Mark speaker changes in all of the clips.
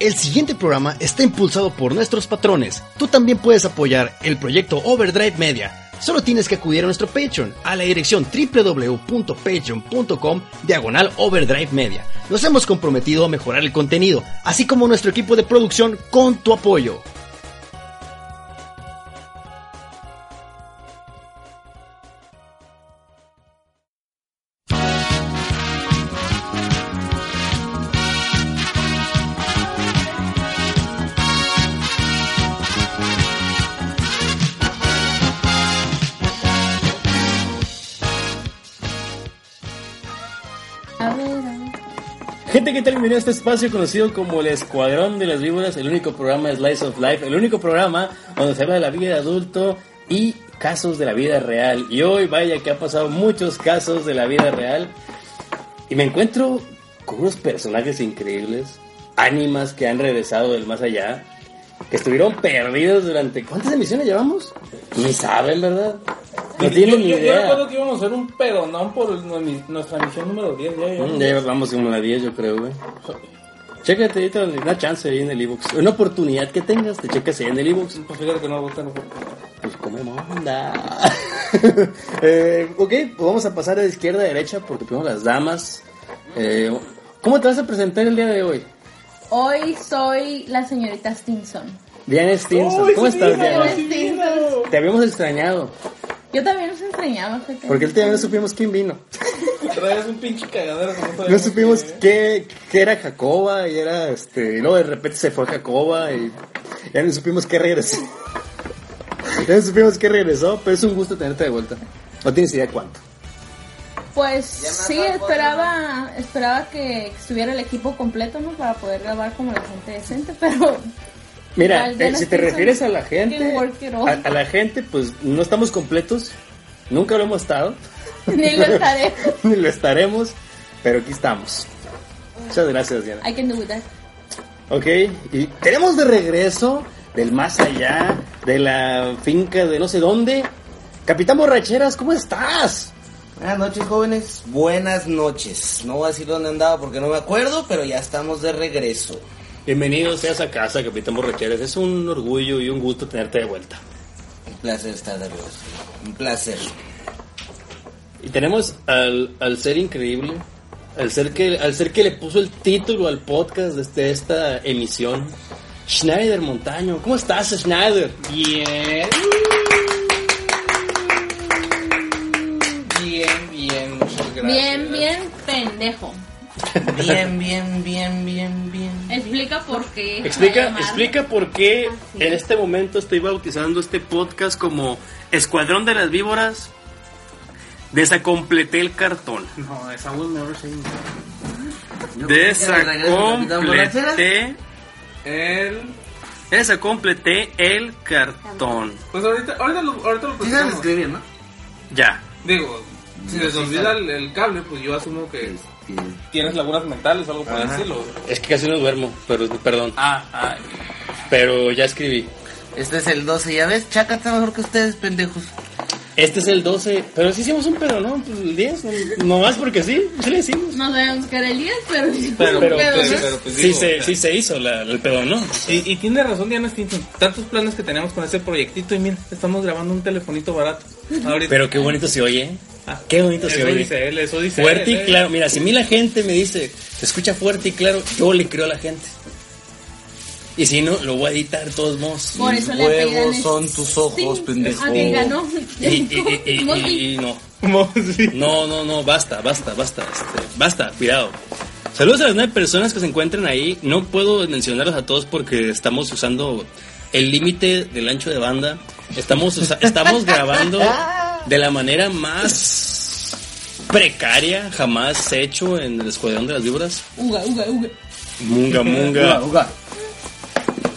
Speaker 1: El siguiente programa está impulsado por nuestros patrones. Tú también puedes apoyar el proyecto Overdrive Media. Solo tienes que acudir a nuestro Patreon a la dirección www.patreon.com diagonal Overdrive Media. Nos hemos comprometido a mejorar el contenido, así como nuestro equipo de producción con tu apoyo.
Speaker 2: A ver, a ver.
Speaker 3: Gente, ¿qué tal? Bienvenido a este espacio conocido como el Escuadrón de las Víboras, el único programa Slice of Life, el único programa donde se habla de la vida de adulto y casos de la vida real. Y hoy, vaya que ha pasado muchos casos de la vida real. Y me encuentro con unos personajes increíbles, ánimas que han regresado del más allá, que estuvieron perdidos durante... ¿Cuántas emisiones llevamos? Ni saben, ¿verdad? No
Speaker 4: Yo-
Speaker 3: tienen
Speaker 4: yo,
Speaker 3: ni
Speaker 4: yo
Speaker 3: idea.
Speaker 4: recuerdo que íbamos a hacer un pedonón por el- nu- nuestra misión número 10. Ya, ya.
Speaker 3: Mm, Ya llevamos como la 10, yo creo, güey. Chécate ahorita una chance ahí en el e-box. Una oportunidad que tengas, te checas ahí en el e-box.
Speaker 4: Pues fíjate que no votan por
Speaker 3: Pues comemos onda. Eh, ok, pues vamos a pasar de izquierda a derecha porque primero las damas. Eh, ¿Cómo te vas a presentar el día de hoy?
Speaker 2: Hoy soy la señorita Stinson.
Speaker 3: Diana Stinson.
Speaker 4: ¡Uy,
Speaker 3: ¿Cómo
Speaker 4: sí,
Speaker 3: estás,
Speaker 4: mira,
Speaker 3: Diana?
Speaker 4: sí.
Speaker 3: Te habíamos extrañado
Speaker 2: Yo también los extrañaba, fíjate.
Speaker 3: porque el día no supimos quién vino.
Speaker 4: Traes un pinche cagadero. como todo el
Speaker 3: No
Speaker 4: mundo.
Speaker 3: supimos qué, qué era Jacoba y era este. Y luego de repente se fue Jacoba y ya no supimos qué regresó. ya no supimos qué regresó, pero es un gusto tenerte de vuelta. No tienes idea cuánto.
Speaker 2: Pues sí, esperaba, esperaba que estuviera el equipo completo, ¿no? Para poder grabar como la gente decente, pero
Speaker 3: Mira,
Speaker 2: Igual, ya
Speaker 3: eh,
Speaker 2: nos
Speaker 3: si te
Speaker 2: piensan
Speaker 3: refieres a la gente,
Speaker 2: que work it all.
Speaker 3: a, a la gente, pues no estamos completos, nunca lo hemos estado,
Speaker 2: ni lo estaré.
Speaker 3: ni lo estaremos, pero aquí estamos. Muchas gracias, Diana.
Speaker 2: I can do that.
Speaker 3: Ok, y tenemos de regreso del más allá, de la finca de no sé dónde. Capitán Borracheras, ¿cómo estás?
Speaker 5: Buenas noches, jóvenes. Buenas noches. No voy a decir dónde andaba porque no me acuerdo, pero ya estamos de regreso.
Speaker 3: Bienvenido seas a casa, Capitán Borracheras. Es un orgullo y un gusto tenerte de vuelta.
Speaker 5: Un placer estar de regreso. Un placer.
Speaker 3: Y tenemos al, al ser increíble, al ser, que, al ser que le puso el título al podcast desde esta emisión, Schneider Montaño. ¿Cómo estás, Schneider?
Speaker 4: Bien. Bien, bien, muchas gracias.
Speaker 2: Bien, bien, pendejo.
Speaker 5: Bien, bien, bien, bien, bien.
Speaker 2: Explica por qué.
Speaker 3: Explica,
Speaker 2: Llamarme.
Speaker 3: explica por qué
Speaker 2: Así.
Speaker 3: en este momento estoy bautizando este podcast como Escuadrón de las Víboras. Desacompleté el cartón.
Speaker 4: No, esa will never say no.
Speaker 3: Desacompleté,
Speaker 4: El...
Speaker 3: desacompleté el cartón.
Speaker 4: Pues ahorita, ahorita lo, ahorita lo
Speaker 5: Sí saben
Speaker 4: platicamos.
Speaker 5: escribir, ¿no?
Speaker 3: Ya.
Speaker 4: Digo, si les
Speaker 5: sí,
Speaker 4: olvida
Speaker 5: sabe.
Speaker 4: el, el cable, pues yo asumo que
Speaker 5: Sí.
Speaker 4: tienes lagunas mentales o algo por el estilo.
Speaker 3: Es que casi no duermo, pero perdón.
Speaker 4: Ah, ah.
Speaker 3: Pero ya escribí.
Speaker 5: Este es el 12, ya ves, Chaca está mejor que ustedes, pendejos.
Speaker 3: Este es el 12, pero sí hicimos un pero, ¿no? Pues el 10, no- nomás porque sí, sí le hicimos.
Speaker 2: No sabemos qué era el 10, pero
Speaker 4: Pero-
Speaker 2: pero,
Speaker 4: pero-
Speaker 2: ¿no?
Speaker 4: pero- pues
Speaker 3: sí,
Speaker 4: digo,
Speaker 3: se,
Speaker 4: o sea.
Speaker 3: sí se hizo la- el pedo, ¿no?
Speaker 4: Y, y tiene razón Diana Stinson. Tantos planes que tenemos con ese proyectito y mira, estamos grabando un telefonito barato. Ahorita.
Speaker 3: Pero qué bonito se oye, ¿eh?
Speaker 4: Ah,
Speaker 3: Qué bonito se
Speaker 4: eso
Speaker 3: oye.
Speaker 4: dice él, eso dice
Speaker 3: Fuerte
Speaker 4: él,
Speaker 3: y
Speaker 4: eh.
Speaker 3: claro. Mira, si a mí la gente me dice, se escucha fuerte y claro, yo le creo a la gente. Y si no, lo voy a editar de todos modos.
Speaker 2: Por
Speaker 5: Mis
Speaker 2: eso le apellidan
Speaker 5: huevos
Speaker 2: el
Speaker 5: son tus ojos,
Speaker 2: Sting,
Speaker 5: pendejo.
Speaker 2: A quien ganó.
Speaker 3: Y, y- y- y-
Speaker 2: Moti.
Speaker 3: y- y no.
Speaker 4: Mo- sí.
Speaker 3: No, no, no, basta, basta, basta, este, basta, cuidado. Saludos a las nueve personas que se encuentran ahí. No puedo mencionarlos a todos porque estamos usando el límite del ancho de banda. Estamos, usa- estamos grabando de la manera más precaria jamás hecho en el Escuadrón de las Víboras.
Speaker 2: Uga, uga, uga.
Speaker 3: Munga, munga.
Speaker 5: Uga, uga.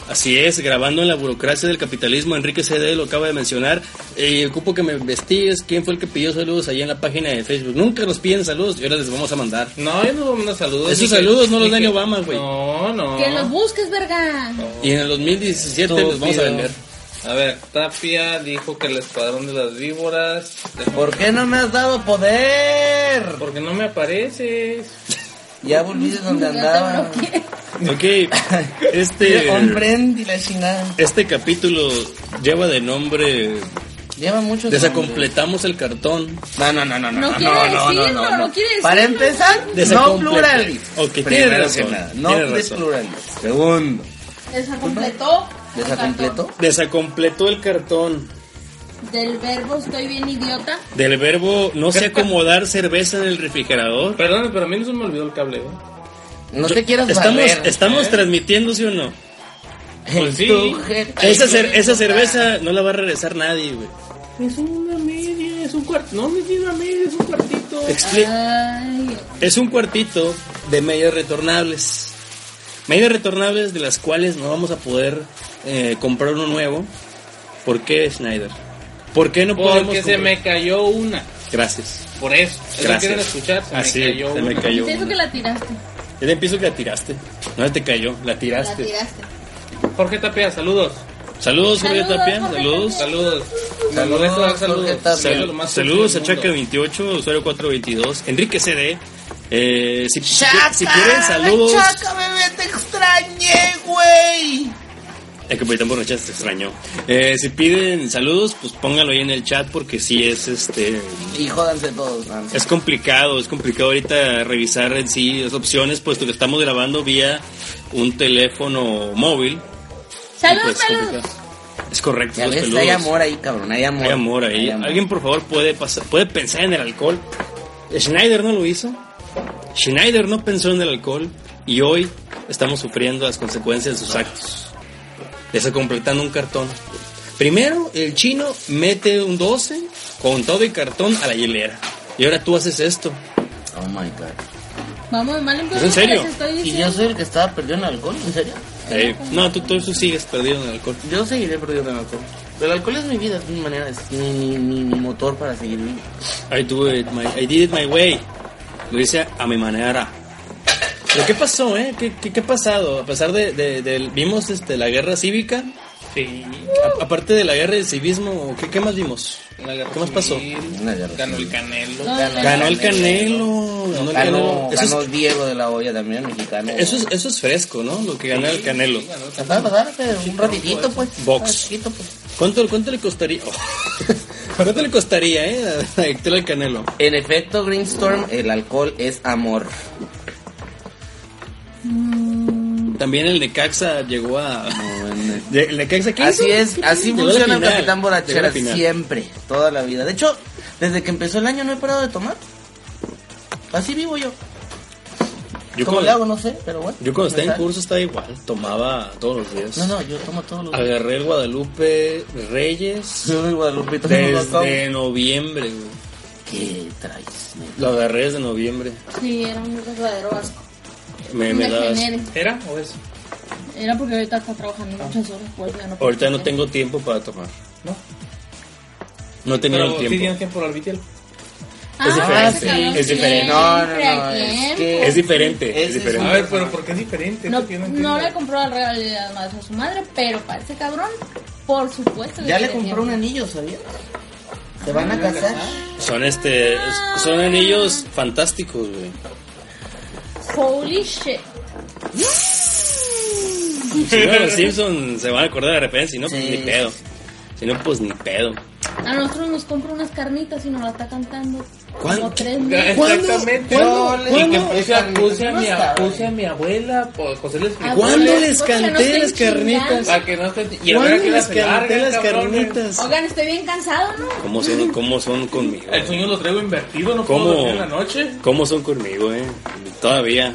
Speaker 3: Así es, grabando en la burocracia del capitalismo, Enrique CD lo acaba de mencionar. Eh, ocupo que me investigues quién fue el que pidió saludos ahí en la página de Facebook. Nunca nos piden saludos y ahora les vamos a mandar.
Speaker 4: No, yo no voy a mandar saludos.
Speaker 3: Esos
Speaker 4: ni que-
Speaker 3: saludos no los
Speaker 4: ni
Speaker 3: da ni
Speaker 4: que-
Speaker 3: Obama, güey.
Speaker 4: No, no.
Speaker 2: Que los busques, verga.
Speaker 3: Y en el 2017 los vamos a
Speaker 4: Estúpido.
Speaker 3: vender.
Speaker 4: A ver, Tapia dijo que el escuadrón de las víboras.
Speaker 5: ¿Por qué no me has dado poder?
Speaker 4: Porque no me apareces.
Speaker 5: Ya volviste donde
Speaker 2: Ya te
Speaker 5: andaba.
Speaker 2: bloqueé.
Speaker 3: Ok, este,
Speaker 5: Comprendí la chingada.
Speaker 3: este capítulo lleva de nombre
Speaker 5: Lleva mucho
Speaker 3: Desacompletamos el cartón.
Speaker 5: No, no, no, no, no.
Speaker 3: Ah,
Speaker 2: No quiere decirlo, no quiere decirlo.
Speaker 5: Para empezar, no
Speaker 3: Desacompleta.
Speaker 5: plural.
Speaker 3: Ok, tiene
Speaker 5: Primero
Speaker 3: razón,
Speaker 5: que nada,
Speaker 3: tiene
Speaker 5: No es
Speaker 3: razón.
Speaker 5: plural. Segundo.
Speaker 2: Desacompletó.
Speaker 5: ¿Desacompleto?
Speaker 3: Desacompletó el cartón.
Speaker 2: Del verbo estoy bien idiota.
Speaker 3: Del verbo no sé acomodar cerveza en el refrigerador.
Speaker 4: Perdón, pero a mí no se me olvidó el cable, ¿eh?
Speaker 5: No te quieras
Speaker 3: Estamos,
Speaker 5: valer.
Speaker 3: estamos transmitiendo, ¿sí o no?
Speaker 4: Pues sí.
Speaker 5: Tu je-
Speaker 3: Esa, cer- esa cerveza no la va a regresar nadie, güey.
Speaker 4: Es una media, es un cuarto. No, no es una media, es un cuartito.
Speaker 3: Expli-
Speaker 5: Ah.
Speaker 2: Ay,
Speaker 3: Es un cuartito de medias retornables. Medias retornables de las cuales no vamos a poder eh, comprar uno nuevo. ¿Por qué, Snyder? ¿Por qué no podemos
Speaker 4: Porque se
Speaker 3: comprar-
Speaker 4: me cayó una.
Speaker 3: Gracias.
Speaker 4: Por eso. Eso
Speaker 3: Gracias.
Speaker 4: quieren escuchar. Se
Speaker 3: Así,
Speaker 4: me
Speaker 3: se
Speaker 4: cayó una.
Speaker 3: me cayó
Speaker 2: pienso
Speaker 3: una.
Speaker 2: que la tiraste.
Speaker 3: Es el piso que la tiraste. No se te cayó, la
Speaker 2: La
Speaker 3: tiraste.
Speaker 2: tiraste.
Speaker 4: Jorge Tapia, saludos.
Speaker 3: Saludos, Julio
Speaker 2: Saludos,
Speaker 3: Tapia.
Speaker 2: Jorge
Speaker 3: Saludos.
Speaker 2: Tapia.
Speaker 4: Saludos. Me
Speaker 5: Saludos,
Speaker 4: molesta dar
Speaker 5: Jorge
Speaker 4: saludos.
Speaker 5: Tapia.
Speaker 4: Soy
Speaker 3: Sal-
Speaker 4: lo más
Speaker 3: saludos a
Speaker 4: sucio del mundo.
Speaker 3: Chaca28, usuario 422. Enrique CD. Eh, si, si-
Speaker 5: Chaca,
Speaker 3: si quieren saludos.
Speaker 5: Chaca, bebé, te extrañé, güey.
Speaker 3: El capitán borracha se extrañó. Eh, si piden saludos, pues póngalo ahí en el chat porque sí es este.
Speaker 5: Y jódanse todos. man.
Speaker 3: Es complicado, es complicado ahorita revisar en sí las opciones, puesto que estamos grabando vía un teléfono móvil.
Speaker 2: Saludos,
Speaker 3: Pues,
Speaker 2: saludos.
Speaker 3: complicado. Es correcto,
Speaker 5: Ya
Speaker 3: los
Speaker 5: ves,
Speaker 3: peludos.
Speaker 5: hay amor ahí, cabrón. Hay amor.
Speaker 3: Hay amor ahí.
Speaker 5: Hay amor.
Speaker 3: Alguien, por favor, puede, pasar, puede pensar en el alcohol. Schneider no lo hizo. Schneider no pensó en el alcohol. Y hoy estamos sufriendo las consecuencias de sus actos. Desacompletando un cartón. Primero, el chino mete un 12 con todo y cartón a la hielera. Y ahora tú haces esto.
Speaker 5: Oh my god.
Speaker 2: Vamos, mal
Speaker 3: ¿Es en serio?
Speaker 2: les estoy
Speaker 5: ¿Y yo
Speaker 2: diciendo.
Speaker 5: soy el que estaba perdido en alcohol? ¿En serio?
Speaker 3: Eh, no, tú, tú, tú sigues perdido en el alcohol.
Speaker 5: Yo seguiré perdido en alcohol. El alcohol es mi vida, es mi manera, es mi, mi, mi- mi motor para seguir vivo.
Speaker 3: I, do it my, I did it my way. Lo hice a mi manera. ¿Pero qué pasó, eh? ¿Qué, qué- qué ha pasado? A pesar de, de- del- vimos este, la guerra cívica,
Speaker 4: Sí.
Speaker 3: a- aparte de la guerra del civismo, ¿qué, qué más vimos?
Speaker 4: La guerra
Speaker 3: ¿Qué más pasó?
Speaker 4: civil,
Speaker 5: Una guerra
Speaker 4: Ganó el
Speaker 5: civil.
Speaker 2: No,
Speaker 4: Canelo.
Speaker 2: no,
Speaker 3: Ganó el Canelo. Ganó el Canelo.
Speaker 5: Ganó,
Speaker 3: Eso es,
Speaker 5: ganó Diego de la olla también, mexicano.
Speaker 3: eso es- eso es fresco, ¿no? Lo que ganó el Canelo.
Speaker 5: Pasar, pasar, eh, un ratitito, pues.
Speaker 3: Box.
Speaker 5: Un ratitito, pues.
Speaker 3: ¿Cuánto, cuánto le costaría? ¿Cuánto le costaría, eh? A, a Héctor el Canelo.
Speaker 5: En efecto, Greenstorm, el alcohol es amor.
Speaker 3: También el Necaxa llegó a...
Speaker 5: bueno.
Speaker 3: ¿El Necaxa qué
Speaker 5: Así
Speaker 3: hizo?
Speaker 5: es, así
Speaker 3: Llegó a la
Speaker 5: funciona el
Speaker 3: final,
Speaker 5: Capitán
Speaker 3: llegó a
Speaker 5: Borrachera
Speaker 3: la final.
Speaker 5: siempre, toda la vida. De hecho, desde que empezó el año no he parado de tomar. Así vivo yo.
Speaker 3: Yo
Speaker 5: ¿Cómo
Speaker 3: como-
Speaker 5: le hago? No sé, pero bueno.
Speaker 3: Yo cuando estaba en
Speaker 5: ¿Verdad?
Speaker 3: curso estaba igual, tomaba todos los días.
Speaker 5: No, no, yo tomo todos los días.
Speaker 3: Agarré el Guadalupe Reyes
Speaker 5: Yo de Guadalupe
Speaker 3: desde noviembre, güey.
Speaker 5: ¿Qué traes? nene?
Speaker 3: Lo agarré desde noviembre.
Speaker 2: Sí, era un verdadero asco.
Speaker 3: Me, me
Speaker 2: Me
Speaker 3: daba-
Speaker 2: genere.
Speaker 4: ¿Era o es?
Speaker 2: Era porque ahorita está trabajando muchas horas. Pues, ya no puedo
Speaker 3: Ahorita no
Speaker 2: hacer.
Speaker 3: tengo tiempo para tomar.
Speaker 4: No.
Speaker 3: No tenía
Speaker 4: Pero
Speaker 3: el
Speaker 4: sí tiene
Speaker 3: tiempo.
Speaker 4: tiempo para orbital.
Speaker 3: Es
Speaker 2: Ah,
Speaker 3: diferente,
Speaker 2: ese cabrón
Speaker 3: es diferente.
Speaker 2: siempre
Speaker 5: No, no, no,
Speaker 2: a
Speaker 5: es
Speaker 2: tiempo.
Speaker 5: que-
Speaker 3: Es diferente, es
Speaker 5: Ese es
Speaker 3: diferente.
Speaker 4: A ver, pero ¿por qué es diferente?
Speaker 2: No,
Speaker 4: Esto tiene
Speaker 2: no
Speaker 4: un tiempo.
Speaker 2: le compró al Real Madrid a su madre, pero para ese cabrón, por supuesto. que
Speaker 5: Ya le
Speaker 2: tiene
Speaker 5: compró un
Speaker 2: tiempo.
Speaker 5: anillo, ¿sabías? ¿Te van a casar?
Speaker 3: Son este son anillos fantásticos, güey.
Speaker 2: Holy shit.
Speaker 3: Si no, los Simpsons se van a acordar de referencia, si no, pues
Speaker 5: Sí.
Speaker 3: ni pedo. Si no, pues ni pedo.
Speaker 2: A nosotros nos compra unas carnitas y nos la está cantando.
Speaker 3: ¿Cuánto?
Speaker 2: Como tres meses.
Speaker 4: Exactamente.
Speaker 5: ¿Cuándo?
Speaker 4: Y
Speaker 5: ¿Cuándo?
Speaker 4: que puse a, puse a mi,
Speaker 5: No estaba.
Speaker 4: puse a mi abuela, pues, José les
Speaker 2: Ah,
Speaker 4: explicó.
Speaker 3: ¿Cuándo
Speaker 2: bueno,
Speaker 3: les
Speaker 2: porque no
Speaker 3: canté
Speaker 2: estoy
Speaker 3: las
Speaker 2: chingando.
Speaker 3: carnitas?
Speaker 4: Para que no esté. Y ahora
Speaker 3: ¿Cuándo
Speaker 4: que
Speaker 3: las
Speaker 4: las
Speaker 3: canté
Speaker 4: largas,
Speaker 3: las
Speaker 4: cabrones.
Speaker 3: carnitas?
Speaker 2: Oigan, estoy bien cansado, ¿no?
Speaker 3: ¿Cómo son, cómo son conmigo?
Speaker 4: El sueño lo traigo invertido, no
Speaker 3: ¿Cómo?
Speaker 4: puedo dormir en la noche.
Speaker 3: ¿Cómo son conmigo, eh? Todavía.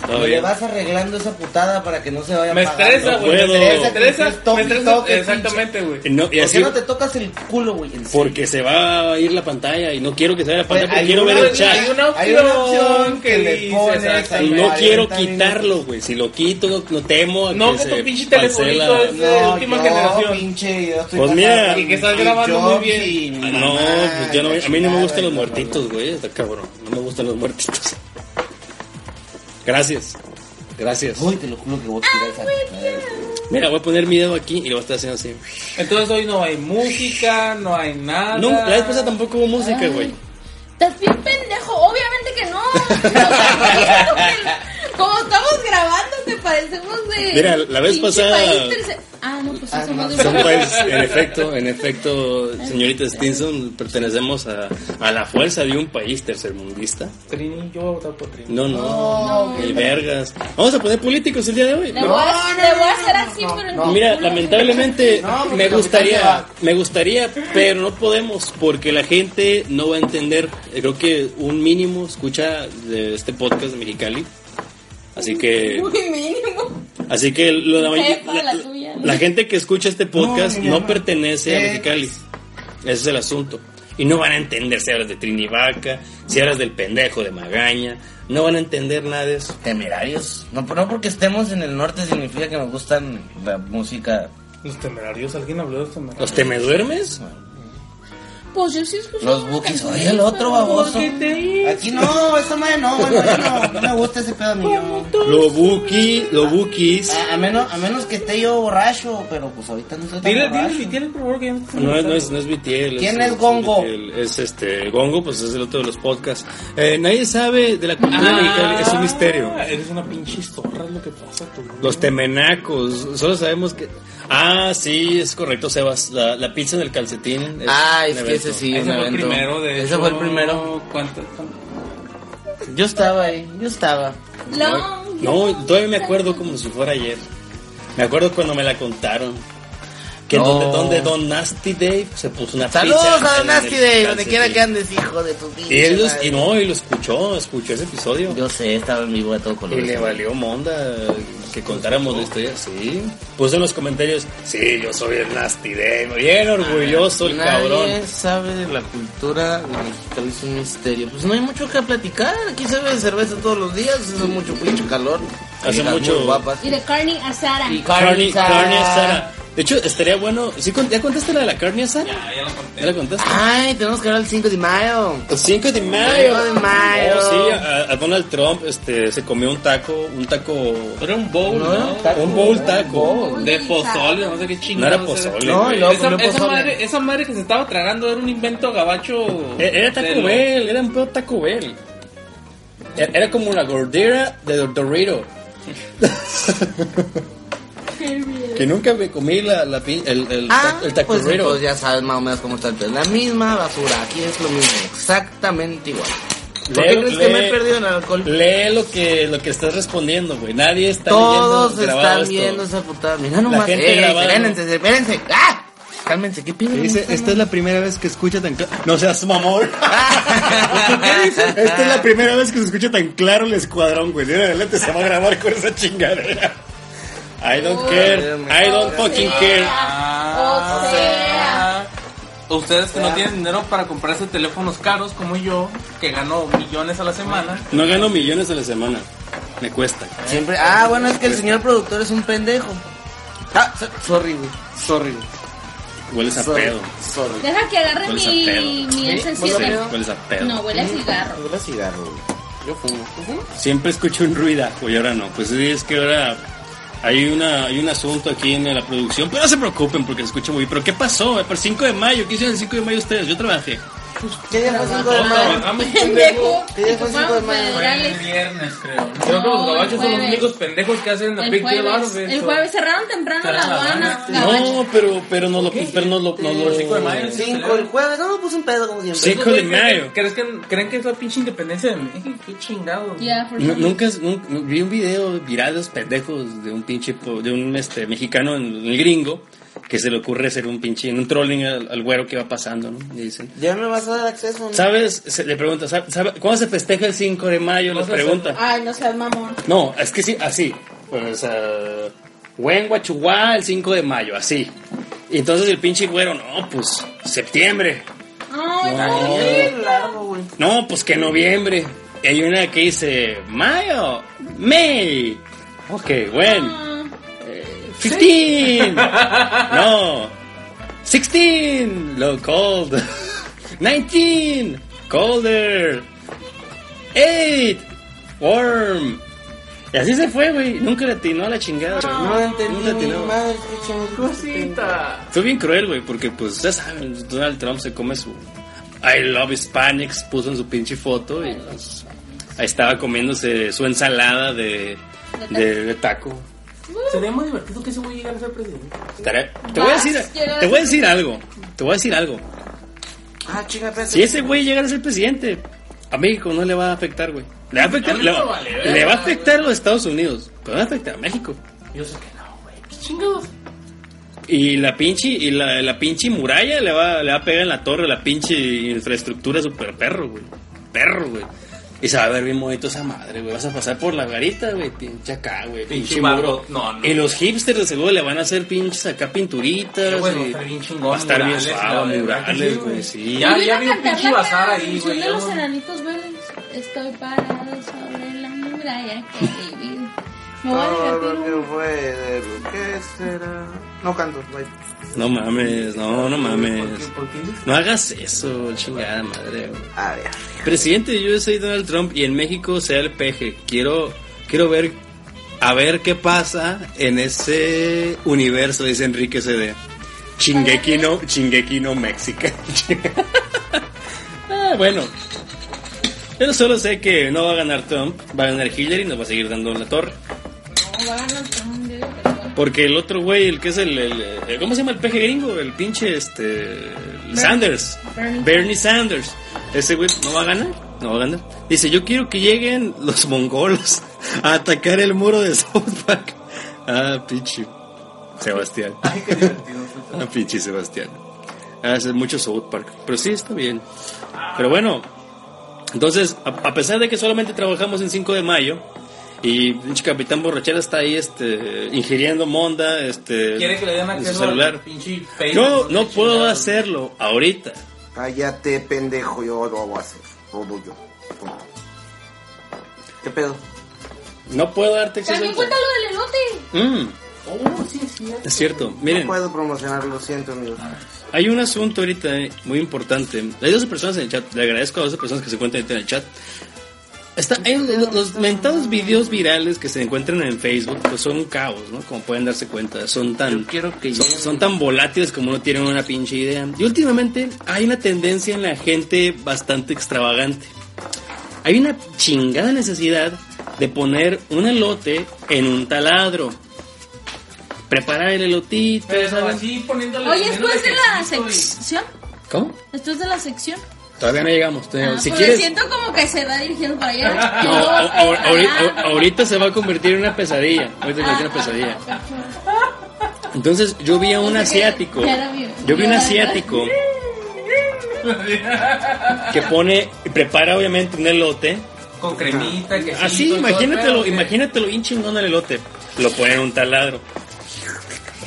Speaker 3: Ah,
Speaker 5: ¿O le
Speaker 3: Todavía.
Speaker 5: vas arreglando esa putada para que no se vaya
Speaker 4: Me
Speaker 5: pagando?
Speaker 4: estresa, güey.
Speaker 3: puedo.
Speaker 4: Me estresa.
Speaker 5: Pinches toques,
Speaker 4: Me estresa.
Speaker 5: toques,
Speaker 4: Exactamente, güey.
Speaker 3: No, y
Speaker 5: ¿Por qué
Speaker 3: así,
Speaker 5: no te tocas el culo, güey? En serio.
Speaker 3: porque se va a ir la pantalla y no quiero que se vaya la pantalla porque
Speaker 5: Pues, hay
Speaker 3: quiero
Speaker 5: una-
Speaker 3: ver el
Speaker 4: Hay
Speaker 3: chat.
Speaker 4: una opción,
Speaker 5: Hay una opción
Speaker 4: que,
Speaker 5: que le
Speaker 4: dice
Speaker 5: pones
Speaker 3: Y
Speaker 5: ahí.
Speaker 4: exactamente.
Speaker 3: no
Speaker 5: 40
Speaker 3: quiero
Speaker 5: minutos.
Speaker 3: quitarlo, güey. Si lo quito, no, no temo. a
Speaker 4: No, que
Speaker 3: se
Speaker 4: tu pinche telefonito
Speaker 3: cancela.
Speaker 4: es- de última generación.
Speaker 5: pinche, yo estoy
Speaker 3: Pues
Speaker 5: casado
Speaker 3: mira,
Speaker 5: con
Speaker 3: y
Speaker 4: que estás
Speaker 5: Steve
Speaker 4: grabando muy
Speaker 5: Jobs
Speaker 4: bien.
Speaker 5: y mi
Speaker 3: No,
Speaker 5: mamá,
Speaker 3: pues yo no,
Speaker 5: la
Speaker 3: a mí no me
Speaker 5: chingada,
Speaker 3: gustan los
Speaker 5: y-
Speaker 3: muertitos, güey. Está cabrón. No me gustan los muertitos. Gracias. Gracias.
Speaker 5: Uy, te lo juro que voy a tirar eh, esa.
Speaker 3: Mira, voy a poner mi dedo aquí y lo voy a estar haciendo así.
Speaker 4: Entonces hoy no hay música, no hay nada.
Speaker 3: No, la vez pasada tampoco hubo música, güey.
Speaker 2: Estás bien pendejo, obviamente que no. Como estamos grabando, te parecemos de.
Speaker 3: Mira, la vez
Speaker 2: pinche
Speaker 3: pasada-
Speaker 2: país terce- Ah, no, pues sí,
Speaker 5: Ah,
Speaker 2: somos
Speaker 5: no,
Speaker 2: de
Speaker 3: Son países, en efecto, en efecto, señorita Stinson, pertenecemos a, a la fuerza de un país tercermundista.
Speaker 4: Trini, yo voy a votar por Trini.
Speaker 3: No, no, ni vergas. Vamos a poner políticos el día de hoy.
Speaker 2: Le voy a le voy a hacer así, pero no.
Speaker 3: Mira, lamentablemente
Speaker 5: No, porque
Speaker 3: me
Speaker 5: Capitán se
Speaker 3: gustaría,
Speaker 5: va.
Speaker 3: me gustaría, pero no podemos porque la gente no va a entender. Eh, Creo que un mínimo escucha de este podcast de Mexicali. Así que,
Speaker 2: Muy mínimo.
Speaker 3: así que lo- la,
Speaker 2: Jefa,
Speaker 3: la-
Speaker 2: la tuya.
Speaker 3: la gente que escucha este podcast no,
Speaker 5: No, ni mamá.
Speaker 3: pertenece a
Speaker 5: Eh.
Speaker 3: Mexicali. Ese es el asunto. Y no van a entender si hablas de Trinivaca, si hablas del pendejo de Magaña. No van a entender nada de eso.
Speaker 5: Temerarios. No, no porque estemos en el norte significa que nos gustan la música.
Speaker 4: Los temerarios, alguien habló de los temerarios.
Speaker 3: ¿Los temeduermes?
Speaker 2: Pues yo sí escuché.
Speaker 5: Los
Speaker 2: una
Speaker 5: bookies.
Speaker 2: canción,
Speaker 5: Oye, el otro
Speaker 2: pero-
Speaker 5: baboso. Aquí no, esa madre no, bueno, aquí no, no me gusta ese pedo mío.
Speaker 3: Los buki, los bukis.
Speaker 5: A, a menos, a menos que esté yo borracho, pero pues ahorita no estoy tan
Speaker 4: Dile,
Speaker 5: borracho.
Speaker 4: dile, dile, dile, por favor, que ya no
Speaker 3: No es, no es, no es BTL.
Speaker 5: ¿Quién es Gongo?
Speaker 3: BTL, Es este, Gongo, pues es el otro de los podcasts. Eh, nadie sabe de la cultura
Speaker 5: Ah.
Speaker 3: mexicana, es un misterio.
Speaker 4: Ah, Eres una pinche zorra, es lo que pasa tú.
Speaker 3: Los temenacos, solo sabemos que... Ah, sí, es correcto, Sebas, la, la pizza del calcetín.
Speaker 5: Ah,
Speaker 3: un
Speaker 5: es que
Speaker 3: evento.
Speaker 5: ese sí,
Speaker 4: Ese fue
Speaker 5: un
Speaker 4: el
Speaker 5: evento.
Speaker 4: primero, de
Speaker 5: Ese
Speaker 4: hecho,
Speaker 5: fue el primero.
Speaker 4: ¿Cuánto? cuánto?
Speaker 5: Yo estaba ahí, yo estaba.
Speaker 2: Long.
Speaker 3: No, todavía me acuerdo como si fuera ayer. Me acuerdo cuando me la contaron. Que
Speaker 5: No.
Speaker 3: donde, donde Don Nasty Dave se puso una pizza.
Speaker 5: Saludos
Speaker 3: en
Speaker 5: a
Speaker 3: el
Speaker 5: Don Nasty Dave, donde
Speaker 3: calcetín.
Speaker 5: quiera que andes, hijo de tu pinche
Speaker 3: Y él los-
Speaker 5: madre.
Speaker 3: y no, y lo escuchó, escuchó ese episodio.
Speaker 5: Yo sé, estaba en vivo a todo color.
Speaker 3: Y le valió monda que contáramos la historia, sí. Puso en los comentarios, sí, yo soy el Nasty Dave, bien orgulloso el
Speaker 5: Ah, Nadie
Speaker 3: cabrón.
Speaker 5: sabe de la cultura de Mexicali, es un misterio. Pues no hay mucho que platicar. Aquí se bebe cerveza todos los días, hace mucho pinche calor.
Speaker 3: Hace
Speaker 5: Hijas
Speaker 3: mucho-
Speaker 5: muy guapas.
Speaker 2: Y de carne asada.
Speaker 5: Y
Speaker 3: Carne,
Speaker 5: carne
Speaker 3: carne
Speaker 5: asada.
Speaker 3: asada. De hecho, estaría bueno, ¿sí con- ¿ya contaste la de la carne asada?
Speaker 4: Ah, ya lo
Speaker 3: ¿Ya
Speaker 4: conté.
Speaker 3: la contaste?
Speaker 5: Ay, tenemos que hablar el 5 de mayo.
Speaker 3: 5 de mayo.
Speaker 5: Cinco de mayo.
Speaker 3: Oh, sí, a, a Donald Trump este, se comió un taco, un taco...
Speaker 4: Era un bowl,
Speaker 5: No,
Speaker 4: ¿no?
Speaker 5: taco.
Speaker 3: Un bowl taco.
Speaker 4: De pozole, no sé qué
Speaker 3: No
Speaker 4: chingada.
Speaker 3: era pozole.
Speaker 5: No,
Speaker 3: güey.
Speaker 5: no.
Speaker 4: Esa,
Speaker 5: comió
Speaker 4: esa
Speaker 5: pozole.
Speaker 4: madre, esa madre que se estaba tragando era un invento gabacho.
Speaker 3: E- Era
Speaker 4: de
Speaker 3: Taco
Speaker 4: lo-
Speaker 3: Bell, era un pedo Taco Bell. E- Era como una gordera de Dor- Dorito. que nunca me comí la, la pin- el, el,
Speaker 5: Ah,
Speaker 3: el Taco
Speaker 5: pues,
Speaker 3: Dorito.
Speaker 5: pues ya sabes más o menos cómo está el pedo. La misma basura, aquí es lo mismo, exactamente igual. ¿Por qué
Speaker 3: Leo,
Speaker 5: crees que me
Speaker 3: lee-
Speaker 5: he perdido en alcohol?
Speaker 3: Lee lo que, lo que estás respondiendo, güey. Nadie está
Speaker 5: Todos
Speaker 3: leyendo grabado
Speaker 5: están
Speaker 3: esto.
Speaker 5: viendo esa putada. Mira nomás.
Speaker 3: gente
Speaker 5: Ey,
Speaker 3: grabando.
Speaker 5: espérense, espérense. ¡Ah! Cálmense, ¿qué pido?
Speaker 3: Y Dice, esta es la primera vez que escucha tan claro. No seas mamón. ¿Qué dice? Esta es la primera vez que se escucha tan claro el escuadrón, güey. De ahora en adelante se va a grabar con esa chingadera. I don't care. I don't fucking care.
Speaker 2: O sea.
Speaker 4: Ah, Ustedes que no tienen dinero para comprarse teléfonos caros como yo, que gano millones a la semana.
Speaker 3: No gano millones a la semana. Me cuesta.
Speaker 5: Siempre. Ah, bueno, es que el señor productor es un pendejo. Ah, so- sorry, güey. Sorry, güey.
Speaker 3: Hueles a
Speaker 5: Sorry.
Speaker 3: pedo.
Speaker 5: Sorry.
Speaker 2: Deja que agarre
Speaker 3: Hueles a
Speaker 2: mi,
Speaker 3: pedo.
Speaker 2: mi
Speaker 3: Sí,
Speaker 2: encendida.
Speaker 3: hueles a pedo.
Speaker 2: No, huele a cigarro.
Speaker 5: Huele a cigarro, güey. Yo fumo. ¿Tú fumas?
Speaker 3: Siempre escucho un ruidajo y ahora no. Pues sí, es que ahora hay, una, hay un asunto aquí en la producción. Pero no se preocupen porque se escucha muy bien. ¿Pero qué pasó? Eh, Por 5 de mayo. ¿Qué hicieron el 5 de mayo ustedes? Yo trabajé.
Speaker 5: ¿Qué día fue 5 de mayo?
Speaker 4: Trabajamos,
Speaker 2: Pendejo.
Speaker 5: Sí, fue
Speaker 2: Como
Speaker 5: cinco de mayo.
Speaker 4: El
Speaker 2: federales.
Speaker 4: viernes, creo. Creo que los
Speaker 2: No, el
Speaker 4: gabachos son los
Speaker 2: jueves.
Speaker 4: únicos pendejos que hacen la
Speaker 2: El
Speaker 4: Big Deal
Speaker 2: jueves,
Speaker 4: Barbie.
Speaker 2: el jueves cerraron temprano la
Speaker 4: Cerraron la
Speaker 2: aduana.
Speaker 4: aduana.
Speaker 2: gabacho.
Speaker 3: No, pero, pero no lo. Pero no lo, no lo-
Speaker 4: 5 de mayo.
Speaker 5: 5 el jueves. No, pues un pedo como siempre.
Speaker 3: Sí.
Speaker 4: Esos güeyes
Speaker 3: de mayo.
Speaker 4: ¿Crees que, ¿Creen que es la pinche independencia de México? Qué chingado.
Speaker 2: Ya, por
Speaker 3: Nu-
Speaker 2: favor.
Speaker 3: Nunca, es- nunca- nu- vi un video viral de los pendejos de un pinche po- de un este mexicano en el gringo que se le ocurre hacer un pinche en un trolling al, al güero que va pasando, ¿no? Y dicen,
Speaker 5: Ya me vas a dar acceso. ¿no?
Speaker 3: ¿sabes? Se- le pregunta, "¿Sabe- sabe- ¿cuándo se festeja el 5 de mayo? Les
Speaker 4: ¿Cómo se
Speaker 3: pregunta.
Speaker 2: Ay, no seas mamón.
Speaker 3: No, es que sí, así. Pues, uh, buen guachuá el 5 de mayo, así. Y entonces el pinche güero, no, pues, septiembre.
Speaker 2: Ay,
Speaker 3: No.
Speaker 2: no.
Speaker 5: Qué largo, güey.
Speaker 3: No, pues que noviembre. Y hay una que dice, mayo, May. Ok, bueno. 15. No. 16. Low cold. 19. Colder. 8. Warm. Y así se fue, güey. Nunca le atinó a la chingada.
Speaker 5: No entendí.
Speaker 3: Nunca le
Speaker 5: ni
Speaker 3: atinó.
Speaker 5: Madre, qué chingos.
Speaker 3: Fue bien cruel, güey, porque pues ya saben, Donald Trump se come su I love Hispanics, puso en su pinche foto y pues, estaba comiéndose su ensalada de, de- de taco.
Speaker 4: Sería muy divertido que ese güey llegara a ser presidente.
Speaker 3: Estará- Te voy a decir, te voy a decir algo. Te voy a decir algo.
Speaker 5: Ah, chinga, espérate.
Speaker 3: Si ese güey llegara a ser presidente, a México no le va a afectar, güey. Le va a afectar, le va, le va a afectar a los Estados Unidos, pero no va a afectar a México.
Speaker 5: Yo sé que no, güey. ¿Qué chingados?
Speaker 3: Y la pinche, y la, la pinche muralla le va, le va a pegar en la torre, la pinche infraestructura super perro, güey. Perro, güey. Y se va a ver bien bonito esa madre, güey. Vas a pasar por la garita, güey. Pinche acá, güey.
Speaker 4: Pinche
Speaker 3: Pinche
Speaker 4: barro.
Speaker 3: muro.
Speaker 4: No, no.
Speaker 3: Y los hipsters de seguro le van a hacer pinches acá
Speaker 4: Qué
Speaker 3: pinturitas.
Speaker 4: bueno,
Speaker 3: y
Speaker 4: está bien chingón,
Speaker 3: va a estar bien
Speaker 4: murales, la
Speaker 3: suave,
Speaker 4: verdad que sí,
Speaker 3: murales,
Speaker 4: güey.
Speaker 3: güey. Sí.
Speaker 4: Ya,
Speaker 2: Yo
Speaker 4: ya
Speaker 2: iba a
Speaker 4: vi un
Speaker 2: cantar
Speaker 4: pinche
Speaker 2: la
Speaker 4: bazar ahí,
Speaker 2: canción
Speaker 4: güey.
Speaker 2: de
Speaker 4: ya,
Speaker 2: los
Speaker 4: güey.
Speaker 2: enanitos verdes. Estoy parado sobre la muralla que he vivido. Me voy a divertir un-
Speaker 5: puede, ¿qué será? No canto, bye.
Speaker 3: No mames, no, no
Speaker 4: ¿Por qué?
Speaker 3: mames.
Speaker 4: ¿Por qué?
Speaker 3: No hagas eso, chingada madre, güey.
Speaker 5: A ver.
Speaker 3: Presidente de USA Donald Trump y en México sea el peje. Quiero, quiero ver a ver qué pasa en ese universo, dice Enrique CD. Chingeki no, Chingeki no Mexica. Ah, bueno, yo solo sé que no va a ganar Trump, va a ganar Hillary y nos va a seguir dando la torre.
Speaker 2: No, va a ganar Trump, yo digo que no.
Speaker 3: Porque el otro güey, el que es el, el- el- ¿Cómo se llama el peje gringo? El pinche este. el Sanders.
Speaker 2: Bernie.
Speaker 3: Bernie. Sanders. Ese güey no va a ganar. No va a ganar. Dice: Yo quiero que lleguen los mongolos a atacar el muro de South Park. Ah, pinche. Sebastián.
Speaker 4: Ay, qué divertido.
Speaker 3: Ah, pinche Sebastián. Hace Ah, mucho South Park. Pero sí, está bien. Pero bueno, entonces, a, a pesar de que solamente trabajamos en 5 de mayo. Y pinche Capitán Borrachera está ahí este, ingiriendo monda. Este,
Speaker 4: Quiere que le den
Speaker 3: en su
Speaker 4: acceso
Speaker 3: celular.
Speaker 4: al pinche Facebook.
Speaker 3: Yo no puedo
Speaker 4: Chingado.
Speaker 3: hacerlo ahorita.
Speaker 5: Cállate, pendejo, yo lo voy a hacer. Todo yo. Punto. ¿Qué pedo?
Speaker 3: No puedo darte acceso.
Speaker 2: También cuenta lo del elote.
Speaker 3: Mm,
Speaker 4: Oh, sí, es cierto.
Speaker 3: es cierto.
Speaker 5: No
Speaker 3: Miren, Ah.
Speaker 5: puedo promocionarlo, siento, amigos.
Speaker 3: hay un asunto ahorita eh, muy importante. Hay 12 personas en el chat. Le agradezco a 12 personas que se encuentran ahorita en el chat. Está, hay los, los mentados videos virales que se encuentran en Facebook pues son un caos, ¿no? Como pueden darse cuenta, son tan
Speaker 5: Yo quiero que
Speaker 3: son,
Speaker 5: lleguen.
Speaker 3: son tan volátiles como no tienen una pinche idea. Y últimamente hay una tendencia en la gente bastante extravagante. Hay una chingada necesidad de poner un elote en un taladro. Preparar el elotito,
Speaker 4: Pero
Speaker 3: ¿saben?
Speaker 4: así poniéndole.
Speaker 2: Oye, ¿esto
Speaker 4: poniéndole
Speaker 2: es de la
Speaker 4: quesito y-
Speaker 2: sección?
Speaker 3: ¿Cómo?
Speaker 2: ¿Esto es de la sección?
Speaker 3: Todavía no llegamos. todavía-
Speaker 2: Ah,
Speaker 3: si
Speaker 2: porque
Speaker 3: quieres,
Speaker 2: siento como que se va dirigiendo para allá. Y
Speaker 3: No,
Speaker 2: luego
Speaker 3: a-
Speaker 2: para
Speaker 3: ahor- ahori-
Speaker 2: allá.
Speaker 3: a- ahorita se va a convertir en una pesadilla. Ahorita se convierte en una pesadilla. Entonces yo vi a un asiático. Yo vi un asiático que pone, prepara obviamente un elote.
Speaker 4: Con cremita, que
Speaker 3: Así,
Speaker 4: eh.
Speaker 3: imagínatelo, imagínatelo bien chingón el elote. Lo pone en un taladro.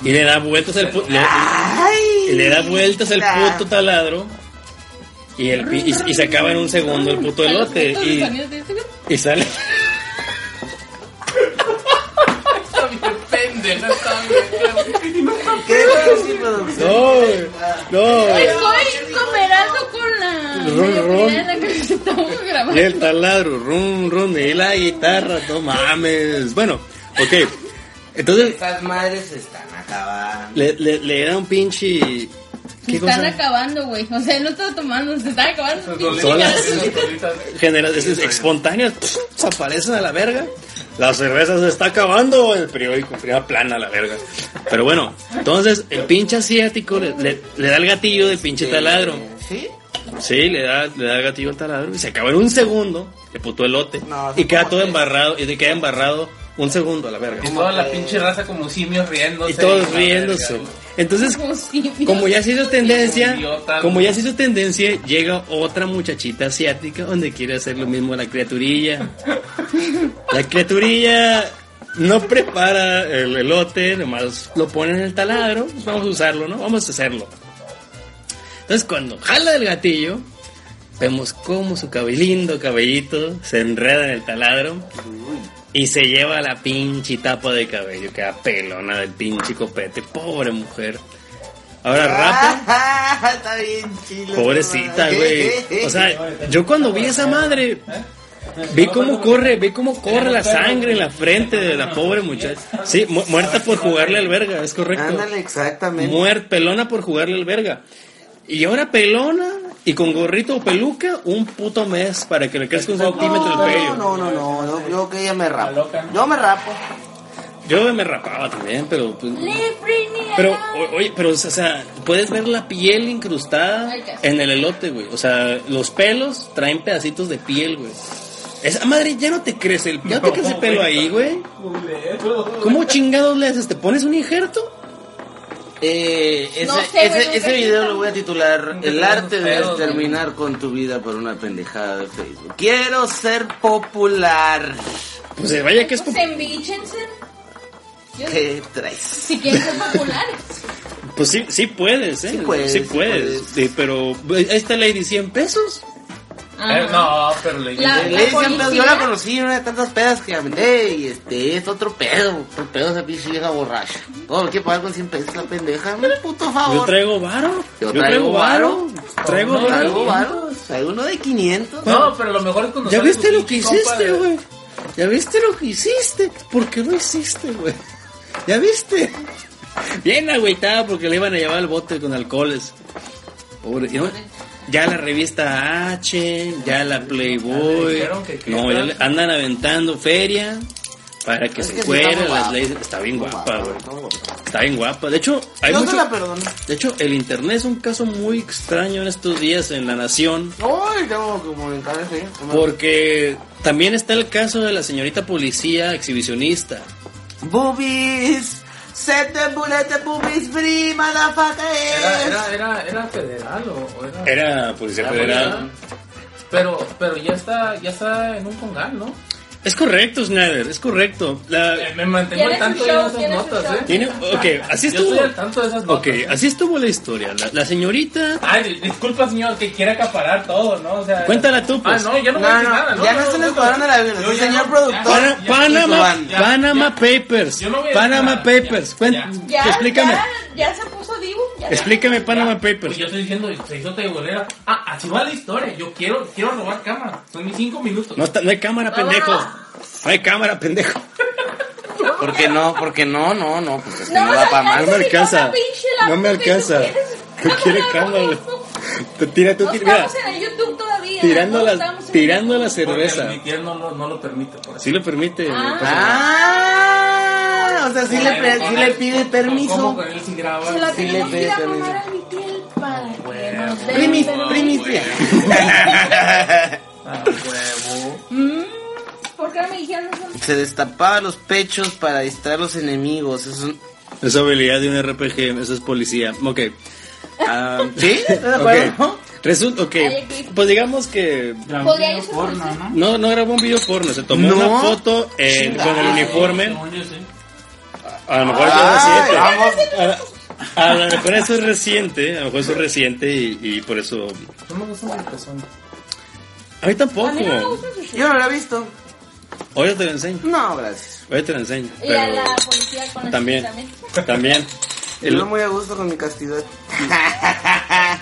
Speaker 3: Y le da vueltas al pu- le,
Speaker 5: ¡Ay!
Speaker 3: le da vueltas el
Speaker 5: Ah.
Speaker 3: puto taladro. Y, el, pi- y, y se acaba en un segundo el puto elote. Y,
Speaker 2: este
Speaker 3: y sale.
Speaker 4: Pendeja, está bien.
Speaker 5: ¿Qué es lo producción?
Speaker 3: No, güey, no.
Speaker 2: Estoy cooperando con la
Speaker 3: Ron, ron.
Speaker 2: mediocridad en la que estamos
Speaker 3: Y
Speaker 2: grabando.
Speaker 3: el taladro, rum, rum, y la guitarra, no mames. Bueno, ok. Entonces
Speaker 5: Estas madres se están acabando.
Speaker 3: le, le, le da un pinche.
Speaker 2: Se
Speaker 3: ¿Qué
Speaker 2: están
Speaker 3: cosa?
Speaker 2: acabando, güey. O sea, no está tomando, se están acabando.
Speaker 4: Los
Speaker 3: Son
Speaker 4: dolientes,
Speaker 3: las-
Speaker 4: los dolientes.
Speaker 3: Genera, es- es espontáneas pf, se aparecen a la verga. La cerveza se está acabando. El periódico, en primera plana, a la verga. Pero bueno, entonces el pinche asiático le, le- le da el gatillo del pinche taladro.
Speaker 5: ¿Sí?
Speaker 3: Sí, le da, le da el gatillo al taladro y se acaba en un segundo el puto elote.
Speaker 5: No,
Speaker 3: y queda
Speaker 5: ¿cómo
Speaker 3: todo
Speaker 5: crees?
Speaker 3: embarrado, y te queda embarrado un segundo a la verga.
Speaker 4: Y toda la pinche raza como simios riéndose.
Speaker 3: Y todos
Speaker 4: la
Speaker 3: riéndose.
Speaker 4: verga.
Speaker 3: Entonces,
Speaker 2: Como si-
Speaker 3: como ya se hizo tendencia,
Speaker 4: Idiota.
Speaker 3: como ya se hizo tendencia, llega otra muchachita asiática donde quiere hacer lo mismo a la criaturilla. La criaturilla no prepara el elote, nomás lo pone en el taladro, pues vamos a usarlo, ¿no? Vamos a hacerlo. Entonces cuando jala el gatillo, vemos cómo su cabello, lindo cabellito se enreda en el taladro y se lleva la pinche tapa de cabello, queda pelona del pinche copete, pobre mujer. Ahora rapa.
Speaker 5: Ah, está bien chilo.
Speaker 3: Pobrecita, güey. O sea, yo cuando vi esa madre, vi cómo corre, vi cómo corre la sangre en la frente de la pobre muchacha. Sí, mu- muerta por jugarle al verga, es correcto.
Speaker 5: Ándale, exactamente.
Speaker 3: Muerta, pelona por jugarle al verga. Y ahora pelona Y con gorrito o peluca, un puto mes para que le crezca un centímetro el
Speaker 5: No,
Speaker 3: pelo.
Speaker 5: no, no, no, yo, yo que ella me rapo.
Speaker 4: loca, ¿no?
Speaker 5: Yo me rapo.
Speaker 3: Yo me rapaba también, pero. pues,
Speaker 2: Leave Britney
Speaker 3: pero,
Speaker 2: alone.
Speaker 3: o- oye, pero, o sea, puedes ver la piel incrustada
Speaker 2: Ay, qué asco.
Speaker 3: en el elote, güey. O sea, los pelos traen pedacitos de piel, güey. Esa madre ya no te crece el, ya no te crece el pelo ahí, güey. ¿Cómo chingados le haces? ¿Te pones un injerto?
Speaker 5: Eh, ese,
Speaker 2: No sé,
Speaker 5: ese-
Speaker 2: güey, nunca
Speaker 5: ese
Speaker 2: he
Speaker 5: video
Speaker 2: visto.
Speaker 5: lo voy a titular El arte de
Speaker 4: Pero,
Speaker 5: terminar con tu vida por una pendejada de Facebook. Quiero ser popular.
Speaker 3: Pues eh, vaya que es
Speaker 2: Pues
Speaker 3: pop-
Speaker 2: envíchense. Yo digo,
Speaker 5: ¿Qué traes?
Speaker 2: Si quieren ser populares.
Speaker 3: Pues sí, sí puedes, ¿eh?
Speaker 5: Sí puedes,
Speaker 3: Sí
Speaker 5: sí
Speaker 3: puedes.
Speaker 5: puedes.
Speaker 3: Sí, pero eh, esta lady 100 pesos.
Speaker 4: Eh, no, pero le
Speaker 2: La-
Speaker 5: Le dicen
Speaker 2: policía-
Speaker 5: pedos, yo la conocí en una de tantas pedas que aventé y este es otro pedo, otro pedo esa pinche vieja borracha. Todo lo que pagar con 100 pesos la pendeja, un puto favor.
Speaker 3: Yo traigo varo.
Speaker 5: Yo traigo varo.
Speaker 3: Traigo
Speaker 5: No,
Speaker 3: varo.
Speaker 5: algo, algo, algo, uno de 500.
Speaker 4: No, pero lo mejor es cuando
Speaker 3: ¿Ya
Speaker 4: sale
Speaker 3: viste
Speaker 4: tu
Speaker 3: lo que
Speaker 4: pinche compa
Speaker 3: hiciste,
Speaker 4: de-
Speaker 3: güey? ¿Ya viste lo que hiciste? ¿Por qué lo hiciste, güey? ¿Ya viste? Bien agüitada porque le iban a llevar el bote con alcoholes. Pobre, ¿no? Ya la revista H, ya la
Speaker 4: Ya le
Speaker 3: Playboy.
Speaker 4: dijeron que- que
Speaker 3: No, ya le-
Speaker 4: están-
Speaker 3: andan aventando feria para que
Speaker 5: Es
Speaker 3: se
Speaker 5: que sí
Speaker 3: cueren
Speaker 5: está
Speaker 3: las
Speaker 5: guapa.
Speaker 3: leyes. Está bien guapa, güey.
Speaker 5: Está guapa.
Speaker 3: Está bien guapa. De hecho, hay
Speaker 5: Yo
Speaker 3: mucho-
Speaker 5: te la perdono.
Speaker 3: de hecho, el internet es un caso muy extraño en estos días en la nación.
Speaker 5: Ay, tengo que comentar eso, ¿eh?
Speaker 3: Porque también está el caso de la señorita policía exhibicionista.
Speaker 5: Boobies. Set the bullet, the boobies free,
Speaker 4: Era,
Speaker 5: motherfucker.
Speaker 4: era, era, era federal o, o era...
Speaker 3: Era
Speaker 4: Ah,
Speaker 3: policía federal.
Speaker 4: Pero, pero ya está, ya está en un congal, ¿no?
Speaker 3: Es correcto, Snyder, es correcto. La-
Speaker 4: Eh, Me mantengo al
Speaker 2: ¿Tienes
Speaker 4: tanto
Speaker 2: un
Speaker 4: de
Speaker 2: show?
Speaker 4: esas
Speaker 2: ¿Tienes un
Speaker 4: notas,
Speaker 2: show?
Speaker 4: ¿eh?
Speaker 3: tiene, ok, así
Speaker 4: Yo estoy al
Speaker 3: estuvo.
Speaker 4: tanto de esas notas.
Speaker 3: Ok, así estuvo la historia. La, la señorita.
Speaker 4: Ay, disculpa, señor, que quiera acaparar todo, ¿no? O sea,
Speaker 3: Cuéntala tú, pues.
Speaker 4: Ah, no, ya no, voy a
Speaker 5: No,
Speaker 4: decir nada,
Speaker 5: no, ya no está en el cuadrón de la Biblia,
Speaker 4: Yo
Speaker 5: es
Speaker 4: ya
Speaker 5: el señor
Speaker 4: no-
Speaker 5: productor.
Speaker 3: Pana-
Speaker 4: ya-
Speaker 3: Panama,
Speaker 4: ya-
Speaker 3: Panama
Speaker 4: ya-
Speaker 3: Papers.
Speaker 4: Yo no voy a decir
Speaker 3: Panama
Speaker 4: nada,
Speaker 3: Papers.
Speaker 4: ya,
Speaker 3: Cuen-
Speaker 4: ya.
Speaker 2: Ya,
Speaker 3: Explícame.
Speaker 2: ya, ya se puso Divo. Ya,
Speaker 3: Explícame Panama
Speaker 4: Pues
Speaker 3: Papers.
Speaker 4: yo estoy diciendo, se hizo tebolera. Ah, así va la historia. Yo quiero, quiero robar cámara. Son mis cinco minutos.
Speaker 3: No, está- no hay cámara,
Speaker 2: No, no,
Speaker 3: pendejo.
Speaker 2: no.
Speaker 3: No hay cámara, pendejo.
Speaker 5: ¿Por qué no? ¿Por qué no? No, no, pues es que no,
Speaker 2: No,
Speaker 5: da
Speaker 2: no,
Speaker 5: para
Speaker 2: no,
Speaker 5: más.
Speaker 2: no.
Speaker 3: No me alcanza.
Speaker 2: pinche la
Speaker 3: No me
Speaker 2: puta y tú
Speaker 3: alcanza.
Speaker 2: quieres
Speaker 3: No quiere
Speaker 2: cámara,
Speaker 3: cámara.
Speaker 2: no.
Speaker 3: Te tira, tú
Speaker 2: No
Speaker 3: tira. mira.
Speaker 2: estamos en el YouTube todavía.
Speaker 3: tirando
Speaker 2: no
Speaker 3: la,
Speaker 2: estamos en el
Speaker 3: tirando la
Speaker 2: YouTube.
Speaker 3: cerveza.
Speaker 4: Mi tía no, lo- no lo permite, por así
Speaker 3: Si lo permite.
Speaker 2: Ah.
Speaker 3: pues,
Speaker 5: Ah, o sea, sí le, pre- sí le pide
Speaker 4: ¿Cómo
Speaker 5: permiso.
Speaker 4: con él sin grabar?
Speaker 2: Se la
Speaker 5: Sí,
Speaker 2: tenemos
Speaker 5: le
Speaker 2: que ir a
Speaker 5: pide
Speaker 2: mamar
Speaker 5: permiso.
Speaker 2: al Mitiel para que nos den
Speaker 5: Primis,
Speaker 2: permiso.
Speaker 5: primis.
Speaker 4: Ah, huevo.
Speaker 2: Mm, ¿Por qué me dijeron eso?
Speaker 5: Se destapaba los pechos para distraer los enemigos. Es un...
Speaker 3: Esa habilidad de un RPG, eso es policía. Ok. Ah,
Speaker 5: ¿Sí? ¿Estás de acuerdo?
Speaker 3: ok. Resulta, ok.
Speaker 2: Ay, aquí.
Speaker 3: Pues digamos que.
Speaker 2: Podría yo ser
Speaker 4: porno,
Speaker 2: policía.
Speaker 4: ¿no?
Speaker 3: No, no grabó un video porno, se tomó
Speaker 5: No.
Speaker 3: una foto en- con el uniforme.
Speaker 4: Según yo, sí.
Speaker 3: A lo mejor
Speaker 5: Ay,
Speaker 3: ya es reciente. A, a lo mejor eso es reciente, a lo mejor eso es reciente y, y por eso.
Speaker 4: No me gustan las personas.
Speaker 3: A mí
Speaker 2: A mí no me
Speaker 3: tampoco.
Speaker 2: gusta su shit.
Speaker 5: Yo no lo he visto.
Speaker 3: Ahorita te lo enseño.
Speaker 5: No, gracias.
Speaker 3: Ahorita te lo enseño.
Speaker 2: Y a
Speaker 3: Pero
Speaker 2: la policía con el
Speaker 3: también,
Speaker 2: shit
Speaker 3: también. El-
Speaker 5: Yo muy a gusto con mi castidad.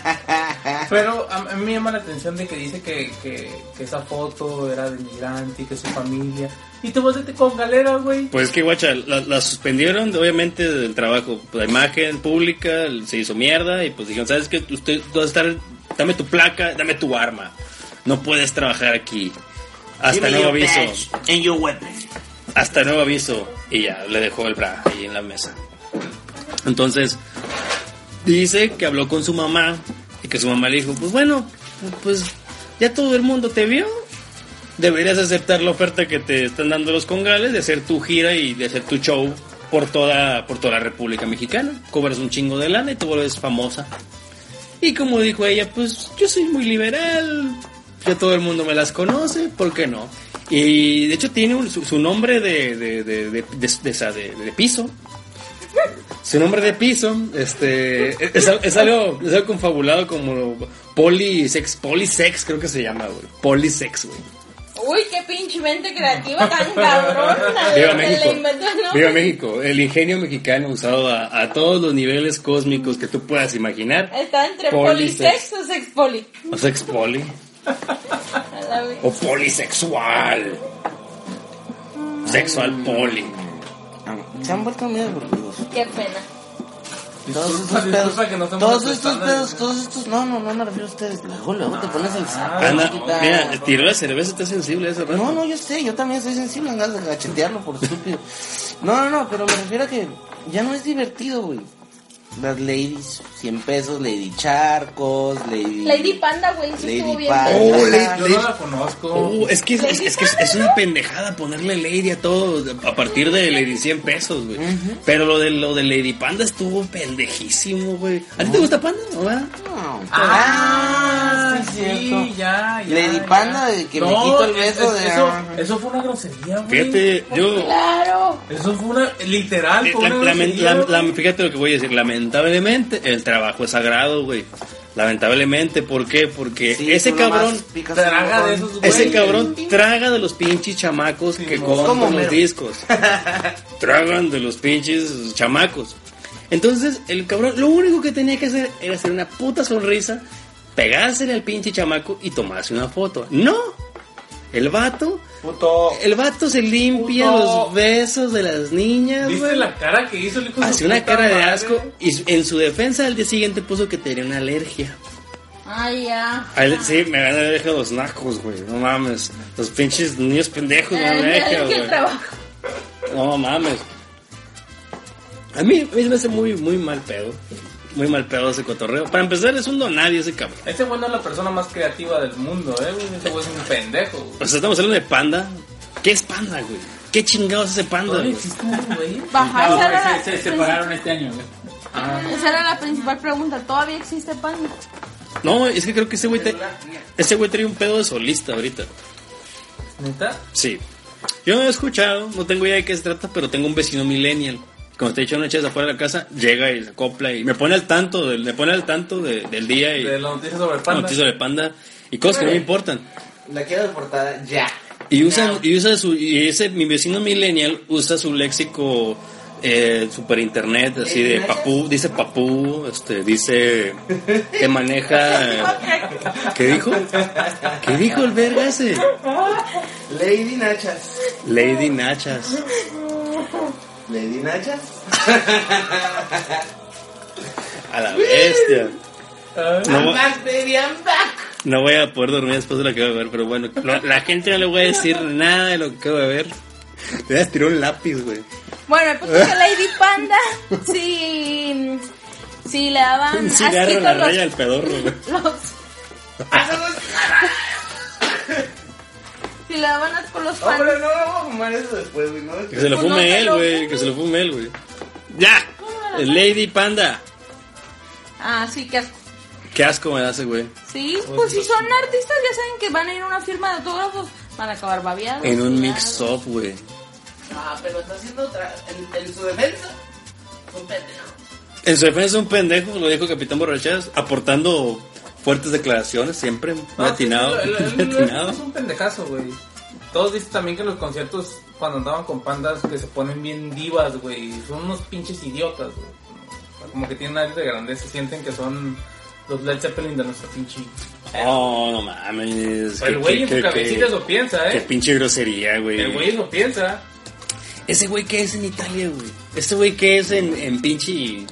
Speaker 4: Pero a, a mí me llama la atención de que dice que, que, que esa foto era de migrante y que su familia. Y te vas de con galera, güey.
Speaker 3: Pues es que, guacha, la, la suspendieron obviamente del trabajo. Pues, La imagen pública se hizo mierda y pues dijeron, ¿sabes qué? Usted va a estar, dame tu placa, dame tu arma. No puedes trabajar aquí. Hasta nuevo aviso.
Speaker 5: En your weapon.
Speaker 3: Hasta nuevo aviso. Y ya, le dejó el bra ahí en la mesa. Entonces, dice que habló con su mamá y que su mamá le dijo, pues bueno, pues ya todo el mundo te vio. Deberías aceptar la oferta que te están dando los congales de hacer tu gira y de hacer tu show por toda, por toda la República Mexicana. Cobras un chingo de lana y te vuelves famosa. Y como dijo ella, pues yo soy muy liberal, ya todo el mundo me las conoce, ¿por qué no? Y de hecho tiene un- su, su nombre de, de, de, de- de- de esa- de- de piso. Su nombre de piso, este, es, es algo, es algo confabulado como polisex, polisex creo que se llama, güey. Polisex, güey.
Speaker 2: Uy, qué pinche mente creativa tan cabrona.
Speaker 3: Viva
Speaker 2: que le
Speaker 3: México.
Speaker 2: inventó el nombre.
Speaker 3: Viva México. El ingenio mexicano usado a, a todos los niveles cósmicos que tú puedas imaginar.
Speaker 2: Está entre
Speaker 3: Polisex.
Speaker 2: polisex o sexpoli.
Speaker 3: O sex poli.
Speaker 2: A la vez.
Speaker 3: O polisexual. Sexual poli.
Speaker 5: Se han vuelto muy aburridos.
Speaker 2: Qué pena.
Speaker 5: Todos
Speaker 4: Disculpa,
Speaker 5: estos pedos,
Speaker 4: disculpa que no estamos
Speaker 5: todos estos
Speaker 4: contestando.
Speaker 5: pedos, todos estos, no, no, no me refiero a ustedes. Luego, luego te pones el saco,
Speaker 3: Anda,
Speaker 5: chiquita.
Speaker 3: Ah, mira, tiró la cerveza, está sensible ese rato.
Speaker 5: Ah, No, no, yo sé, yo también soy sensible, andas a gachetearlo por estúpido. No, no, no, pero me refiero a que ya no es divertido, güey. Las ladies, 100 pesos, lady charcos, lady...
Speaker 2: Lady Panda, güey, sí
Speaker 5: Lady
Speaker 2: estuvo bien.
Speaker 5: Panda.
Speaker 2: verga.
Speaker 3: Oh,
Speaker 5: Ajá.
Speaker 4: Yo no la conozco.
Speaker 5: Oh,
Speaker 3: Uh, es que, es, es que es, es una pendejada ponerle Lady a todo a partir de Lady 100 pesos, güey. Pero lo de, lo de Lady Panda estuvo pendejísimo, güey. ¿A ti te gusta Panda? ¿No, verdad?
Speaker 5: No.
Speaker 4: Ah,
Speaker 5: sí, es cierto.
Speaker 4: sí, ya, ya.
Speaker 5: Lady
Speaker 4: ya.
Speaker 5: Panda, de que me quito el
Speaker 4: es-
Speaker 5: beso
Speaker 4: es-
Speaker 5: de-
Speaker 4: Eso, eso fue una grosería, güey.
Speaker 3: Fíjate,
Speaker 5: pues,
Speaker 3: yo. eh,
Speaker 2: Claro.
Speaker 4: Eso fue una. Literal, fue
Speaker 3: la-
Speaker 4: una
Speaker 3: lamen-
Speaker 4: grosería,
Speaker 3: la-
Speaker 4: güey.
Speaker 3: la- fíjate lo que voy a decir. Lamentablemente, el trabajo es sagrado, güey. Lamentablemente, ¿por qué? Porque
Speaker 5: Sí,
Speaker 3: Eh, ese
Speaker 5: tú nomás
Speaker 3: cabrón.
Speaker 5: picas un
Speaker 4: Traga
Speaker 5: botón.
Speaker 4: de esos, güey.
Speaker 3: Ese cabrón traga de los pinches chamacos que
Speaker 4: no.
Speaker 3: compran
Speaker 5: Como
Speaker 3: los
Speaker 5: Homero.
Speaker 3: discos. Tragan de los pinches chamacos. Entonces, el cabrón lo único que tenía que hacer era hacer una puta sonrisa, pegársele al pinche chamaco y tomarse una foto. ¡No! El vato,
Speaker 4: Puto.
Speaker 3: el vato se limpia
Speaker 4: Puto.
Speaker 3: los besos de las niñas,
Speaker 4: ¿Viste
Speaker 3: güey.
Speaker 4: la cara que hizo el hijo de su
Speaker 3: Hacía una
Speaker 4: puta
Speaker 3: cara de
Speaker 4: madre?
Speaker 3: asco y su- en su defensa al día siguiente puso que tenía una alergia.
Speaker 2: Ay, ya.
Speaker 3: Al- sí, me van a dejar los nacos, güey. No mames. Los pinches niños pendejos me
Speaker 2: Ay,
Speaker 3: van a
Speaker 2: Eh, mira,
Speaker 3: dejar,
Speaker 2: es que el
Speaker 3: güey.
Speaker 2: trabajo.
Speaker 3: No mames. A mí, a mí se me hace muy, muy mal pedo. Muy mal pedo ese cotorreo. Para empezar, es un donadio ese cabrón.
Speaker 4: Ese güey no es la persona más creativa del mundo, eh, güey. Ese güey es un pendejo, güey.
Speaker 3: O sea, estamos hablando de panda. ¿Qué es panda, güey? ¿Qué chingados es ese panda,
Speaker 4: ¿Todavía
Speaker 3: güey?
Speaker 4: existen esos güeyes?
Speaker 2: Baja,
Speaker 6: No,
Speaker 2: esa,
Speaker 6: güey,
Speaker 2: era la,
Speaker 6: se, se separaron este año, güey.
Speaker 4: Ah,
Speaker 2: esa era la principal pregunta. ¿Todavía existe Panda?
Speaker 3: No, es que creo que ese güey te- ese güey trae un pedo de solista ahorita.
Speaker 4: ¿Neta?
Speaker 3: Sí. Yo no he escuchado, no tengo idea de qué se trata, pero tengo un vecino millennial. Cuando te echa una chesa afuera de la casa, llega y se acopla y me pone al tanto, del- me pone al tanto de- del día y
Speaker 4: De la noticia sobre
Speaker 3: la
Speaker 4: panda.
Speaker 3: noticia de panda y cosas que no me importan.
Speaker 5: La quiero deportada ya.
Speaker 3: Y usan, y usa su, y ese, mi vecino millennial usa su léxico eh, super internet, así de papú, dice papú, este, dice que maneja, eh, ¿qué dijo? ¿Qué dijo el verga ese?
Speaker 5: Lady Nachas.
Speaker 3: Lady Nachas.
Speaker 5: Lady Nachas.
Speaker 3: A la bestia. No,
Speaker 5: I'm
Speaker 3: va-
Speaker 5: back, baby, I'm back.
Speaker 3: no voy a poder dormir después de lo que voy a ver, pero bueno, la, la gente no le voy a decir nada de lo que acabo de ver. Te voy a tirar un lápiz, güey.
Speaker 2: Bueno, el punto es que Lady Panda, sí, sí le daban
Speaker 3: Un cigarro en
Speaker 2: asquito
Speaker 3: la
Speaker 2: los-
Speaker 3: raya del pedorro, güey.
Speaker 2: los- si le daban asco los
Speaker 5: Hombre,
Speaker 2: pandas,
Speaker 5: no, vamos a fumar eso después, güey. No,
Speaker 3: Que se lo
Speaker 2: Pues no
Speaker 3: fume
Speaker 2: te
Speaker 3: él,
Speaker 2: lo
Speaker 3: güey.
Speaker 2: fumes.
Speaker 3: Que se lo fume él, güey. ¡Ya! Lady Panda.
Speaker 2: ah, sí, que asco.
Speaker 3: Qué asco me hace, güey.
Speaker 2: Sí, pues si son artistas ya saben que van a ir a una firma de autógrafos, van a acabar babeados.
Speaker 3: En un
Speaker 2: mixo
Speaker 3: mix-up, güey.
Speaker 5: Ah, pero está haciendo otra. En, en su defensa, un pendejo.
Speaker 3: En su defensa, un pendejo, lo dijo Capitán Borrachas, aportando fuertes declaraciones siempre.
Speaker 4: No,
Speaker 3: Muy atinado.
Speaker 4: Ah, sí, el- el-
Speaker 3: muy
Speaker 4: el- Es
Speaker 3: atinado.
Speaker 4: un pendejazo, güey. Todos dicen también que los conciertos, cuando andaban con pandas, que se ponen bien divas, güey. Son unos pinches idiotas, güey. O sea, Como que tienen aire de grandeza, sienten que son los Led Zeppelin de nuestra pinche.
Speaker 3: Oh, no mames.
Speaker 4: Pero
Speaker 3: qué-
Speaker 4: el güey en
Speaker 3: qué-
Speaker 4: su
Speaker 3: qué-
Speaker 4: cabecita eso piensa,
Speaker 3: Qué
Speaker 4: ¿eh?
Speaker 3: pinche grosería, güey.
Speaker 4: El güey eso piensa.
Speaker 3: Ese güey que es en Italia, güey. Ese güey que es en, en pinche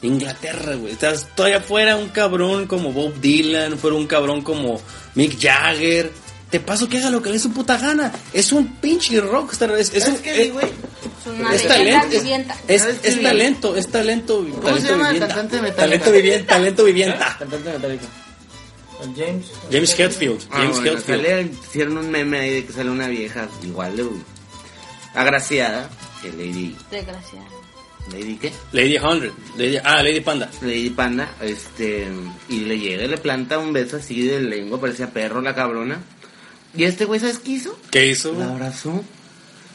Speaker 3: Inglaterra, güey. Estás todavía fuera un cabrón como Bob Dylan, fuera un cabrón como Mick Jagger. Te paso que haga lo que le dé su puta gana. Es un pinche rockstar. Es, es, un,
Speaker 5: ¿Sabes qué,
Speaker 3: es-
Speaker 5: güey?
Speaker 2: Es una
Speaker 3: es
Speaker 2: leyenda
Speaker 3: talento. Es,
Speaker 2: vivienta.
Speaker 3: es-
Speaker 5: ¿Sabes qué,
Speaker 3: es
Speaker 5: güey?
Speaker 3: talento, es talento. talento
Speaker 5: se llama el
Speaker 3: vivienta.
Speaker 5: cantante de Metallica?
Speaker 3: Talento viviente, talento vivienta.
Speaker 5: Cantante metálico.
Speaker 4: El James.
Speaker 3: James Hetfield.
Speaker 5: Ah,
Speaker 3: James
Speaker 5: bueno,
Speaker 3: Hetfield.
Speaker 5: sale- hicieron un meme ahí de que sale una vieja igual de agraciada que Lady.
Speaker 2: Desgraciada.
Speaker 5: ¿Lady qué?
Speaker 3: Lady 100. Lady, ah, Lady Panda.
Speaker 5: Lady Panda, este, y le llega y le planta un beso así de lengua, parecía perro la cabrona. Y este güey, ¿sabes qué hizo?
Speaker 3: ¿Qué hizo?
Speaker 5: La abrazó,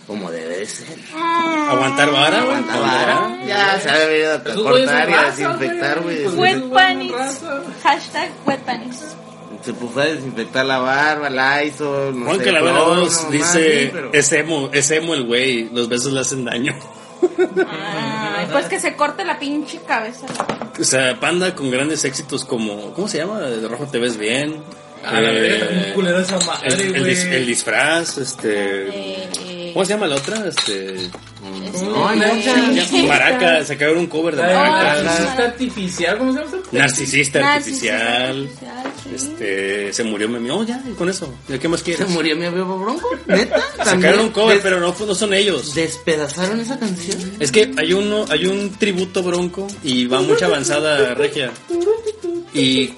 Speaker 5: como debe de ser.
Speaker 2: Mm,
Speaker 3: Aguantar vara, güey.
Speaker 5: La vara, ya se ha debido a
Speaker 4: Esos güeyes
Speaker 5: cortar y
Speaker 4: son
Speaker 5: a
Speaker 4: raza,
Speaker 5: desinfectar,
Speaker 4: güey.
Speaker 5: güey.
Speaker 4: Pues,
Speaker 5: Se-
Speaker 4: güey.
Speaker 2: Wet panics.
Speaker 4: raza.
Speaker 2: Hashtag wet panics.
Speaker 5: Se puso a desinfectar la barba, la hizo, no
Speaker 3: Juan
Speaker 5: sé.
Speaker 3: Calavera
Speaker 5: cloro,
Speaker 3: 2
Speaker 5: nomás,
Speaker 3: dice,
Speaker 5: sí, pero-
Speaker 3: es emo, es emo el güey, los besos le hacen daño.
Speaker 2: Ay, pues que se corte la pinche cabeza.
Speaker 3: O sea, Panda con grandes éxitos como, ¿cómo se llama? De Rojo te ves bien.
Speaker 4: A la
Speaker 3: Eh,
Speaker 4: verga, un culero esa
Speaker 3: el,
Speaker 4: madre,
Speaker 3: el dis- el
Speaker 4: güey.
Speaker 3: disfraz, este...
Speaker 2: Eh, eh, güey.
Speaker 3: ¿Cómo se llama la otra? Este. mm,
Speaker 4: No, hay muchas.
Speaker 2: Sí.
Speaker 3: Maraca, sacaron un cover de
Speaker 4: La de
Speaker 2: Maraca.
Speaker 3: Maraca.
Speaker 4: narcisista artificial, ¿cómo se llama? esa?
Speaker 3: Narcisista
Speaker 2: Narcisista
Speaker 3: artificial.
Speaker 2: artificial, sí.
Speaker 3: Este, se murió mi amigo. Oh, ya, y con eso. ¿De qué más
Speaker 5: Se
Speaker 3: quieres?
Speaker 5: murió mi amigo Bronco, neta.
Speaker 3: Sacaron un cover,
Speaker 5: Des-
Speaker 3: pero no, fue- no son ellos.
Speaker 5: Despedazaron esa canción.
Speaker 3: Es que hay uno, hay un tributo bronco y va mucha avanzada regia. Y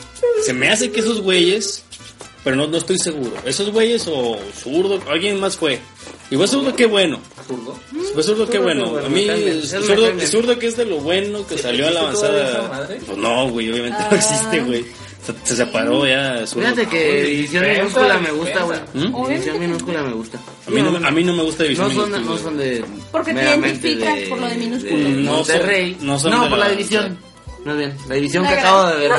Speaker 3: se me hace que esos güeyes, pero no, no estoy seguro. Esos güeyes o zurdo, alguien más fue. Y fue zurdo, qué bueno.
Speaker 4: Absurdo.
Speaker 3: Fue zurdo, qué bueno. A mí,
Speaker 5: Carmen, es la
Speaker 3: zurdo,
Speaker 5: Carmen.
Speaker 3: zurdo que es de lo bueno que
Speaker 4: ¿Sí
Speaker 3: salió a la
Speaker 4: existe todavía esa
Speaker 3: avanzada.
Speaker 4: madre?
Speaker 3: Pues no, güey, obviamente no existe, güey. Se, se separó ya zurdo.
Speaker 5: Ah. Fíjate que división
Speaker 4: dispensa,
Speaker 5: minúscula me gusta, güey.
Speaker 4: dispensa.
Speaker 5: División minúscula me gusta.
Speaker 3: A mí no, a mí no me gusta
Speaker 5: No
Speaker 3: división.
Speaker 5: son,
Speaker 3: minúscula.
Speaker 5: no son de.
Speaker 2: Porque te
Speaker 5: meramente
Speaker 2: identificas por lo de minúscula.
Speaker 3: No
Speaker 5: Monterrey.
Speaker 3: son- no son de
Speaker 5: por la
Speaker 3: la-
Speaker 5: división. No bien, la división
Speaker 2: La
Speaker 5: que
Speaker 2: gran-
Speaker 5: acabo de ver.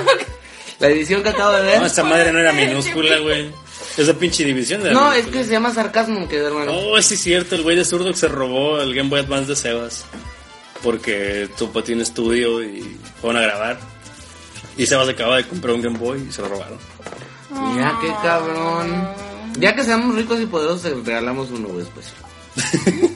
Speaker 5: La división que acabo de
Speaker 3: No,
Speaker 5: ver.
Speaker 3: esa madre no era minúscula, güey. Esa pinche división era
Speaker 5: No, es
Speaker 3: minúscula.
Speaker 5: que se llama sarcasmo, que hermano.
Speaker 3: Oh, sí es cierto, el güey de zurdo que se robó el Game Boy Advance de Sebas. Porque Tupa tiene estudio y fueron a grabar. Y Sebas acaba de comprar un Game Boy y se lo robaron. Oh.
Speaker 5: Mira qué cabrón. Ya que seamos ricos y poderosos, te regalamos uno, güey, después.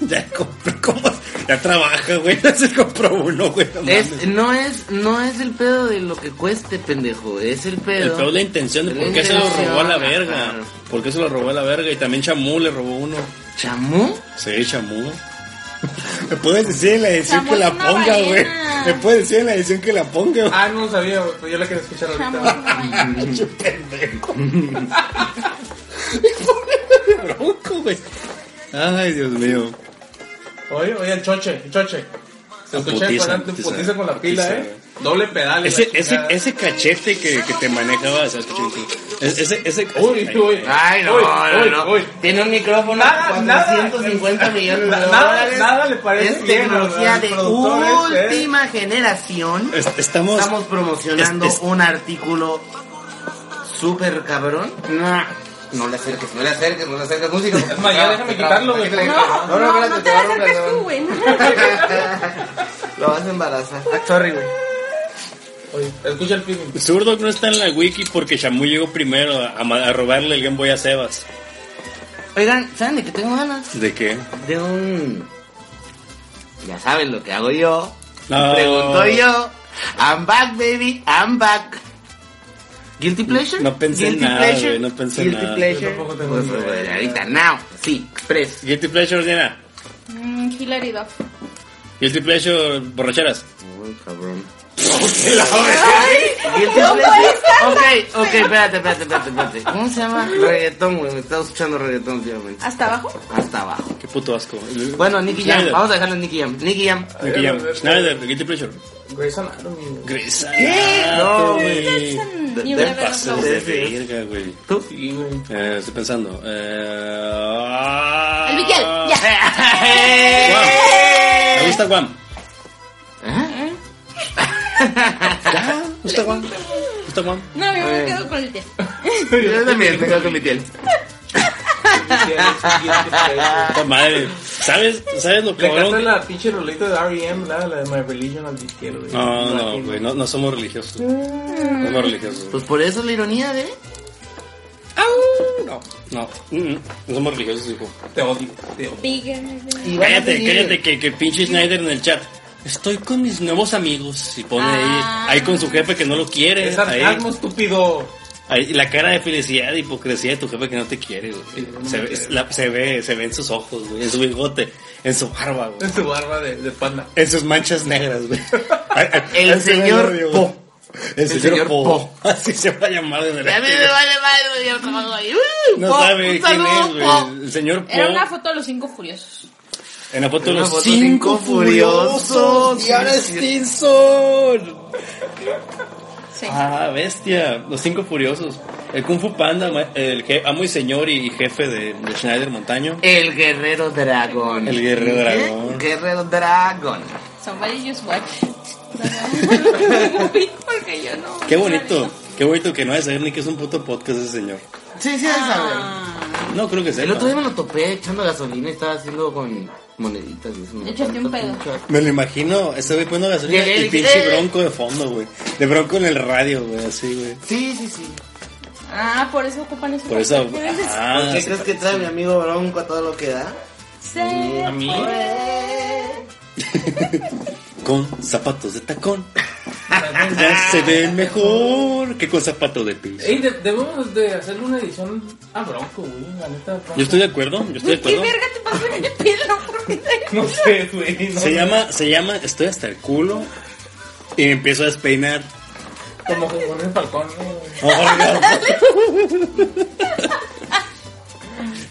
Speaker 3: ya compró, ¿cómo? Ya trabaja, güey. Ya se compró uno, güey. no mames.
Speaker 5: Es, no es, no es el pedo de lo que cueste, pendejo. Es el
Speaker 3: El
Speaker 5: pedo.
Speaker 3: peor la intención de
Speaker 5: La
Speaker 3: por qué se lo
Speaker 5: intención,
Speaker 3: robó a la
Speaker 5: ajá.
Speaker 3: verga. ¿Por qué se lo robó a la verga? Y también Chamú le robó uno.
Speaker 5: ¿Chamú?
Speaker 3: Sí, Chamú. Me puedes decir en la edición
Speaker 2: Chamú
Speaker 3: que
Speaker 2: es
Speaker 3: la
Speaker 2: una
Speaker 3: ponga, güey.
Speaker 2: ballena.
Speaker 3: Me puedes decir en la edición que la ponga, güey.
Speaker 4: Ah, no lo sabía, güey, pero yo la quería escuchar
Speaker 2: Chamo,
Speaker 4: ahorita.
Speaker 2: no,
Speaker 3: Ay, qué pendejo. Pobre bronco, güey. Ay, Dios mío.
Speaker 4: Oye, oye, el choche, el choche. Se escucha
Speaker 3: Ah,
Speaker 4: el
Speaker 3: Putiza,
Speaker 4: cuadrante,
Speaker 3: putiza,
Speaker 4: putiza con la pila,
Speaker 3: putiza,
Speaker 4: eh. Doble pedal. y
Speaker 3: Ese,
Speaker 4: la
Speaker 3: ese,
Speaker 4: chingada.
Speaker 3: ese cachete que, que te manejaba, ¿sabes qué chingo? Es- Ese, ese.
Speaker 4: Uy,
Speaker 3: ay,
Speaker 4: uy.
Speaker 5: Ay, no,
Speaker 4: Uy,
Speaker 5: no,
Speaker 4: uy,
Speaker 5: no.
Speaker 4: uy.
Speaker 5: Tiene un micrófono
Speaker 4: Nada,
Speaker 5: de
Speaker 4: nada.
Speaker 5: 450 millones de
Speaker 4: Nada,
Speaker 5: dólares.
Speaker 4: nada le parece
Speaker 5: Es
Speaker 4: bien a los
Speaker 5: tecnología de
Speaker 4: productores, ¿eh?
Speaker 5: última generación.
Speaker 3: es- Estamos.
Speaker 5: Estamos promocionando
Speaker 3: es- es-
Speaker 5: un artículo súper cabrón. No le acerques, no le acerques, no le acerques música.
Speaker 4: Es más, ya déjame quitarlo, güey.
Speaker 2: no,
Speaker 5: No, no,
Speaker 2: no,
Speaker 5: espérate,
Speaker 2: no
Speaker 5: te
Speaker 2: te la
Speaker 5: va a dar un
Speaker 2: acerques tú,
Speaker 5: perdón.
Speaker 2: güey.
Speaker 5: Lo vas a embarazar. Sorry, güey.
Speaker 4: Oye, escucha el feeling.
Speaker 3: Zurdo no está en la wiki porque Shamu llegó primero a, ma- a robarle el Game Boy a Sebas.
Speaker 5: Oigan, ¿saben de qué tengo ganas?
Speaker 3: ¿De qué?
Speaker 5: De un... Ya saben lo que hago yo.
Speaker 3: No.
Speaker 5: Pregunto yo. I'm back, baby. I'm back. ¿Guilty pleasure?
Speaker 3: No pensé en
Speaker 5: Guilty
Speaker 3: nada,
Speaker 5: pleasure.
Speaker 3: güey, no pensé en
Speaker 5: Guilty
Speaker 3: nada.
Speaker 5: pleasure.
Speaker 4: Yo tampoco tengo
Speaker 5: Pues,
Speaker 4: ni idea.
Speaker 5: güey, ahorita, now. Sí, express.
Speaker 3: Guilty Pleasure, Diana.
Speaker 2: Mm, Hilary Duff.
Speaker 3: Guilty Pleasure, borracheras.
Speaker 5: Uy, cabrón. Guilty pleasure. Ok, ok, espérate, espérate, espérate, espérate. ¿Cómo se llama? Reggaetón, güey. Me estaba escuchando reggaetón últimamente.
Speaker 2: ¿Hasta abajo?
Speaker 5: Hasta abajo.
Speaker 3: Qué puto asco.
Speaker 5: Bueno, Nicky Jam.
Speaker 3: Schneider.
Speaker 5: Vamos a dejarlo en Nicky Jam. Nicky Jam.
Speaker 3: Nicky Jam. Schneider, Guilty Pleasure.
Speaker 4: Grey's Anatomy, güey.
Speaker 3: Grisa.
Speaker 5: No,
Speaker 3: güey.
Speaker 5: De-
Speaker 2: You
Speaker 5: de
Speaker 2: never
Speaker 5: paso.
Speaker 2: know.
Speaker 3: De
Speaker 5: Sí.
Speaker 3: verga, güey.
Speaker 5: ¿Tú?
Speaker 4: Sí, güey.
Speaker 3: Eh, estoy pensando. eh, ah,
Speaker 2: El
Speaker 3: El
Speaker 2: Miguel, ya.
Speaker 3: Guam. Me gusta Guam.
Speaker 5: ¿Eh?
Speaker 3: Ya, me gusta Guam. Me gusta Guam.
Speaker 2: No, yo me
Speaker 5: bien.
Speaker 2: quedo con el tiempo.
Speaker 5: Yo también me quedo con mi piel.
Speaker 3: Puta madre. ¿Sabes, ¿Sabes lo
Speaker 4: Le canta
Speaker 3: cabrón?
Speaker 4: la pinche rolita de R.E.M., la, la de My Religion al disquero, güey.
Speaker 3: No, no, güey. No, no somos religiosos. No somos religiosos.
Speaker 5: Pues por eso la ironía ¿eh? de.
Speaker 3: No, no. mm, mm, No somos religiosos, hijo.
Speaker 4: Te odio, te odio.
Speaker 2: Bigger.
Speaker 5: Y van a
Speaker 3: Cállate,
Speaker 5: seguir.
Speaker 3: cállate, que, que pinche Schneider en el chat. Estoy con mis nuevos amigos. Y pone ahí,
Speaker 2: Ah.
Speaker 3: ahí con su jefe que no lo quiere.
Speaker 4: Es
Speaker 3: ahí,
Speaker 4: sarcasmo, estúpido.
Speaker 3: ahí, la cara de felicidad e hipocresía de tu jefe que no te quiere, güey.
Speaker 4: Sí, no me
Speaker 3: se, ve,
Speaker 4: quiere.
Speaker 3: la- se ve, se ve en sus ojos, güey, en su bigote, en su barba, güey.
Speaker 4: Es tu barba de, de panda.
Speaker 3: En sus manchas negras, güey.
Speaker 5: El
Speaker 3: Así me
Speaker 5: señor
Speaker 3: odio,
Speaker 5: Po.
Speaker 3: güey. El, señor,
Speaker 5: señor
Speaker 3: po.
Speaker 5: Po.
Speaker 3: Así se va a llamar desde
Speaker 5: A
Speaker 3: la
Speaker 5: mí me vale madre, güey, yo trabajo ahí. Uh,
Speaker 3: No
Speaker 5: po,
Speaker 3: sabe
Speaker 5: un
Speaker 3: quién
Speaker 5: saludo,
Speaker 3: es,
Speaker 5: po.
Speaker 3: güey. El señor Po.
Speaker 2: Era una foto de los cinco furiosos.
Speaker 3: En la foto de
Speaker 5: Una
Speaker 3: los
Speaker 5: foto
Speaker 3: cinco
Speaker 5: cinco
Speaker 3: furiosos.
Speaker 5: furiosos.
Speaker 3: Y ahora Stinson.
Speaker 2: Sí.
Speaker 3: Ah, bestia. Los cinco furiosos. El Kung Fu Panda, ma- el je- amo y señor y jefe de, de Schneider Montaño.
Speaker 5: El guerrero dragón.
Speaker 3: El guerrero
Speaker 5: ¿Qué?
Speaker 3: dragón.
Speaker 5: Guerrero dragón.
Speaker 2: Somebody just watch. Muy, Porque yo no.
Speaker 3: Qué bonito. Qué bonito que no hay saber ni que es un puto podcast ese señor.
Speaker 5: Sí, sí, a saber.
Speaker 2: Ah,
Speaker 3: No creo que sea.
Speaker 5: El otro día me lo topé echando gasolina y estaba haciendo con moneditas. y eso me
Speaker 2: Échate
Speaker 5: encantó,
Speaker 2: un pedo.
Speaker 5: pinche.
Speaker 3: Me lo imagino, ese güey poniendo gasolina
Speaker 5: Llegué y
Speaker 3: y
Speaker 5: dije,
Speaker 3: pinche
Speaker 5: "Eh".
Speaker 3: bronco de fondo, güey. De bronco en el radio, güey, así, güey.
Speaker 5: Sí, sí, sí.
Speaker 2: ah, por eso ocupan eso.
Speaker 3: Por eso.
Speaker 2: ¿Qué ves?
Speaker 3: Ah,
Speaker 5: ¿Qué
Speaker 3: se
Speaker 5: crees que trae mi amigo Bronco a todo lo que da?
Speaker 4: ¿A mí?
Speaker 3: Con zapatos de tacón ya se ven mejor que con zapatos de piso.
Speaker 4: Ey, de- debemos de hacerle una edición a Bronco, güey. La neta, Bronco.
Speaker 3: Yo estoy de acuerdo, yo estoy de
Speaker 2: ¿Qué
Speaker 3: acuerdo.
Speaker 2: verga te pasó en el pelo? ¿Por qué te-
Speaker 4: No sé, güey. no
Speaker 3: Se
Speaker 4: sé.
Speaker 3: llama, se llama Estoy hasta el culo y me empiezo a despeinar.
Speaker 4: Como que con el falcón, güey.
Speaker 3: Oh, Edgar.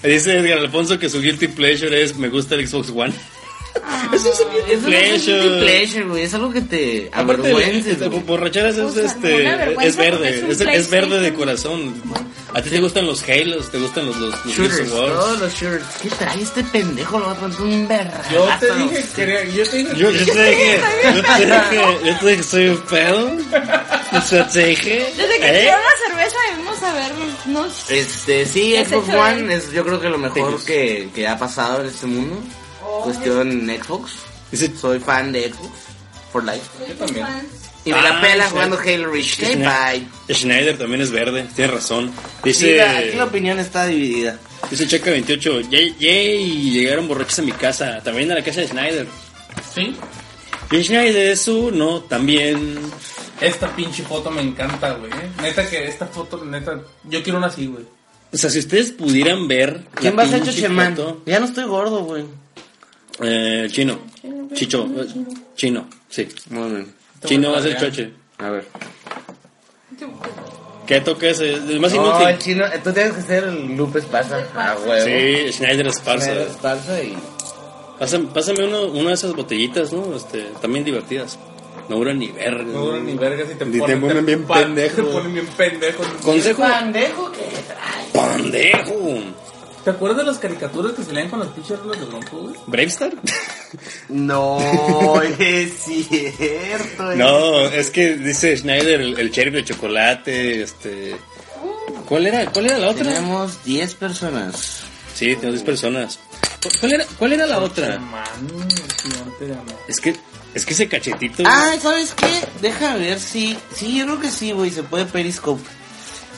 Speaker 3: Dice Edgar Alfonso que su guilty pleasure es me gusta el Xbox One. Eso es un guilty
Speaker 5: Eso no es un guilty
Speaker 3: pleasure.
Speaker 5: pleasure, güey. Es algo que te
Speaker 3: Aparte,
Speaker 5: avergüences,
Speaker 3: este,
Speaker 5: Ah, güey.
Speaker 3: borracheras es,
Speaker 2: O sea,
Speaker 3: este,
Speaker 2: una vergüenza
Speaker 3: es verde,
Speaker 2: porque es un
Speaker 3: es, es verde de
Speaker 2: PlayStation.
Speaker 3: corazón. A ti te gustan los Halos, te gustan los, los, los Gears
Speaker 5: Shooters,
Speaker 3: of Wars.
Speaker 5: todos los shooters. ¿Qué trae este pendejo? Lo va a poner un verga.
Speaker 4: Yo te dije que era- yo te dije
Speaker 3: Yo, yo te dije, yo te dije, yo te dije, soy un pedo. Yo te dije,
Speaker 2: Desde que
Speaker 3: ¿eh?
Speaker 2: tiró la cerveza debemos habernos...
Speaker 5: Este, sí,
Speaker 2: ¿Qué has
Speaker 5: Xbox
Speaker 2: hecho,
Speaker 5: One
Speaker 2: eh?
Speaker 5: es yo creo que lo mejor
Speaker 3: Tenis.
Speaker 5: que, que ha pasado en este mundo. Cuestión Xbox.
Speaker 3: Dice,
Speaker 5: Soy fan de Xbox. For life.
Speaker 4: Yo también.
Speaker 5: Y me
Speaker 3: Ah,
Speaker 5: la pela
Speaker 3: sí.
Speaker 5: jugando Halo Reach.
Speaker 3: Schne-
Speaker 5: bye.
Speaker 3: Schneider también es verde, tiene razón.
Speaker 5: Sí, la- aquí
Speaker 3: Dice,
Speaker 5: la opinión está dividida.
Speaker 3: dice Checa 28, yay, yay, llegaron borrachos a mi casa, también a la casa de Schneider.
Speaker 4: Sí.
Speaker 3: Y Schneider es uno también.
Speaker 4: Esta pinche foto me encanta, güey. ¿eh? Neta que esta foto, neta, yo quiero una así, güey.
Speaker 3: O sea, si ustedes pudieran ver. la
Speaker 5: ¿Quién va a ser
Speaker 3: pinche
Speaker 5: Chochemán?
Speaker 3: foto-
Speaker 5: Ya no estoy gordo, güey.
Speaker 3: Eh, chino. Chicho. eh, Chino, sí.
Speaker 5: Muy bien.
Speaker 3: Chino va a ser choche.
Speaker 5: A ver.
Speaker 3: ¿Qué toca ese? El más
Speaker 5: No, el
Speaker 3: inútil.
Speaker 5: chino, tú tienes que ser el Lupe Esparza. Ah, huevo.
Speaker 3: Sí, Schneider
Speaker 5: Lupe
Speaker 3: Esparza.
Speaker 5: Esparza y...
Speaker 3: Pásame, pásame uno, una de esas botellitas, ¿no? Este, también divertidas. No duran ni verga.
Speaker 4: No duran ni verga si te
Speaker 3: Mm. Ni
Speaker 4: ponen.
Speaker 3: te ponen bien
Speaker 4: pa-
Speaker 3: pendejo.
Speaker 4: Te ponen bien pendejo.
Speaker 3: Consejo.
Speaker 5: Pandejo que
Speaker 3: ¡Pandejo!
Speaker 4: ¿Te acuerdas de las caricaturas que salían con las pinches rolas de Bronco, güey?
Speaker 3: ¿Bravestar?
Speaker 5: No, es cierto. eh.
Speaker 3: no, es que dice Schneider el, el cherry de chocolate, este... ¿Cuál era, cuál era la otra?
Speaker 5: Tenemos 10 personas.
Speaker 3: Sí, tengo 10 personas. ¿Cu- ¿Cuál era, cuál era la otra?
Speaker 4: Man, gigante de amor.
Speaker 3: Es que, es que ese cachetito...
Speaker 5: Ah, ¿sabes qué? Deja ver si... Sí, yo creo que sí, güey. Se puede Periscope.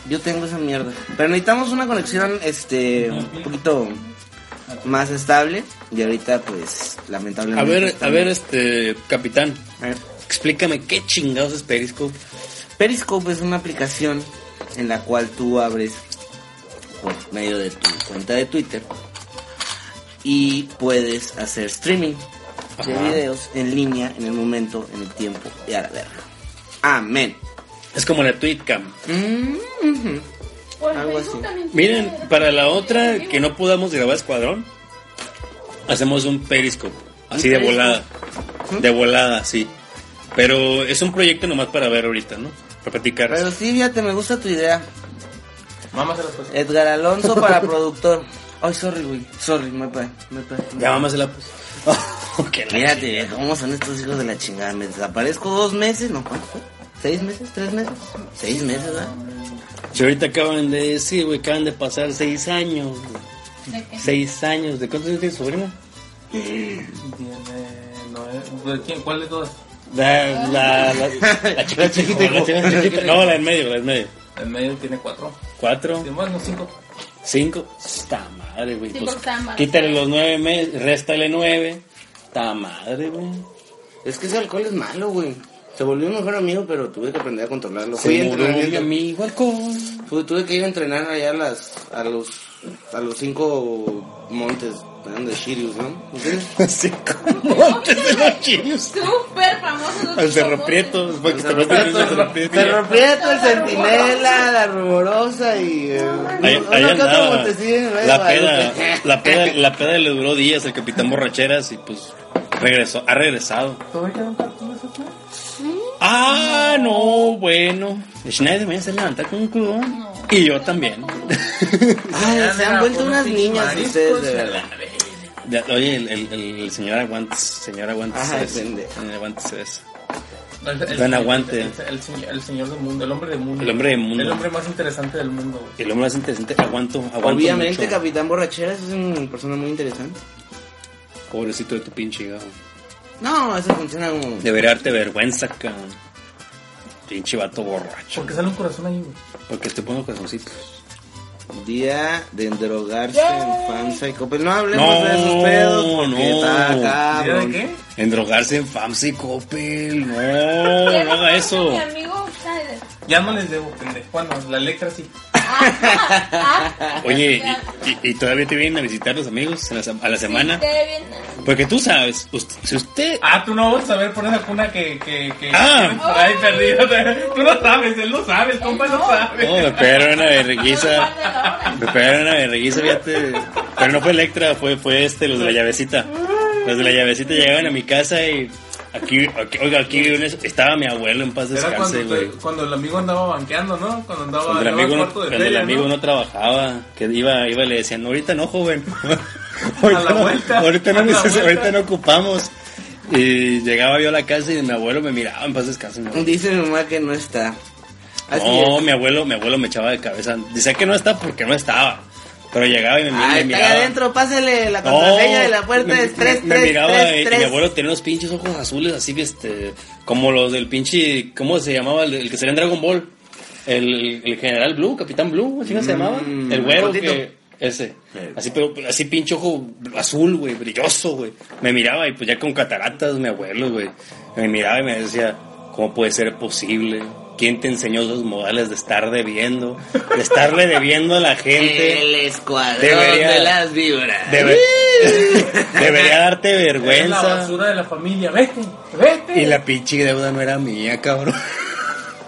Speaker 5: Yo tengo esa mierda. Pero necesitamos una conexión, este... Un poquito más estable. Y ahorita, pues,
Speaker 3: a
Speaker 5: lamentablemente...
Speaker 3: ver, a
Speaker 5: estamos-
Speaker 3: ver, este, capitán,
Speaker 5: A ver.
Speaker 3: explícame qué chingados es Periscope.
Speaker 5: Periscope es una aplicación en la cual tú abres por medio de tu cuenta de Twitter y puedes hacer streaming de
Speaker 3: Ajá.
Speaker 5: videos en línea en el momento, en el tiempo y a la verga. Amén.
Speaker 3: Es como la Tweetcam.
Speaker 5: Mm, ujú.
Speaker 2: Pues
Speaker 5: Algo
Speaker 2: Facebook
Speaker 5: así.
Speaker 2: también tiene-
Speaker 3: Miren, para la otra que no podamos grabar escuadrón, hacemos un periscope, ¿Mm? así
Speaker 5: Un
Speaker 3: de
Speaker 5: Periscope.
Speaker 3: volada, de volada, sí. Pero es un proyecto nomás para ver ahorita, ¿no? Para platicar.
Speaker 5: Pero sí, fíjate, me gusta tu idea.
Speaker 4: Mamas a las cosas.
Speaker 5: Edgar Alonso para productor. Ay, sorry, güey. Sorry, me pa, me pa.
Speaker 3: Ya mamá se la puso. Que la
Speaker 5: Mírate,
Speaker 3: chingada.
Speaker 5: viejo, cómo son estos hijos de la chingada. Me desaparezco dos meses, ¿no? ¿Cuánto fue? ¿Seis meses? ¿Tres meses? Seis meses, ¿verdad?
Speaker 3: Si ahorita acaban de decir, güey, acaban de pasar seis años. güey.
Speaker 2: ¿De qué?
Speaker 3: Seis años. ¿De cuántos años tiene tu sobrina?
Speaker 4: Tiene. No, eh, ¿de ¿Quién? ¿Cuál de todas?
Speaker 3: La, la, la, la chiquita,
Speaker 5: La chiquita,
Speaker 3: hijo, la
Speaker 5: hijo.
Speaker 3: chiquita, chiquita. No, la en medio, la en medio.
Speaker 4: En medio tiene cuatro.
Speaker 3: Cuatro.
Speaker 4: Sí, Bueno, cinco.
Speaker 3: Cinco. Está madre, güey.
Speaker 2: Sí,
Speaker 3: Pues,
Speaker 2: porque está mal.
Speaker 3: quítale los nueve meses, réstale nueve. Está madre, güey.
Speaker 5: Es que ese alcohol es malo, güey. Se volvió un mejor amigo, pero tuve que aprender a controlarlo.
Speaker 3: Se
Speaker 5: a
Speaker 3: murió mi
Speaker 5: entrenamiento.
Speaker 3: amigo alcohol.
Speaker 5: Fui- tuve que ir a entrenar allá a las a los a los cinco montes eran de Sirius, ¿no? ¿Ustedes?
Speaker 3: Así como montes de los chinos.
Speaker 2: Súper famoso.
Speaker 3: Al cerro prieto. fue que te lo traes al Cerro Prieto.
Speaker 5: Cerro Prieto, el Centinela, la Rumorosa y eh,
Speaker 3: Ahí,
Speaker 5: uno
Speaker 3: ahí
Speaker 5: que otro
Speaker 3: andaba.
Speaker 5: montecillo en el Valle
Speaker 3: La
Speaker 5: de
Speaker 3: peda,
Speaker 5: Guadalupe.
Speaker 3: la peda, la peda le duró días el capitán borracheras y pues regresó, ha regresado.
Speaker 4: ¿Todavía queda un cartón de esos, no?
Speaker 3: Ah, no, bueno. Schneider me hace levantar con un cudón. Y yo también.
Speaker 5: Ay, se han vuelto unas niñas
Speaker 4: Mariscos, eh.
Speaker 5: ustedes de verdad.
Speaker 3: Ya, oye, el, el, el- el señor aguantes, señor aguantes
Speaker 5: Ajá,
Speaker 3: eso.
Speaker 5: pendejo.
Speaker 3: Señor aguantes eso.
Speaker 4: El- el-
Speaker 3: Don Aguante.
Speaker 4: El, el señor, el señor del mundo, el hombre del mundo.
Speaker 3: El hombre del mundo.
Speaker 4: El hombre más interesante del mundo, güey.
Speaker 3: El hombre más interesante, aguanto, aguanto
Speaker 5: Obviamente,
Speaker 3: mucho.
Speaker 5: Capitán Borracheras es una persona muy interesante.
Speaker 3: Pobrecito de tu pinche gajo.
Speaker 5: No, eso funciona como.
Speaker 3: Debería darte vergüenza, cabrón. Pinche vato borracho.
Speaker 4: Porque sale un corazón ahí, güey.
Speaker 3: Porque te pongo corazoncitos.
Speaker 5: Día de endrogarse
Speaker 4: Yay.
Speaker 5: en Famsa y Coppel. No hablemos
Speaker 3: No,
Speaker 5: de esos pedos porque
Speaker 3: no.
Speaker 5: está
Speaker 4: ¿Era
Speaker 5: cabrón.
Speaker 4: de qué?
Speaker 3: Endrogarse en FAMSA y Coppel. No, no haga eso.
Speaker 2: Mi amigo, ¿sabes?
Speaker 4: Ya no les debo, pendejo. Bueno, la letra sí.
Speaker 3: Oye, y, y- y todavía te vienen a visitar los amigos en la se- a la semana?
Speaker 2: Te viene-
Speaker 3: Porque tú sabes, us- si usted...
Speaker 4: Ah, tú no vas a saber por esa cuna que. que, que
Speaker 3: Ah.
Speaker 4: tienes por ahí perdida. Tú no sabes, él no sabe, el compa no sabe.
Speaker 3: No, me pegaron una vergüenza.
Speaker 2: Aparte de la hora.
Speaker 3: Me pegaron una vergüenza, fíjate. Pero no fue Electra, fue, fue este, los de la llavecita. Los de la llavecita llegaban a mi casa y... Aquí, aquí- oiga, aquí en eso- estaba mi abuelo en paz
Speaker 4: Era cuando,
Speaker 3: descanse, güey.
Speaker 4: te- cuando el amigo andaba banqueando, ¿no? Cuando andaba
Speaker 3: Cuando el
Speaker 4: andaba
Speaker 3: amigo, no,
Speaker 4: cuarto de
Speaker 3: cuando el
Speaker 4: feria,
Speaker 3: amigo
Speaker 4: ¿no?
Speaker 3: no trabajaba, que iba, iba y le decían, ahorita no, joven. ahorita,
Speaker 4: A la
Speaker 3: no,
Speaker 4: vuelta,
Speaker 3: ahorita, no
Speaker 4: a la
Speaker 3: neces-
Speaker 4: vuelta.
Speaker 3: ahorita no ocupamos. Y llegaba yo a la casa y mi abuelo me miraba en paz descanse. mi abuelo.
Speaker 5: Dice mi mamá que no está. Así
Speaker 3: No,
Speaker 5: es.
Speaker 3: mi abuelo, mi abuelo me echaba de cabeza. Dice que no está porque no estaba. Pero llegaba y me, mi-
Speaker 5: Ah,
Speaker 3: me
Speaker 5: está ahí
Speaker 3: miraba.
Speaker 5: adentro, pásele la
Speaker 3: No,
Speaker 5: contraseña de la puerta,
Speaker 3: me-
Speaker 5: es 3,
Speaker 3: me miraba y- y mi
Speaker 5: 3, 3,
Speaker 3: abuelo tenía unos pinches ojos azules así que este como los del pinche ¿cómo se llamaba el, el que salía en Dragon Ball? El, el general Blue, Capitán Blue, así no se llamaba,
Speaker 5: Mm,
Speaker 3: el güero
Speaker 5: gordito.
Speaker 3: que- ese.
Speaker 5: Sí.
Speaker 3: Así pero así pinche ojo azul, güey, brilloso, güey. Me miraba y pues ya con cataratas mi abuelo, güey. Me miraba y me decía, "¿Cómo puede ser posible?" ¿Quién te enseñó esos modales de estar debiendo? De estarle debiendo a la gente.
Speaker 5: El escuadrón
Speaker 3: Debería-
Speaker 5: de las vibras.
Speaker 3: Debe- debería darte
Speaker 4: Es la
Speaker 3: vergüenza.
Speaker 4: basura de la familia. Vete, vete.
Speaker 3: Y la pinche deuda no era mía, cabrón.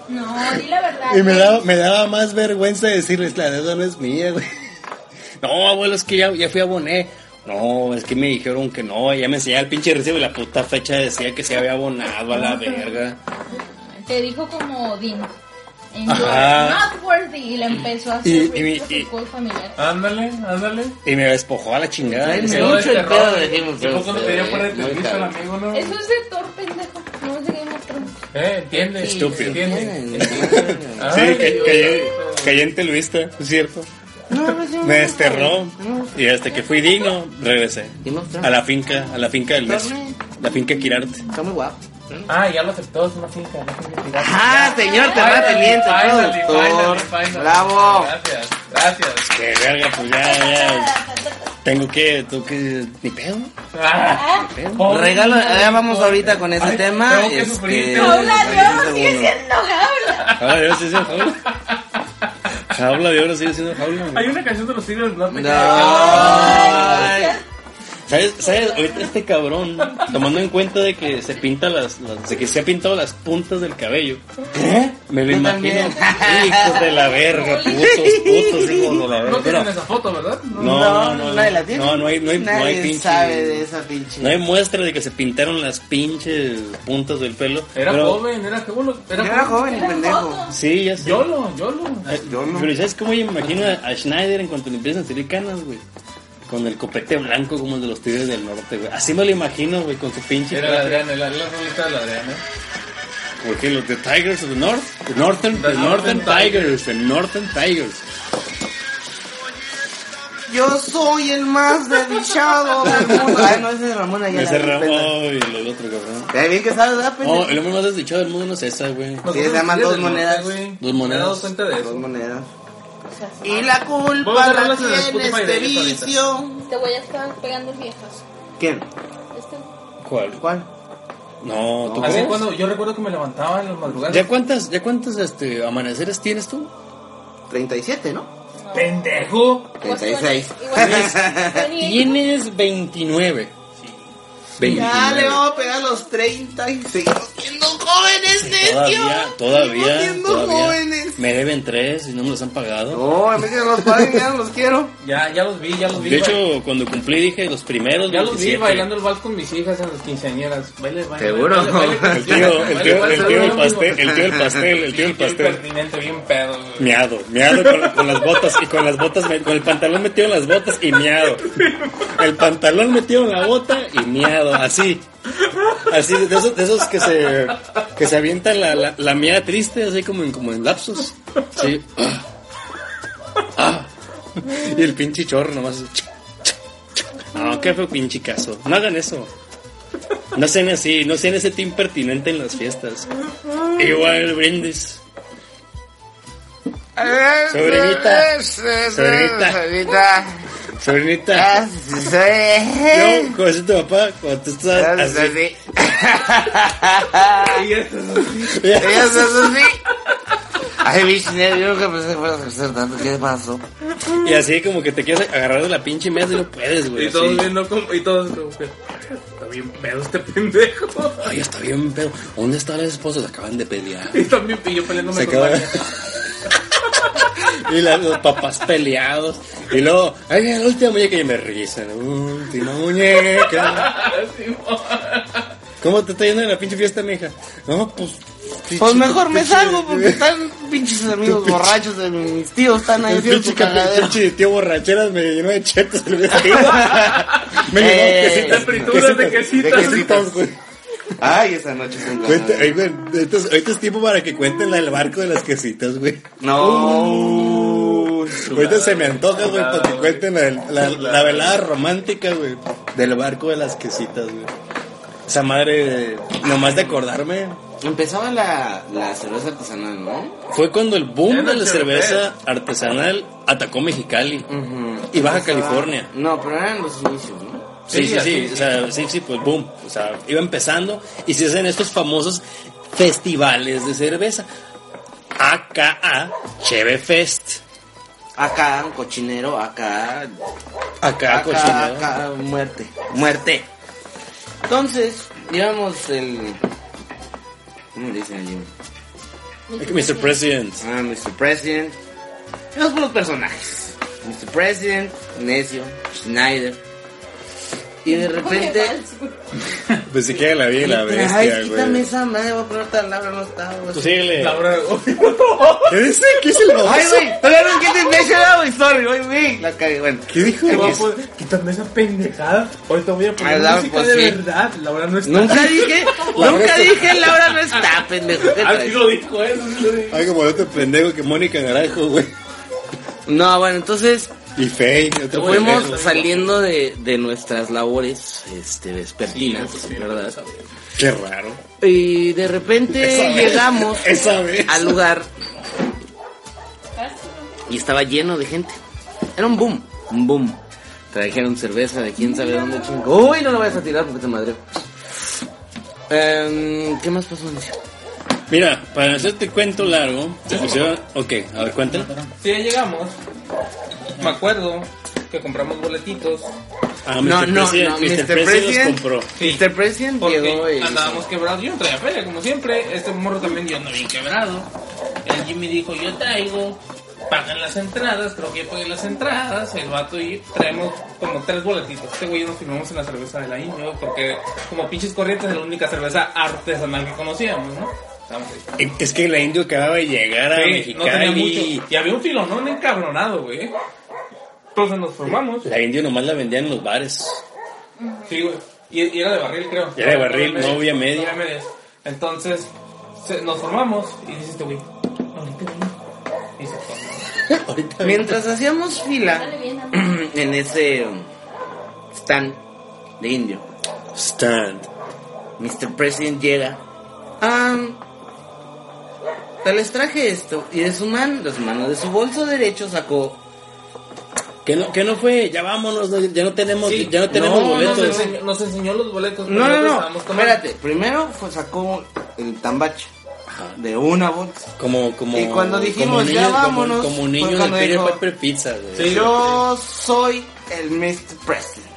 Speaker 2: No, di la verdad.
Speaker 3: Y me
Speaker 2: güey.
Speaker 3: daba, me daba más vergüenza decirles, la deuda no es mía, güey. No, abuelo, es que ya, ya fui a Boné. No, es que me dijeron que no, ya me enseñaba el pinche recibo y la puta fecha decía que se había abonado a la verga.
Speaker 2: Te dijo como Dean. And you are
Speaker 3: Ajá.
Speaker 2: not worthy. Y le empezó a hacer
Speaker 3: Y- y
Speaker 2: y,
Speaker 3: mi- y-
Speaker 2: familiar.
Speaker 4: Ándale, ándale.
Speaker 3: Y me despojó a la chingada. y
Speaker 5: Es
Speaker 3: me-
Speaker 4: Quedó
Speaker 5: mucho el
Speaker 4: este
Speaker 5: pedo,
Speaker 4: rollo.
Speaker 5: dijimos,
Speaker 4: Yo poco
Speaker 5: este,
Speaker 4: le quería poner
Speaker 5: muy
Speaker 4: tendista al
Speaker 5: caro.
Speaker 4: amigo, ¿no?
Speaker 2: Eso es de Thor, pendejo. No es de Game of Thrones.
Speaker 4: Eh, entiende.
Speaker 3: Estúpido.
Speaker 4: Entiende.
Speaker 3: Sí,
Speaker 4: Ay,
Speaker 3: que-
Speaker 4: Dios.
Speaker 3: cayé, cayé en Televista, es cierto. Me desterró y hasta que fui digno regresé
Speaker 5: Game of Thrones.
Speaker 3: a la finca, a la finca del mes, la finca Quirarte.
Speaker 5: Está muy guapo.
Speaker 4: Ah, ya lo aceptó, es una finca. no tiene que tirar.
Speaker 5: Ah, señor, te va teniente,
Speaker 4: Finally, finally,
Speaker 5: productor.
Speaker 4: finally.
Speaker 5: Bravo.
Speaker 4: Gracias, gracias.
Speaker 3: Que verga, pues ya, ya. Tengo que, tengo que, ni pedo.
Speaker 4: Ah, pobre
Speaker 5: Regalo,
Speaker 4: niño,
Speaker 5: ya vamos
Speaker 4: pobre.
Speaker 5: ahorita con ese
Speaker 4: Ay,
Speaker 5: tema.
Speaker 4: Tengo que
Speaker 5: este,
Speaker 4: sufrir.
Speaker 5: Hola,
Speaker 4: tengo que
Speaker 5: Dios.
Speaker 4: sufrir.
Speaker 5: segundo.
Speaker 2: jaula.
Speaker 3: Ah, de oro sigue siendo jaula. Jaula de oro sigue siendo jaula.
Speaker 4: Hay
Speaker 3: güey.
Speaker 4: una canción de los Tigres del Norte.
Speaker 5: No.
Speaker 3: ¿Sabes? ¿Sabes? Ahorita este cabrón, tomando en cuenta de que se pinta las, las- de que se ha pintado las puntas del cabello. ¿Qué? Me lo
Speaker 5: Yo
Speaker 3: imagino.
Speaker 5: también.
Speaker 3: Hijos de la verga, putos, putos, hijos de la
Speaker 4: No
Speaker 3: verga.
Speaker 4: tienen
Speaker 3: Pero-
Speaker 4: esa foto, ¿verdad? No.
Speaker 3: No, no,
Speaker 5: nadie la tiene.
Speaker 3: No, no hay, no hay, no hay
Speaker 5: Nadie
Speaker 3: pinche-
Speaker 5: sabe de esa pinche.
Speaker 3: No hay muestra de que se pintaron las pinches puntas del pelo.
Speaker 4: Era
Speaker 3: Pero-
Speaker 4: joven, era joven.
Speaker 5: Yo era joven y pendejo.
Speaker 3: Sí, ya sé.
Speaker 4: Yolo, yolo.
Speaker 3: Eh,
Speaker 5: Yo no.
Speaker 3: Pero ¿sabes cómo yo me imagino a, a Schneider en cuanto le empiezan a salir canas, güey? Con el copete blanco como el de los tigres del norte, güey. Así me lo imagino, güey, con su pinche...
Speaker 4: Era la Adriana, la, la rolita de la Adriana.
Speaker 3: Porque los de Tigers of the North, the Northern, the
Speaker 4: The
Speaker 3: Northern
Speaker 4: Northern
Speaker 3: Tigers, the Northern Tigers.
Speaker 5: Yo soy el más desdichado del mundo. Ay, no, ese es Ramón allá.
Speaker 3: Me cerró. Ay, el otro cabrón.
Speaker 5: bien que sabes, ¿verdad, pendejo?
Speaker 3: Oh, el hombre más desdichado del mundo no es esa, güey.
Speaker 5: Sí, se llaman dos monedas.
Speaker 3: Dos monedas.
Speaker 4: Dos cuenta de
Speaker 5: Dos
Speaker 4: eso.
Speaker 5: monedas. Y la
Speaker 4: Vamos
Speaker 5: culpa
Speaker 4: a
Speaker 5: la
Speaker 4: darlas en el
Speaker 5: tiene
Speaker 4: Spotify de
Speaker 5: este
Speaker 4: ellos ahorita.
Speaker 5: vicio.
Speaker 2: Te voy a estar pegando viejas.
Speaker 5: ¿Quién?
Speaker 2: Este.
Speaker 3: ¿Cuál?
Speaker 5: ¿Cuál?
Speaker 3: No, ¿tú
Speaker 4: Así
Speaker 3: crees?
Speaker 4: cuando yo recuerdo que me levantaba en las madrugadas.
Speaker 3: ¿Ya cuántas, ya cuántas este, amaneceres tienes tú?
Speaker 5: 37, ¿no?
Speaker 4: ¡Pendejo!
Speaker 5: 36.
Speaker 2: Igual- igual-
Speaker 3: Tienes 29.
Speaker 5: Ya le vamos a pegar los 30 y seguimos siendo jóvenes, necio.
Speaker 3: Todavía, todavía,
Speaker 5: Seguimos siendo
Speaker 3: todavía.
Speaker 5: jóvenes.
Speaker 3: Me deben tres y no me los han pagado.
Speaker 5: No, a mí que los paguen, ya no los quiero.
Speaker 4: Ya, ya los vi, ya los vi.
Speaker 3: De hecho, cuando cumplí dije los primeros
Speaker 4: ya los
Speaker 3: 27.
Speaker 4: vi bailando el vals con mis hijas en las quinceañeras. Baile, baile.
Speaker 5: Seguro.
Speaker 4: baile, baile, baile,
Speaker 3: El tío, el tío,
Speaker 4: baile,
Speaker 3: el tío
Speaker 4: baile,
Speaker 3: del
Speaker 4: baile.
Speaker 3: pastel, el tío del pastel, el tío del
Speaker 4: Bien
Speaker 3: pastel.
Speaker 4: pertinente, bien pedo. güey.
Speaker 3: Miado, miado con, con las botas y con las botas, me- con el pantalón metido en las botas y miado. El pantalón metido en la bota y miado, así. Así, de esos, de esos que se que se avientan la, la, la miada triste, así como en, como en lapsos. Sí. Ah. Ah. Y el pinche chorro nomás. No, qué fue pinche caso. No hagan eso. No sean así, no sean ese team pertinente en las fiestas. Igual brindis. Sobrinita. Sobrinita.
Speaker 5: Sobrinita.
Speaker 3: Sobrinita,
Speaker 5: Ah, Soy. Eh.
Speaker 3: yo, como dice tu papá, cuando tú estás
Speaker 5: Eso
Speaker 3: así,
Speaker 5: sí.
Speaker 4: Y eso es así.
Speaker 5: Eso sí. Ay, bicho, yo nunca pensé que fueras a crecer tanto. ¿Qué pasó?
Speaker 3: y así como que te quieres agarrar de la pinche mesa y no puedes, güey.
Speaker 4: Y todos
Speaker 3: así.
Speaker 4: viendo como. Y todos como que. Está bien pedo este pendejo.
Speaker 3: Ay, está bien, pero ¿dónde están las esposas? Acaban de pelear.
Speaker 4: Y también y yo peleándome
Speaker 3: Se
Speaker 4: con
Speaker 3: acaba-
Speaker 4: María.
Speaker 3: y la- los papás peleados. Y luego, ay, la última muñeca y me revisan. Última muñeca.
Speaker 4: Ah,
Speaker 3: ¿Cómo te está yendo en la pinche fiesta, mija? No, pues.
Speaker 5: Pues
Speaker 3: pinche-
Speaker 5: mejor me
Speaker 3: pinche-
Speaker 5: salgo porque están pinches amigos borrachos de mis tíos, están ahí
Speaker 3: El
Speaker 5: haciendo su
Speaker 3: pinche, capi-
Speaker 5: cagadero.
Speaker 3: pinche tío borracheras me llenó de chetos el vestido. me llenó
Speaker 5: Eh,
Speaker 3: de
Speaker 4: de
Speaker 3: quesitas.
Speaker 4: frituras, de
Speaker 5: de
Speaker 4: quesitas.
Speaker 5: quesitas.
Speaker 3: güey.
Speaker 5: Ay, esa noche es un
Speaker 3: Cuenta-
Speaker 5: cagadero.
Speaker 3: ay, güey, ahorita es- ahorita es tiempo para que cuenten la del barco de las quesitas, güey.
Speaker 5: No.
Speaker 3: Ahorita se me antoja, güey, para que
Speaker 4: güey.
Speaker 3: cuenten la, la- la velada romántica, güey, del barco de las quesitas, güey. Esa madre, nomás de acordarme,
Speaker 5: Empezaba la, la cerveza artesanal, ¿no?
Speaker 3: fue cuando el boom
Speaker 4: Era
Speaker 3: de la
Speaker 4: el cerveza.
Speaker 3: cerveza artesanal atacó Mexicali
Speaker 5: Ujú.
Speaker 3: y Baja California.
Speaker 5: No, pero eran los inicios, ¿no?
Speaker 3: Sí, sí,
Speaker 4: Sí,
Speaker 3: sí,
Speaker 4: así,
Speaker 3: o sea, sí, sí, pues boom, o sea, iba empezando y se hacen estos famosos festivales de cerveza. AKA Cheve Fest.
Speaker 5: Acá, un cochinero, acá.
Speaker 3: Acá, pues,
Speaker 5: Acá,
Speaker 3: cochinero.
Speaker 5: acá, muerte. Muerte. Entonces, íbamos el. ¿Cómo le dicen allí?
Speaker 3: Mr. President.
Speaker 5: Ah, Mr. President. Vamos por los personajes. Mr. President, Necio, Schneider. Y de repente.
Speaker 3: Pues si que la vi la
Speaker 5: Ah. Ay,
Speaker 3: bestia,
Speaker 5: quítame
Speaker 3: güey.
Speaker 5: esa madre, voy a poner tal labra, no está, güey.
Speaker 3: Tú síguele.
Speaker 4: La hora
Speaker 3: ¿Qué dice? ¿Qué es el baboso?
Speaker 5: Ay, güey, agarra que te me da, güey, sorry, güey, güey. La cagué, bueno.
Speaker 3: ¿Qué dijo?
Speaker 5: Ay,
Speaker 3: güey?
Speaker 5: güey.
Speaker 4: Quítame esa pendejada. Ahorita voy a poner
Speaker 5: Ay, la-
Speaker 4: música
Speaker 5: pues,
Speaker 4: de
Speaker 5: sí.
Speaker 4: verdad. La hora no está.
Speaker 5: Nunca dije,
Speaker 3: La
Speaker 5: nunca
Speaker 3: neta.
Speaker 5: dije, Laura no está, pendejo. ¿qué
Speaker 4: Ah, sí
Speaker 5: traes?
Speaker 4: lo dijo eso. sí lo dijo.
Speaker 3: Ay, como el otro pendejo que Mónica Naranjo, güey.
Speaker 5: No, bueno, entonces
Speaker 3: Y Fey, otro
Speaker 4: Güey,
Speaker 5: fuimos
Speaker 3: pendejo.
Speaker 5: saliendo de, de nuestras labores este, vespertinas,
Speaker 4: Sí,
Speaker 5: ¿verdad?
Speaker 3: Qué raro.
Speaker 5: Y de repente
Speaker 3: Esa vez.
Speaker 5: llegamos
Speaker 3: Esa vez.
Speaker 5: al lugar y estaba lleno de gente. Era un boom, un boom. Trajeron cerveza de quién sabe dónde chingo. Uy, no la vayas a tirar porque te madreo. Em, ¿Qué más pasó, Necio?
Speaker 3: Mira, para hacerte cuento largo, se pusieron. Ok, a ver, cuéntalo.
Speaker 4: Sí, ya llegamos. Me acuerdo que compramos boletitos.
Speaker 3: Ah,
Speaker 5: No,
Speaker 3: Mr.
Speaker 5: no,
Speaker 3: President,
Speaker 5: no,
Speaker 3: Mr.
Speaker 5: Mr.
Speaker 3: President
Speaker 5: President.
Speaker 3: los compró.
Speaker 4: Sí.
Speaker 5: Mr. President
Speaker 4: Porque
Speaker 5: llegó y...
Speaker 4: andábamos quebrados. Yo no traía feria, como siempre. Este morro también yo ando bien quebrado. El Jimmy dijo, yo traigo. Pagan las entradas, creo que yo pagué las entradas. El vato y traemos como tres boletitos. Este güey y yo nos firmamos en la cerveza de la India, porque como pinches corrientes es la única cerveza artesanal que conocíamos, ¿no? Estábamos ahí.
Speaker 3: Eh, Es que la indio acababa de llegar a
Speaker 4: Sí, no tenía
Speaker 3: Mexicali.
Speaker 4: mucho. Y había un filonón encabronado, güey. Entonces nos formamos.
Speaker 3: la indio nomás la vendían en los bares.
Speaker 4: Sí, güey. Y, y era de barril, creo.
Speaker 3: Era de barril, no había
Speaker 4: había
Speaker 3: media.
Speaker 4: Entonces, se- nos formamos y dice este güey, ahorita vengo. Y se formó.
Speaker 3: Ahorita.
Speaker 5: Mientras hacíamos fila en ese um, stand de indio,
Speaker 3: Stand.
Speaker 5: Mr. President llega. "Am, te les traje esto. Y de su mano, de su mano, de su bolso derecho sacó.
Speaker 3: Que no, que no fue, ya vámonos, no- ya no tenemos,
Speaker 4: Sí,
Speaker 3: ya no tenemos
Speaker 4: no, Nos
Speaker 3: boletos.
Speaker 4: enseñó, nos enseñó los boletos. pero
Speaker 5: No, no,
Speaker 4: nosotros
Speaker 5: no.
Speaker 4: estábamos tomando.
Speaker 5: Espérate. Primero fue- sacó el tambache
Speaker 3: Ajá.
Speaker 5: de una bolsa.
Speaker 3: Como, como,
Speaker 5: Y cuando dijimos,
Speaker 3: niño-
Speaker 5: "Ya
Speaker 3: como-
Speaker 5: vámonos",
Speaker 3: como,
Speaker 5: fue
Speaker 3: niño de
Speaker 5: cuando
Speaker 3: Peter
Speaker 5: dijo,
Speaker 3: Piper Pizza, güey.
Speaker 4: Sí.
Speaker 5: Yo soy el Mr. President.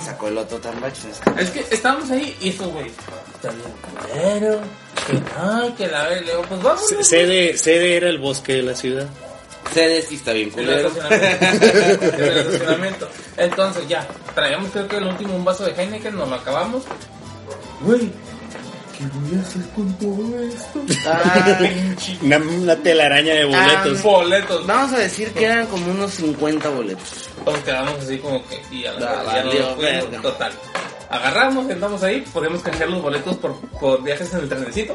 Speaker 5: Y sacó el otro tambache.
Speaker 4: Es que estábamos ahí y estos güey, está bien culero. Que no, que la vez le digo, pues vamos.
Speaker 3: C- Sede, sede era el bosque de la ciudad.
Speaker 5: Cedes sí está bien
Speaker 4: En el
Speaker 5: culero.
Speaker 4: estacionamiento. En el estacionamiento. Entonces ya, traíamos creo que el último un vaso de Heineken, nos lo acabamos. Güey, ¿qué voy a hacer con todo esto?
Speaker 5: Ay.
Speaker 3: Una, una telaraña de
Speaker 5: Ah,
Speaker 3: boletos.
Speaker 4: Boletos.
Speaker 5: Vamos a decir que eran como unos 50 boletos.
Speaker 4: Nos quedamos así como que y a la,
Speaker 5: Ah,
Speaker 4: ya no
Speaker 5: valió
Speaker 4: nos fuimos,
Speaker 5: verga.
Speaker 4: total. Agarramos, sentamos ahí, podíamos canjear los boletos por, por viajes en el trenecito.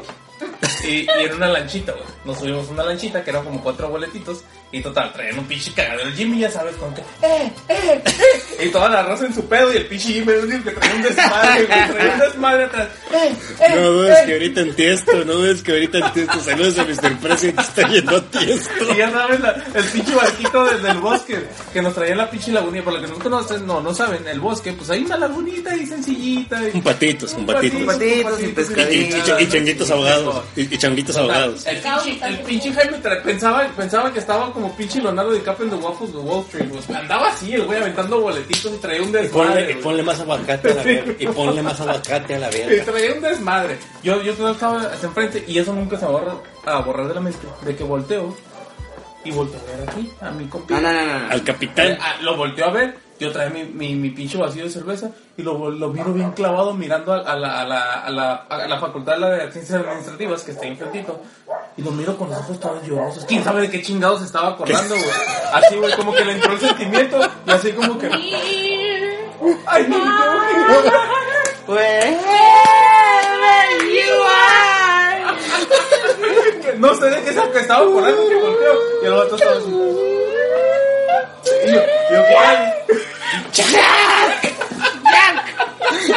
Speaker 4: Y, y en una lanchita, güey. Nos subimos a una lanchita que eran como cuatro boletitos. Y total, traían un pinche cagadero. El Jimmy ya sabes con qué. ¡Eh, eh, eh! Y toda la raza en su pedo y el pinche Jimmy es el único que trae un desmadre, güey. Trae un desmadre atrás. ¡Eh, eh,
Speaker 3: No dudes
Speaker 4: eh!
Speaker 3: que ahorita entiesto, no dudes que ahorita entiesto. Saludos a Mr. Precio que está yendo a tiesto.
Speaker 4: Y ya sabes, la- el pinche barquito desde el bosque que nos traía la pinche lagunita. Por lo que no conocen, no, no saben, el bosque, pues hay una lagunita y sencillita. Y...
Speaker 3: Con patitos, con patitos.
Speaker 5: patitos y
Speaker 3: Y, y,
Speaker 5: pescadillos.
Speaker 3: ch- y changuitos ahogados. Y, y changuitos ahogados.
Speaker 4: El pinche, el pinche Jaime tra- pensaba, pensaba que estaba como pinche Leonardo DiCaprio en The Waffles de Wall Street. güey. Andaba así, el güey aventando boletitos y traía un
Speaker 3: Y Eh, ponle,
Speaker 4: desmadre.
Speaker 3: y
Speaker 4: güey.
Speaker 3: ponle más aguacate a la verga. Y ponle más aguacate a la
Speaker 4: Y
Speaker 3: verga.
Speaker 4: traía un desmadre. Yo, yo todo estaba hasta enfrente y eso nunca se me va a borrar- a borrar de la mente. De que volteo y volteo a ver aquí a mi compi.
Speaker 5: No, no, no, no, no.
Speaker 3: Al capitán.
Speaker 4: Ah, lo volteo a ver, yo traía mi, mi, mi pinche vacío de cerveza y lo, vol- lo miro bien clavado mirando a, a la, a, la, a, la, a la facultad de las ciencias administrativas que está ahí enfrentito. Y lo miro con los ojos todos llorosos. ¿Quién sabe de qué chingados estaba acordando, güey? Así, güey, como que le entró el sentimiento y así como que... ¡Ay, no, no, no.
Speaker 5: Wherever you are.
Speaker 4: No sé de qué se que estaba acordando que volteo. Y el vato estaba así. Y yo, yo,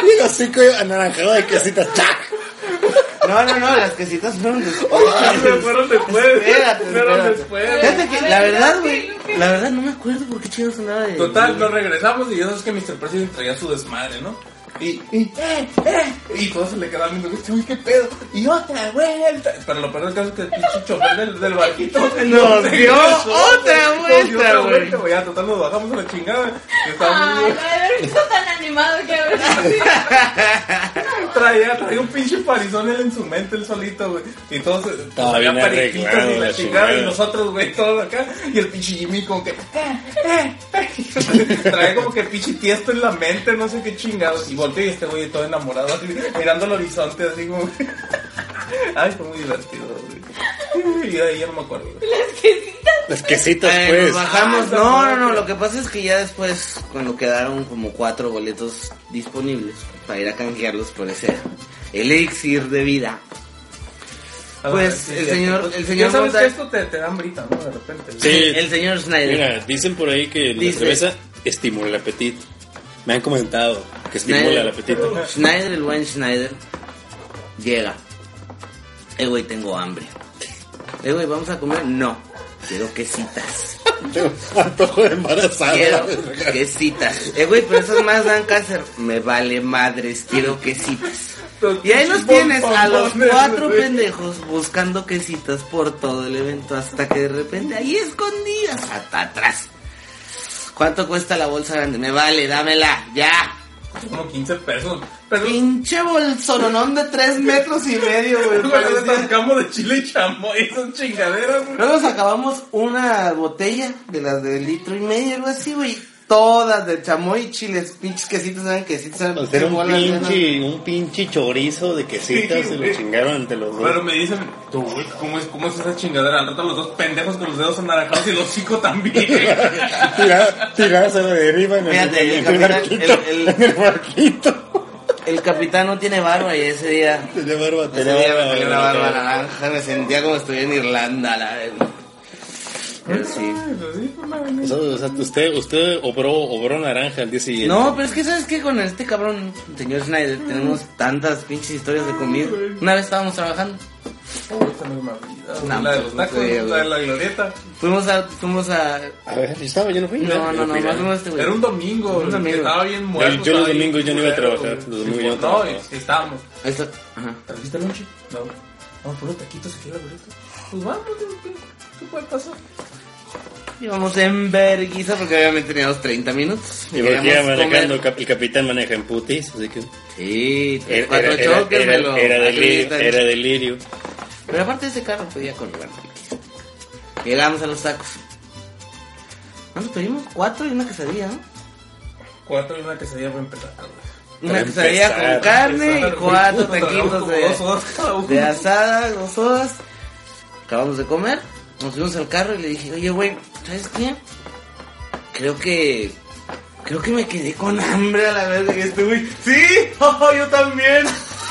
Speaker 4: ¿qué?
Speaker 3: Y los cinco anaranjados de casitas. ¡Chac!
Speaker 5: No, no, no, las quesitas fueron después.
Speaker 4: Se fueron después.
Speaker 5: Espérate,
Speaker 4: Se fueron
Speaker 5: espérate.
Speaker 4: después.
Speaker 5: Fíjate que la verdad, güey, la verdad no me acuerdo por qué chingados andaba de...
Speaker 4: Total, nos regresamos y ya sabes que Mr. President traía su desmadre, ¿no? Y, y, eh, eh, y todos se le quedaban viendo, este güey, qué pedo. Y otra vuelta. Pero lo peor del caso es que el pinche chofer del, del barquito
Speaker 5: Nos
Speaker 4: se
Speaker 5: dio
Speaker 4: regresó,
Speaker 5: otra
Speaker 4: nos dio
Speaker 5: vuelta,
Speaker 4: otra
Speaker 5: güey.
Speaker 4: vuelta, güey. Ya, total, nos bajamos a la chingada. Y estábamos,
Speaker 2: Ay, no, está tan animado que ahora.
Speaker 4: traía, traía un pinche parizón él en su mente, él solito, güey. Y todos eh, pues,
Speaker 3: Estaba
Speaker 4: había
Speaker 3: bien
Speaker 4: parejitas
Speaker 3: arreglado,
Speaker 4: y la
Speaker 3: la
Speaker 4: chingada, y
Speaker 3: chingada.
Speaker 4: nosotros, güey, todos acá. Y el pinche Jimmy como que... eh, eh, eh. Trae como que pinche tiesto en la mente, no sé qué chingados. Y volteé y este güey todo enamorado, así, mirando el horizonte, así como... Ay, fue muy divertido, güey. Y de ahí ya no me acuerdo, güey.
Speaker 3: Las quesitas,
Speaker 5: Eh,
Speaker 3: pues.
Speaker 5: nos bajamos.
Speaker 4: Ah,
Speaker 5: No, no, no,
Speaker 4: madre.
Speaker 5: lo que pasa es que ya después, cuando quedaron como cuatro boletos disponibles para ir a canjearlos por ese elixir de vida.
Speaker 4: Ah,
Speaker 5: Pues, el señor- el señor
Speaker 4: Ya sabes
Speaker 5: González-
Speaker 4: que esto te, te da hambrita, ¿no? De repente.
Speaker 3: Sí.
Speaker 5: El señor Snyder.
Speaker 3: Mira, dicen por ahí que la
Speaker 5: Dice-
Speaker 3: cerveza estimula el apetito. Me han comentado que estimula
Speaker 5: Nadie-
Speaker 3: el apetito.
Speaker 5: Schneider, el buen Schneider, llega. Eh, güey, tengo hambre. Eh, güey, ¿vamos a comer? No. Quiero quesitas.
Speaker 3: Tengo antojo de embarazada.
Speaker 5: Quiero quesitas. Eh, güey, pero esas más dan cáncer. Me vale madres, quiero quesitas. Y ahí los tienes a los cuatro
Speaker 4: pendejos
Speaker 5: pendejos buscando quesitas por todo el evento hasta que de repente ahí escondidas hasta atrás. ¿Cuánto cuesta la bolsa grande? Me vale, dámela, ya.
Speaker 4: Como 15 pesos. Pero
Speaker 5: Pinche bolsoronón de tres metros y medio, güey.
Speaker 4: Cuando
Speaker 5: parecía-
Speaker 4: estancamos de chile y chamoy, son chingaderas, güey.
Speaker 5: Luego nos acabamos una botella de las de litro y medio, algo así, güey. Todas de chamoy y chiles, pinches quesitos, saben quesitos, saben
Speaker 3: Hacer un
Speaker 5: bolas, ¿no?
Speaker 3: pinche, un pinche chorizo de quesitas
Speaker 4: Sí,
Speaker 3: se lo
Speaker 4: güey.
Speaker 3: chingaron ante los dos.
Speaker 4: Pero me dicen, tú, güey, ¿cómo es, ¿cómo es esa chingadera? Al rato los dos pendejos con los dedos anaranjados y los cinco también.
Speaker 3: Tira- Tiradas a la deriva en el,
Speaker 5: Fíjate, el
Speaker 3: en el
Speaker 5: capitán-
Speaker 3: barquito.
Speaker 5: el- el-
Speaker 3: en el barquito.
Speaker 5: El capitán no tiene barba y ese día
Speaker 3: Tenía barba,
Speaker 5: Ese
Speaker 3: tenía
Speaker 5: día
Speaker 3: barba.
Speaker 5: me salió una
Speaker 3: barba,
Speaker 5: barba
Speaker 3: barba.
Speaker 5: naranja, me sentía como estuviera en Irlanda, la verdad. Pero Pues sí.
Speaker 3: O sea, o sea, usted, usted obró, obró naranja el día siguiente.
Speaker 5: No, pero es que sabes que con este cabrón, señor Schneider, tenemos tantas pinches historias de comida. Una vez estábamos trabajando,
Speaker 4: Esa no me olvida,
Speaker 5: No,
Speaker 4: la de los tacos,
Speaker 5: no sé,
Speaker 4: la de
Speaker 5: güey.
Speaker 4: la glorieta.
Speaker 5: fuimos a, fuimos a,
Speaker 3: A ver, yo estaba, yo no fui.
Speaker 5: no, no, no,
Speaker 3: fui,
Speaker 5: más fuimos a este güey.
Speaker 4: Era un domingo,
Speaker 5: Un
Speaker 4: que
Speaker 5: domingo.
Speaker 4: estaba bien muerto.
Speaker 3: Yo- yo los
Speaker 4: estaba bien
Speaker 3: domingos yo no iba a
Speaker 4: culero,
Speaker 3: trabajar,
Speaker 4: güey.
Speaker 3: los domingos yo no
Speaker 4: No,
Speaker 3: trabajaba.
Speaker 4: sí, estábamos.
Speaker 5: Ahí está, ajá.
Speaker 4: ¿Trajiste lonche? No. Vamos por unos taquitos aquí a la glorieta. Pues vamos, ¿qué- qué- ¿qué puede pasar?
Speaker 5: Íbamos en verguiza porque obviamente teníamos 30 minutos.
Speaker 3: Y porque iba
Speaker 5: Queríamos
Speaker 3: manejando, el
Speaker 5: comer.
Speaker 3: cap- el capitán maneja en putis, así que...
Speaker 5: Sí, tres,
Speaker 3: Era,
Speaker 5: cuatro
Speaker 3: era, era-
Speaker 5: choques,
Speaker 3: era-
Speaker 5: me lo
Speaker 3: era delirio,
Speaker 5: acreditan.
Speaker 3: era delirio.
Speaker 5: Pero aparte ese carro podía correr. Llegamos a los tacos. ¿Cuántos pedimos? Cuatro y una quesadilla, ¿no?
Speaker 4: Cuatro y una quesadilla para empezar, güey.
Speaker 5: Una
Speaker 3: Para
Speaker 5: quesadilla
Speaker 3: empezar,
Speaker 5: con carne y
Speaker 4: Empezar,
Speaker 5: cuatro
Speaker 4: güey, puta,
Speaker 5: taquitos
Speaker 4: tragamos como dos
Speaker 5: de,
Speaker 4: horas cada uno.
Speaker 5: de asada, dos sodas. Acabamos de comer, nos fuimos al carro y le dije, oye, güey, ¿sabes qué? Creo que... Creo que me quedé con hambre a la verga que este güey... ¡Sí! oh, yo también!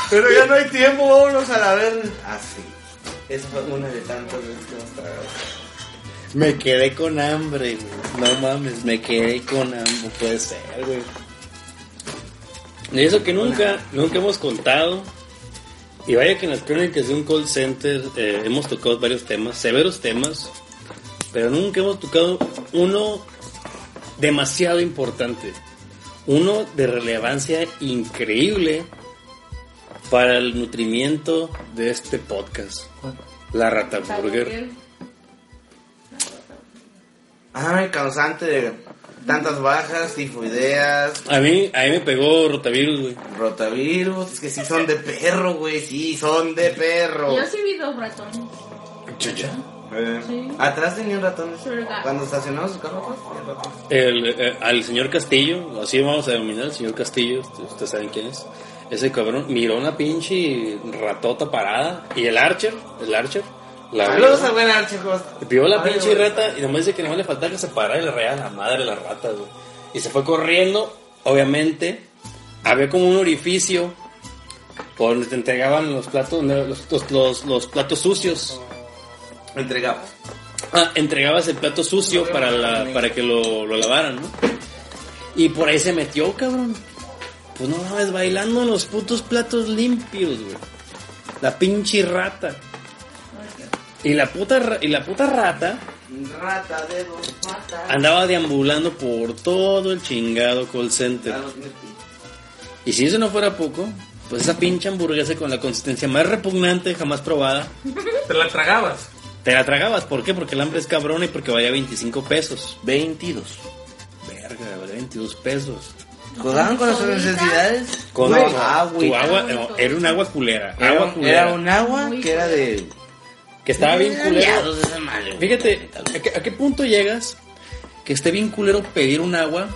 Speaker 5: Pero ya no hay tiempo, Ah, vámonos a la verga. Así. Esa fue una de tantas veces que hemos tragado. Me quedé con hambre, güey. No mames, me quedé con hambre. Puede ser, güey.
Speaker 3: De eso que nunca, nunca hemos contado. Y vaya que en las crónicas de un call center eh, hemos tocado varios temas, severos temas, pero nunca hemos tocado uno demasiado importante, uno de relevancia increíble para el nutrimiento de este podcast, la Rata Burger.
Speaker 5: Ay, causante de tantas bajas, tifoideas,
Speaker 3: A mí, a mí me pegó rotavirus, güey.
Speaker 5: rotavirus. Es que sí son de perro, güey. Sí, son de perro.
Speaker 2: Yo sí vi dos ratones.
Speaker 5: Eh,
Speaker 2: Sí.
Speaker 5: Atrás tenía un ratón.
Speaker 2: Verdad.
Speaker 5: Cuando estacionamos sus carros, atrás tenía ratón.
Speaker 3: El, eh, al señor Castillo, así vamos a denominar al señor Castillo, usted- ustedes saben quién es. Ese cabrón miró una pinche ratota parada y el Archer, el Archer, la
Speaker 5: Saludos
Speaker 3: vio,
Speaker 5: a buen Archie, chicos.
Speaker 3: vio la
Speaker 5: Ay,
Speaker 3: pinche
Speaker 5: güey.
Speaker 3: rata y nomás dice que nomás le faltaba que se parara y le reía la madre de la rata, güey. Y se fue corriendo, obviamente, había como un orificio por donde te entregaban los platos, los, los- los- los platos sucios.
Speaker 5: Entregamos.
Speaker 3: Ah, entregabas el plato sucio para, la, para que lo, lo lavaran, ¿no? Y por ahí se metió, cabrón. Pues no mames, bailando en los putos platos limpios, güey. La pinche rata. Y la puta, ra- y la puta rata
Speaker 5: Rata de dos patas.
Speaker 3: andaba deambulando por todo el chingado call center.
Speaker 5: Ah, no tiene pi-
Speaker 3: Y si eso no fuera poco, pues esa pinche hamburguesa con la consistencia más repugnante jamás probada,
Speaker 4: Te la tragabas.
Speaker 3: te la tragabas. ¿Por qué? Porque el hambre es cabrón y porque valía 25 pesos.
Speaker 5: 22.
Speaker 3: Verga, vale 22 pesos.
Speaker 5: ¿Jugaban con nuestras
Speaker 2: Solitas.
Speaker 5: necesidades?
Speaker 3: Con
Speaker 5: Güey,
Speaker 3: agua.
Speaker 5: ah, güey.
Speaker 3: Tu agua, no, era un agua culera.
Speaker 5: Era,
Speaker 3: agua
Speaker 5: un-
Speaker 3: culera.
Speaker 5: era un agua
Speaker 2: Muy
Speaker 5: que era de.
Speaker 3: Que estaba bien culero.
Speaker 5: Aliados de esa madre, güey.
Speaker 3: Fíjate, ¿a qué, a qué punto llegas que esté bien culero pedir un agua?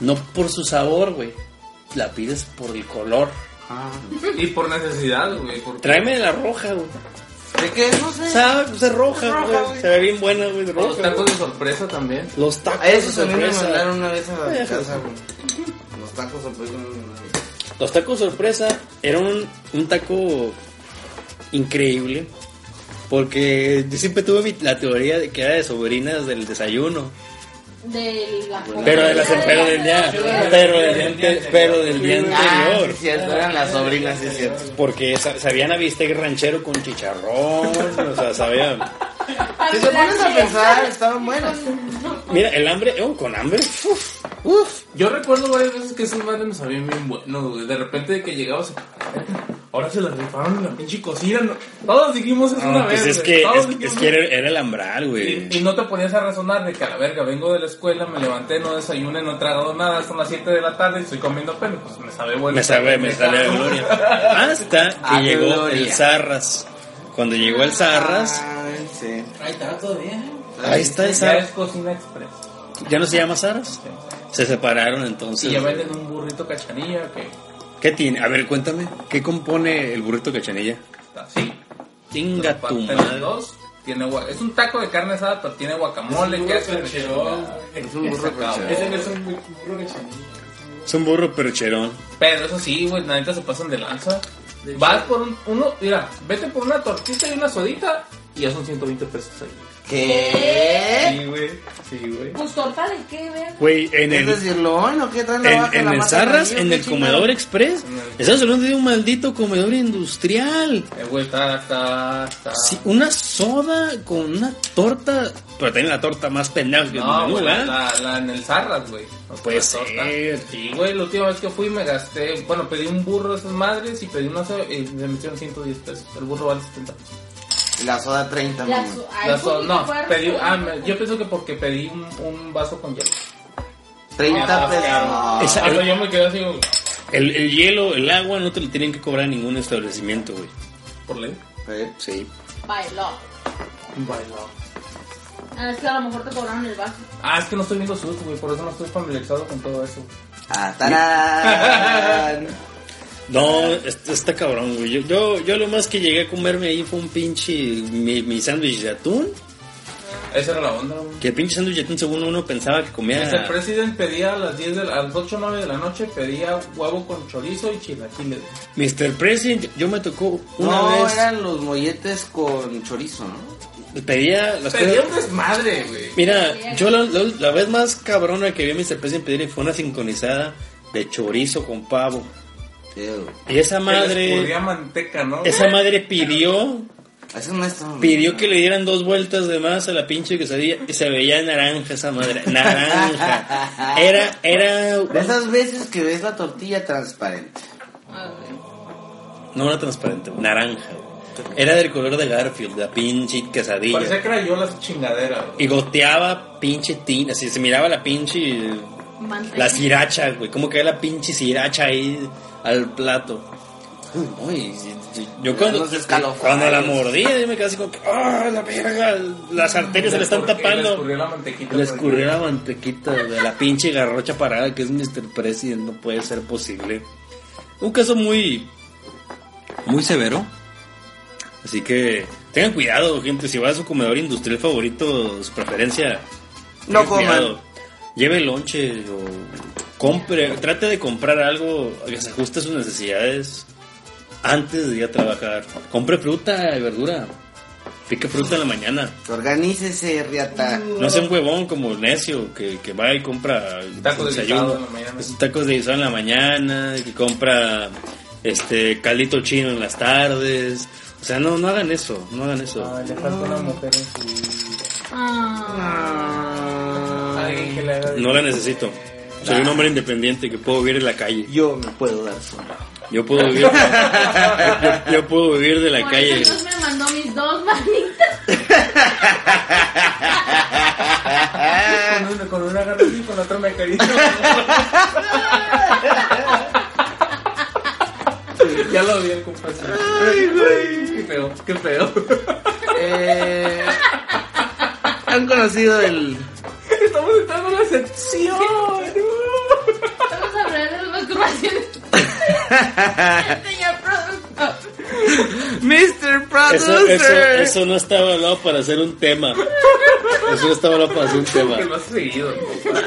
Speaker 3: No por su sabor, güey. La pides por el color.
Speaker 5: Ah.
Speaker 4: Y por necesidad, güey. Por...
Speaker 3: Tráeme la roja, güey.
Speaker 5: ¿De qué? No sé.
Speaker 3: Sabe, pues es roja,
Speaker 5: Roja,
Speaker 3: güey.
Speaker 5: güey.
Speaker 3: Se ve bien buena, güey.
Speaker 4: por los
Speaker 3: Roja.
Speaker 4: tacos
Speaker 3: güey.
Speaker 4: de sorpresa también.
Speaker 3: Los tacos
Speaker 5: A
Speaker 3: de
Speaker 5: esos también me
Speaker 3: sorpresa.
Speaker 5: mandaron una vez a la
Speaker 3: Deja.
Speaker 5: casa, güey. Los tacos pues sorpresa me mandaron.
Speaker 3: Los tacos sorpresa eran un, un taco increíble. Porque yo siempre tuve mi- la teoría de que era de sobrinas del desayuno.
Speaker 2: De la
Speaker 3: Pero, de las, pero del día. Pero del día, ante- pero del día
Speaker 5: Ah, sí, es
Speaker 3: anterior.
Speaker 5: cierto, eran las sobrinas, sí, es cierto.
Speaker 3: Porque sa- sabían a bistec ranchero con chicharrón. O sea, sabían.
Speaker 5: Si te pones a pensar, estaban buenas.
Speaker 3: Mira, el hambre. oh, con hambre. uf,
Speaker 5: Uf,
Speaker 4: Yo recuerdo varias veces que esos madres nos sabían bien buenos, güey. De repente que llegabas, ahora se las rifaron en la pinche cocina. ¿no? Todos dijimos eso una
Speaker 3: pues
Speaker 4: vez.
Speaker 3: es
Speaker 4: güey.
Speaker 3: que,
Speaker 4: Todos
Speaker 3: es,
Speaker 4: dijimos
Speaker 3: es que
Speaker 4: eso.
Speaker 3: era, era el hambral, güey.
Speaker 4: Y, y no te ponías a razonar de que a la verga vengo de la escuela, me levanté, no desayuné, no he tragado nada, son las 7 de la tarde y estoy comiendo pelo. Pues me sabe bueno.
Speaker 3: Me sabe, me sabe la gloria. Hasta que
Speaker 5: Ah, qué
Speaker 3: llegó el
Speaker 5: gloria.
Speaker 3: Zarras. Cuando llegó el Zarras,
Speaker 5: Ay, sí.
Speaker 4: Ahí está todavía.
Speaker 5: Ah,
Speaker 3: ahí está el
Speaker 4: Ya es
Speaker 3: Zarras.
Speaker 4: cocina express.
Speaker 3: ¿Ya no se llama Zarras? Se separaron
Speaker 4: Y
Speaker 3: entonces.
Speaker 4: ya venden un burrito cachanilla que
Speaker 3: ¿Qué tiene? A ver, cuéntame. ¿Qué compone el burrito cachanilla?
Speaker 4: así.
Speaker 3: Tinga tu
Speaker 4: parte
Speaker 3: madre.
Speaker 4: dos, tiene gua- es un taco de carne asada, pero tiene guacamole, queso. y la chingada.
Speaker 5: Es un burro
Speaker 4: Exacto.
Speaker 5: percherón.
Speaker 4: Ese-
Speaker 3: Es un burro percherón.
Speaker 4: Pero eso sí, güey, la neta se pasan de lanza. Vas por un, uno, mira, vete por una tortita y una sodita y ya son 120 pesos ahí.
Speaker 3: ¿Eh?
Speaker 5: ¿Qué?
Speaker 4: Sí, güey, sí, güey.
Speaker 2: Pues torta de qué, ver.
Speaker 3: Güey, en
Speaker 5: ¿Es
Speaker 3: el, en,
Speaker 5: decirlo? ¿O qué traen la vaca?
Speaker 3: en
Speaker 5: la
Speaker 3: el
Speaker 5: matan
Speaker 3: Zarras,
Speaker 5: ahí, o
Speaker 3: en
Speaker 5: qué
Speaker 3: el
Speaker 5: chingado?
Speaker 3: comedor express, estás hablando de un maldito comedor industrial.
Speaker 4: Eh, güey, está, está, está.
Speaker 3: Sí, una soda con una torta, pero también la torta más pendeja que
Speaker 4: No,
Speaker 3: el menú,
Speaker 4: güey, la,
Speaker 3: ¿eh?
Speaker 4: la- la en el Zarras, güey. O sea,
Speaker 3: Puede
Speaker 4: la torta.
Speaker 3: ser.
Speaker 4: Sí, güey, la última vez que fui me gasté, bueno, pedí un burro de esas madres y pedí una soda y me metieron 110 pesos. El burro vale 70.
Speaker 5: La soda 30,
Speaker 2: La
Speaker 5: mamá.
Speaker 2: su-
Speaker 4: La
Speaker 2: ay,
Speaker 4: soda-
Speaker 2: pues,
Speaker 4: no,
Speaker 2: fue a
Speaker 4: pedí, ah,
Speaker 2: restaurante.
Speaker 4: me- yo pienso que porque pedí un, un vaso con hielo.
Speaker 5: 30
Speaker 4: Ah,
Speaker 5: pesos.
Speaker 4: claro.
Speaker 5: No.
Speaker 3: Esa-
Speaker 4: Hasta yo me quedé así, güey,
Speaker 3: El, el hielo, el agua, no te lo tienen que cobrar en ningún establecimiento, güey.
Speaker 4: por ley.
Speaker 5: Eh,
Speaker 3: Sí.
Speaker 2: Bailó.
Speaker 4: Bailado.
Speaker 2: Ah, Es que a lo mejor te cobraron el vaso.
Speaker 4: Ah, es que no estoy viendo sus, güey, por eso no estoy familiarizado con todo eso.
Speaker 5: Ah, tarán.
Speaker 3: No, este- está cabrón, güey. Yo, yo, yo lo más que llegué a comerme ahí fue un pinche. mi, mi sándwich de atún.
Speaker 4: Esa era la onda, güey.
Speaker 3: Que el pinche sándwich un segundo uno pensaba que comía.
Speaker 4: El president pedía a las 10 de la- a las 8 o 9 de la noche, pedía huevo con chorizo y chilaquiles.
Speaker 3: Mr. President, yo me tocó una
Speaker 5: no,
Speaker 3: vez.
Speaker 5: eran los molletes con chorizo, ¿no?
Speaker 3: Pedía las
Speaker 4: Pedía
Speaker 3: cosas.
Speaker 4: un desmadre, güey.
Speaker 3: Mira, yo la, la- la vez más cabrona que vi a Mr. President pedir fue una sincronizada de chorizo con pavo.
Speaker 5: Ew.
Speaker 3: Y esa
Speaker 4: Podía
Speaker 3: madre.
Speaker 4: manteca, ¿no?
Speaker 3: Esa madre pidió
Speaker 5: Eso no está mal.
Speaker 3: Pidió que le dieran dos vueltas de más a la pinche quesadilla y se veía naranja esa madre. Naranja. Era, era.
Speaker 5: De esas veces que ves la tortilla transparente.
Speaker 2: Ah,
Speaker 3: No era transparente, güey, naranja. güey. Era del color de Garfield, la pinche
Speaker 4: Parecía
Speaker 3: quesadilla.
Speaker 4: que era yo la chingadera, güey.
Speaker 3: Y goteaba pinche tina, así se miraba la pinche.
Speaker 2: Manteca.
Speaker 3: La siracha, güey. Como que era la pinche siracha ahí al plato. Uy, yo cuando, eh,
Speaker 5: Unos escalofríos.
Speaker 3: cuando la mordía, yo me quedé así como que, ¡ah, la verga! Las arterias se le están
Speaker 4: Porque
Speaker 3: tapando.
Speaker 4: Le escurrió la mantequita.
Speaker 3: Le
Speaker 4: por
Speaker 3: escurrió la mantequita de la pinche garrocha parada que es Mr. President, no puede ser posible. Un caso muy. muy severo. Así que tengan cuidado, gente. Si va a su comedor industrial favorito, su preferencia.
Speaker 5: No
Speaker 3: tengan
Speaker 5: coman.
Speaker 3: cuidado. Lleve lonche o compre. Trate de comprar algo que se ajuste a sus necesidades antes de ir a trabajar. Compre fruta y verdura. Pique fruta en la mañana.
Speaker 5: Organícese, Riata.
Speaker 3: No sea un huevón como necio que, que va y compra
Speaker 4: Tacos de guisado en la
Speaker 3: desayuno,
Speaker 4: mañana.
Speaker 3: esos tacos de guisado en la mañana, que compra este caldito chino en las tardes. O sea, no, no hagan eso, no hagan eso.
Speaker 4: Ay, le falta una mujer en su vida.
Speaker 2: Ah.
Speaker 4: Alguien que le haga. de-
Speaker 3: No la necesito. Soy un hombre independiente que puedo vivir en la calle.
Speaker 5: Yo me puedo dar solo.
Speaker 3: Yo puedo vivir, yo, yo puedo vivir de la
Speaker 2: Por
Speaker 3: calle.
Speaker 2: eso Dios me mandó mis dos manitas.
Speaker 4: Con una, con una agarro así, con la otra me acaricio. ya lo vi el compadre. Ay, güey. Qué feo, qué feo.
Speaker 5: Eh, ¿Han conocido el
Speaker 4: Estamos entrando en la sección.
Speaker 2: Vamos a hablar de las masturbaciones. El señor productor.
Speaker 5: Mr.
Speaker 3: Eso,
Speaker 5: Producer?
Speaker 3: eso, eso no está evaluado para hacer un tema. Eso no está evaluado para hacer un tema.
Speaker 4: Que lo has seguido.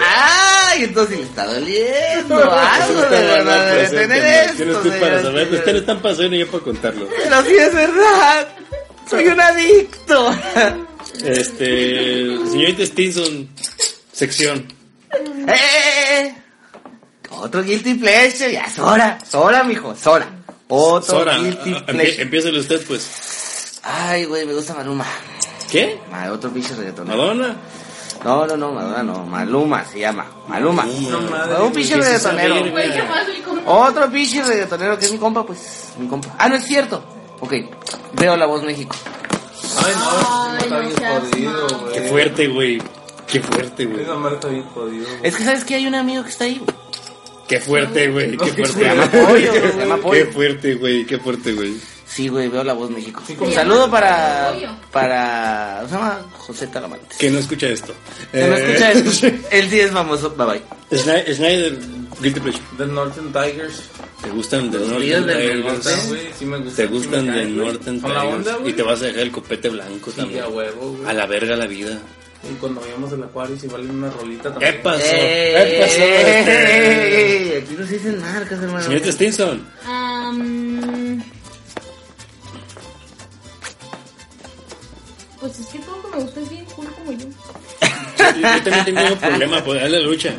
Speaker 5: ¡Ay! Entonces le está doliendo
Speaker 3: Eso no
Speaker 5: algo
Speaker 3: está
Speaker 5: de
Speaker 3: evaluado
Speaker 5: verdad
Speaker 3: para
Speaker 5: debe
Speaker 3: hacer un
Speaker 5: tener
Speaker 3: tema.
Speaker 5: esto.
Speaker 3: Yo no estoy para
Speaker 5: señoras y
Speaker 3: saber.
Speaker 5: señores.
Speaker 3: Ustedes están para saber y yo para contarlo.
Speaker 5: Pero sí es verdad. Soy un adicto.
Speaker 3: Este, señorita Stinson, sección.
Speaker 5: ¡Eh! Otro guilty pleasure. Ya, Sora. Sora, mijo. Sora. Otro
Speaker 3: Sora, ah,
Speaker 5: guilty
Speaker 3: a- a- empie-
Speaker 5: pleasure.
Speaker 3: empiézale usted, pues.
Speaker 5: Ay, güey, me gusta Maluma.
Speaker 3: ¿Qué?
Speaker 5: Ma- Otro pinche reggaetonero.
Speaker 3: ¿Madonna?
Speaker 5: No, no, no, Madonna no. Maluma se llama. Maluma.
Speaker 4: No madre.
Speaker 5: Un pinche
Speaker 3: ¿qué es esa
Speaker 5: reggaetonero.
Speaker 3: verga?
Speaker 2: Güey, qué más soy como-
Speaker 5: Otro pinche reggaetonero que es mi compa, pues. Mi compa. Ah, no es cierto. Ok. Veo la voz México.
Speaker 4: Ay, no,
Speaker 2: Ay,
Speaker 4: está
Speaker 2: no
Speaker 4: bien
Speaker 2: seas
Speaker 4: jodido,
Speaker 2: mal.
Speaker 4: güey.
Speaker 3: Qué fuerte, güey. Qué fuerte, güey.
Speaker 4: Ese hombre está bien jodido, güey.
Speaker 5: Es que sabes que hay un amigo que está ahí. güey.
Speaker 3: Qué fuerte, güey. Qué
Speaker 5: Se llama
Speaker 3: fuerte.
Speaker 5: Pollo. Se llama
Speaker 3: Qué
Speaker 5: Pollo.
Speaker 3: fuerte, güey. Qué fuerte, güey.
Speaker 5: Sí, güey, veo la voz México.
Speaker 4: Sí,
Speaker 5: Un
Speaker 4: como-
Speaker 5: saludo para.
Speaker 2: Pollo.
Speaker 5: Para. Se llama José Talamantes.
Speaker 3: Que no escucha esto.
Speaker 5: Se me
Speaker 3: Eh,
Speaker 5: escucha él. Él sí es famoso. Bye bye.
Speaker 3: Schne- Schneider, Guilty Pleasure.
Speaker 4: The Northern Tigers.
Speaker 3: ¿Te gustan de
Speaker 5: Los
Speaker 3: Northern
Speaker 5: Tigres del
Speaker 4: Gustan,
Speaker 3: Tigers?
Speaker 4: güey, sí me gustan,
Speaker 3: Te
Speaker 4: sí me
Speaker 3: gustan de
Speaker 4: caen, güey.
Speaker 3: Northern
Speaker 4: Son la onda,
Speaker 3: Tigers.
Speaker 4: güey.
Speaker 3: Y te vas a dejar el copete blanco
Speaker 4: Sí,
Speaker 3: también.
Speaker 4: a huevo, güey.
Speaker 3: A la verga la vida.
Speaker 4: Y cuando veíamos el acuario, si valen una rolita
Speaker 3: ¿Qué
Speaker 4: también.
Speaker 3: pasó? ¿Qué pasó? Este,
Speaker 5: ¡Ey! Aquí no se dicen marcas, hermano.
Speaker 3: Señorita Stinson,
Speaker 2: Am, Pues es que todo lo que me gusta es bien cool como yo.
Speaker 3: yo yo también tengo un problema, pues, haz la lucha.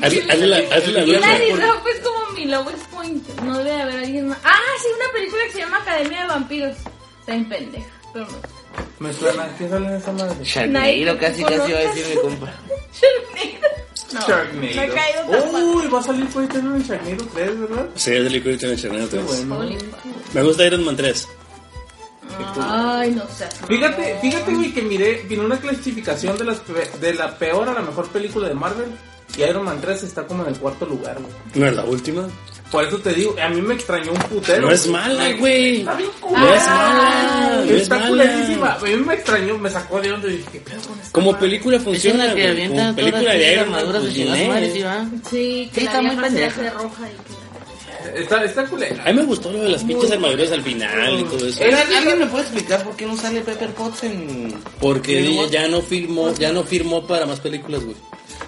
Speaker 3: Hazle- hazle la- hazle la
Speaker 2: Y
Speaker 3: lucha.
Speaker 2: Larry Robb es como mi lobo es point. No debe haber alguien más. Ah, sí, una película que se llama Academia de Vampiros. Está en pendeja, pero no.
Speaker 4: Me suena, ¿qué sale en esa madre?
Speaker 5: Sharknado casi, casi iba a decir mi compa.
Speaker 2: Sharknado. No,
Speaker 4: Sharknado.
Speaker 2: me ha caído tan mal.
Speaker 4: Uy, va a salir por ahí también en Sharknado 3, ¿verdad?
Speaker 3: Sí, es el en el Charnado
Speaker 4: Qué
Speaker 3: 3.
Speaker 4: bueno.
Speaker 2: Holy fuck.
Speaker 3: Me gusta Iron Man 3.
Speaker 2: Ay, no sé.
Speaker 4: Fíjate, fíjate, güey, que miré, vino una clasificación de, las pe- de la peor a la mejor película de Marvel. Y Iron Man 3 está como en el cuarto lugar, güey.
Speaker 3: ¿No es la última?
Speaker 4: Por eso te digo, a mí me extrañó un putero.
Speaker 3: No es mala, güey.
Speaker 4: Está bien
Speaker 3: No
Speaker 5: Ah,
Speaker 3: es
Speaker 4: culera.
Speaker 3: mala. No es
Speaker 4: Está culerísima.
Speaker 3: mala.
Speaker 4: A mí me extrañó, me sacó de onda y dije, ¿qué pedo con esto?
Speaker 3: Como película
Speaker 5: Es
Speaker 3: funciona,
Speaker 5: una que
Speaker 3: güey.
Speaker 5: avienta
Speaker 3: Como
Speaker 5: todas
Speaker 3: película
Speaker 5: las
Speaker 3: de Iron Man,
Speaker 5: armaduras de
Speaker 3: pues,
Speaker 5: chingadas
Speaker 3: eh.
Speaker 5: madres, ¿sí, va?
Speaker 2: Sí, que
Speaker 5: Sí,
Speaker 2: la
Speaker 5: está muy
Speaker 2: vieja se
Speaker 5: pendeja.
Speaker 2: hace roja y que la-
Speaker 4: Está, está culera.
Speaker 3: A mí me gustó lo de las pinches armaduras al final y todo eso.
Speaker 5: Oigan, ¿Alguien me puede explicar por qué no sale Pepper Potts en...
Speaker 3: Porque ella ya no firmó, ya no firmó para más películas, güey.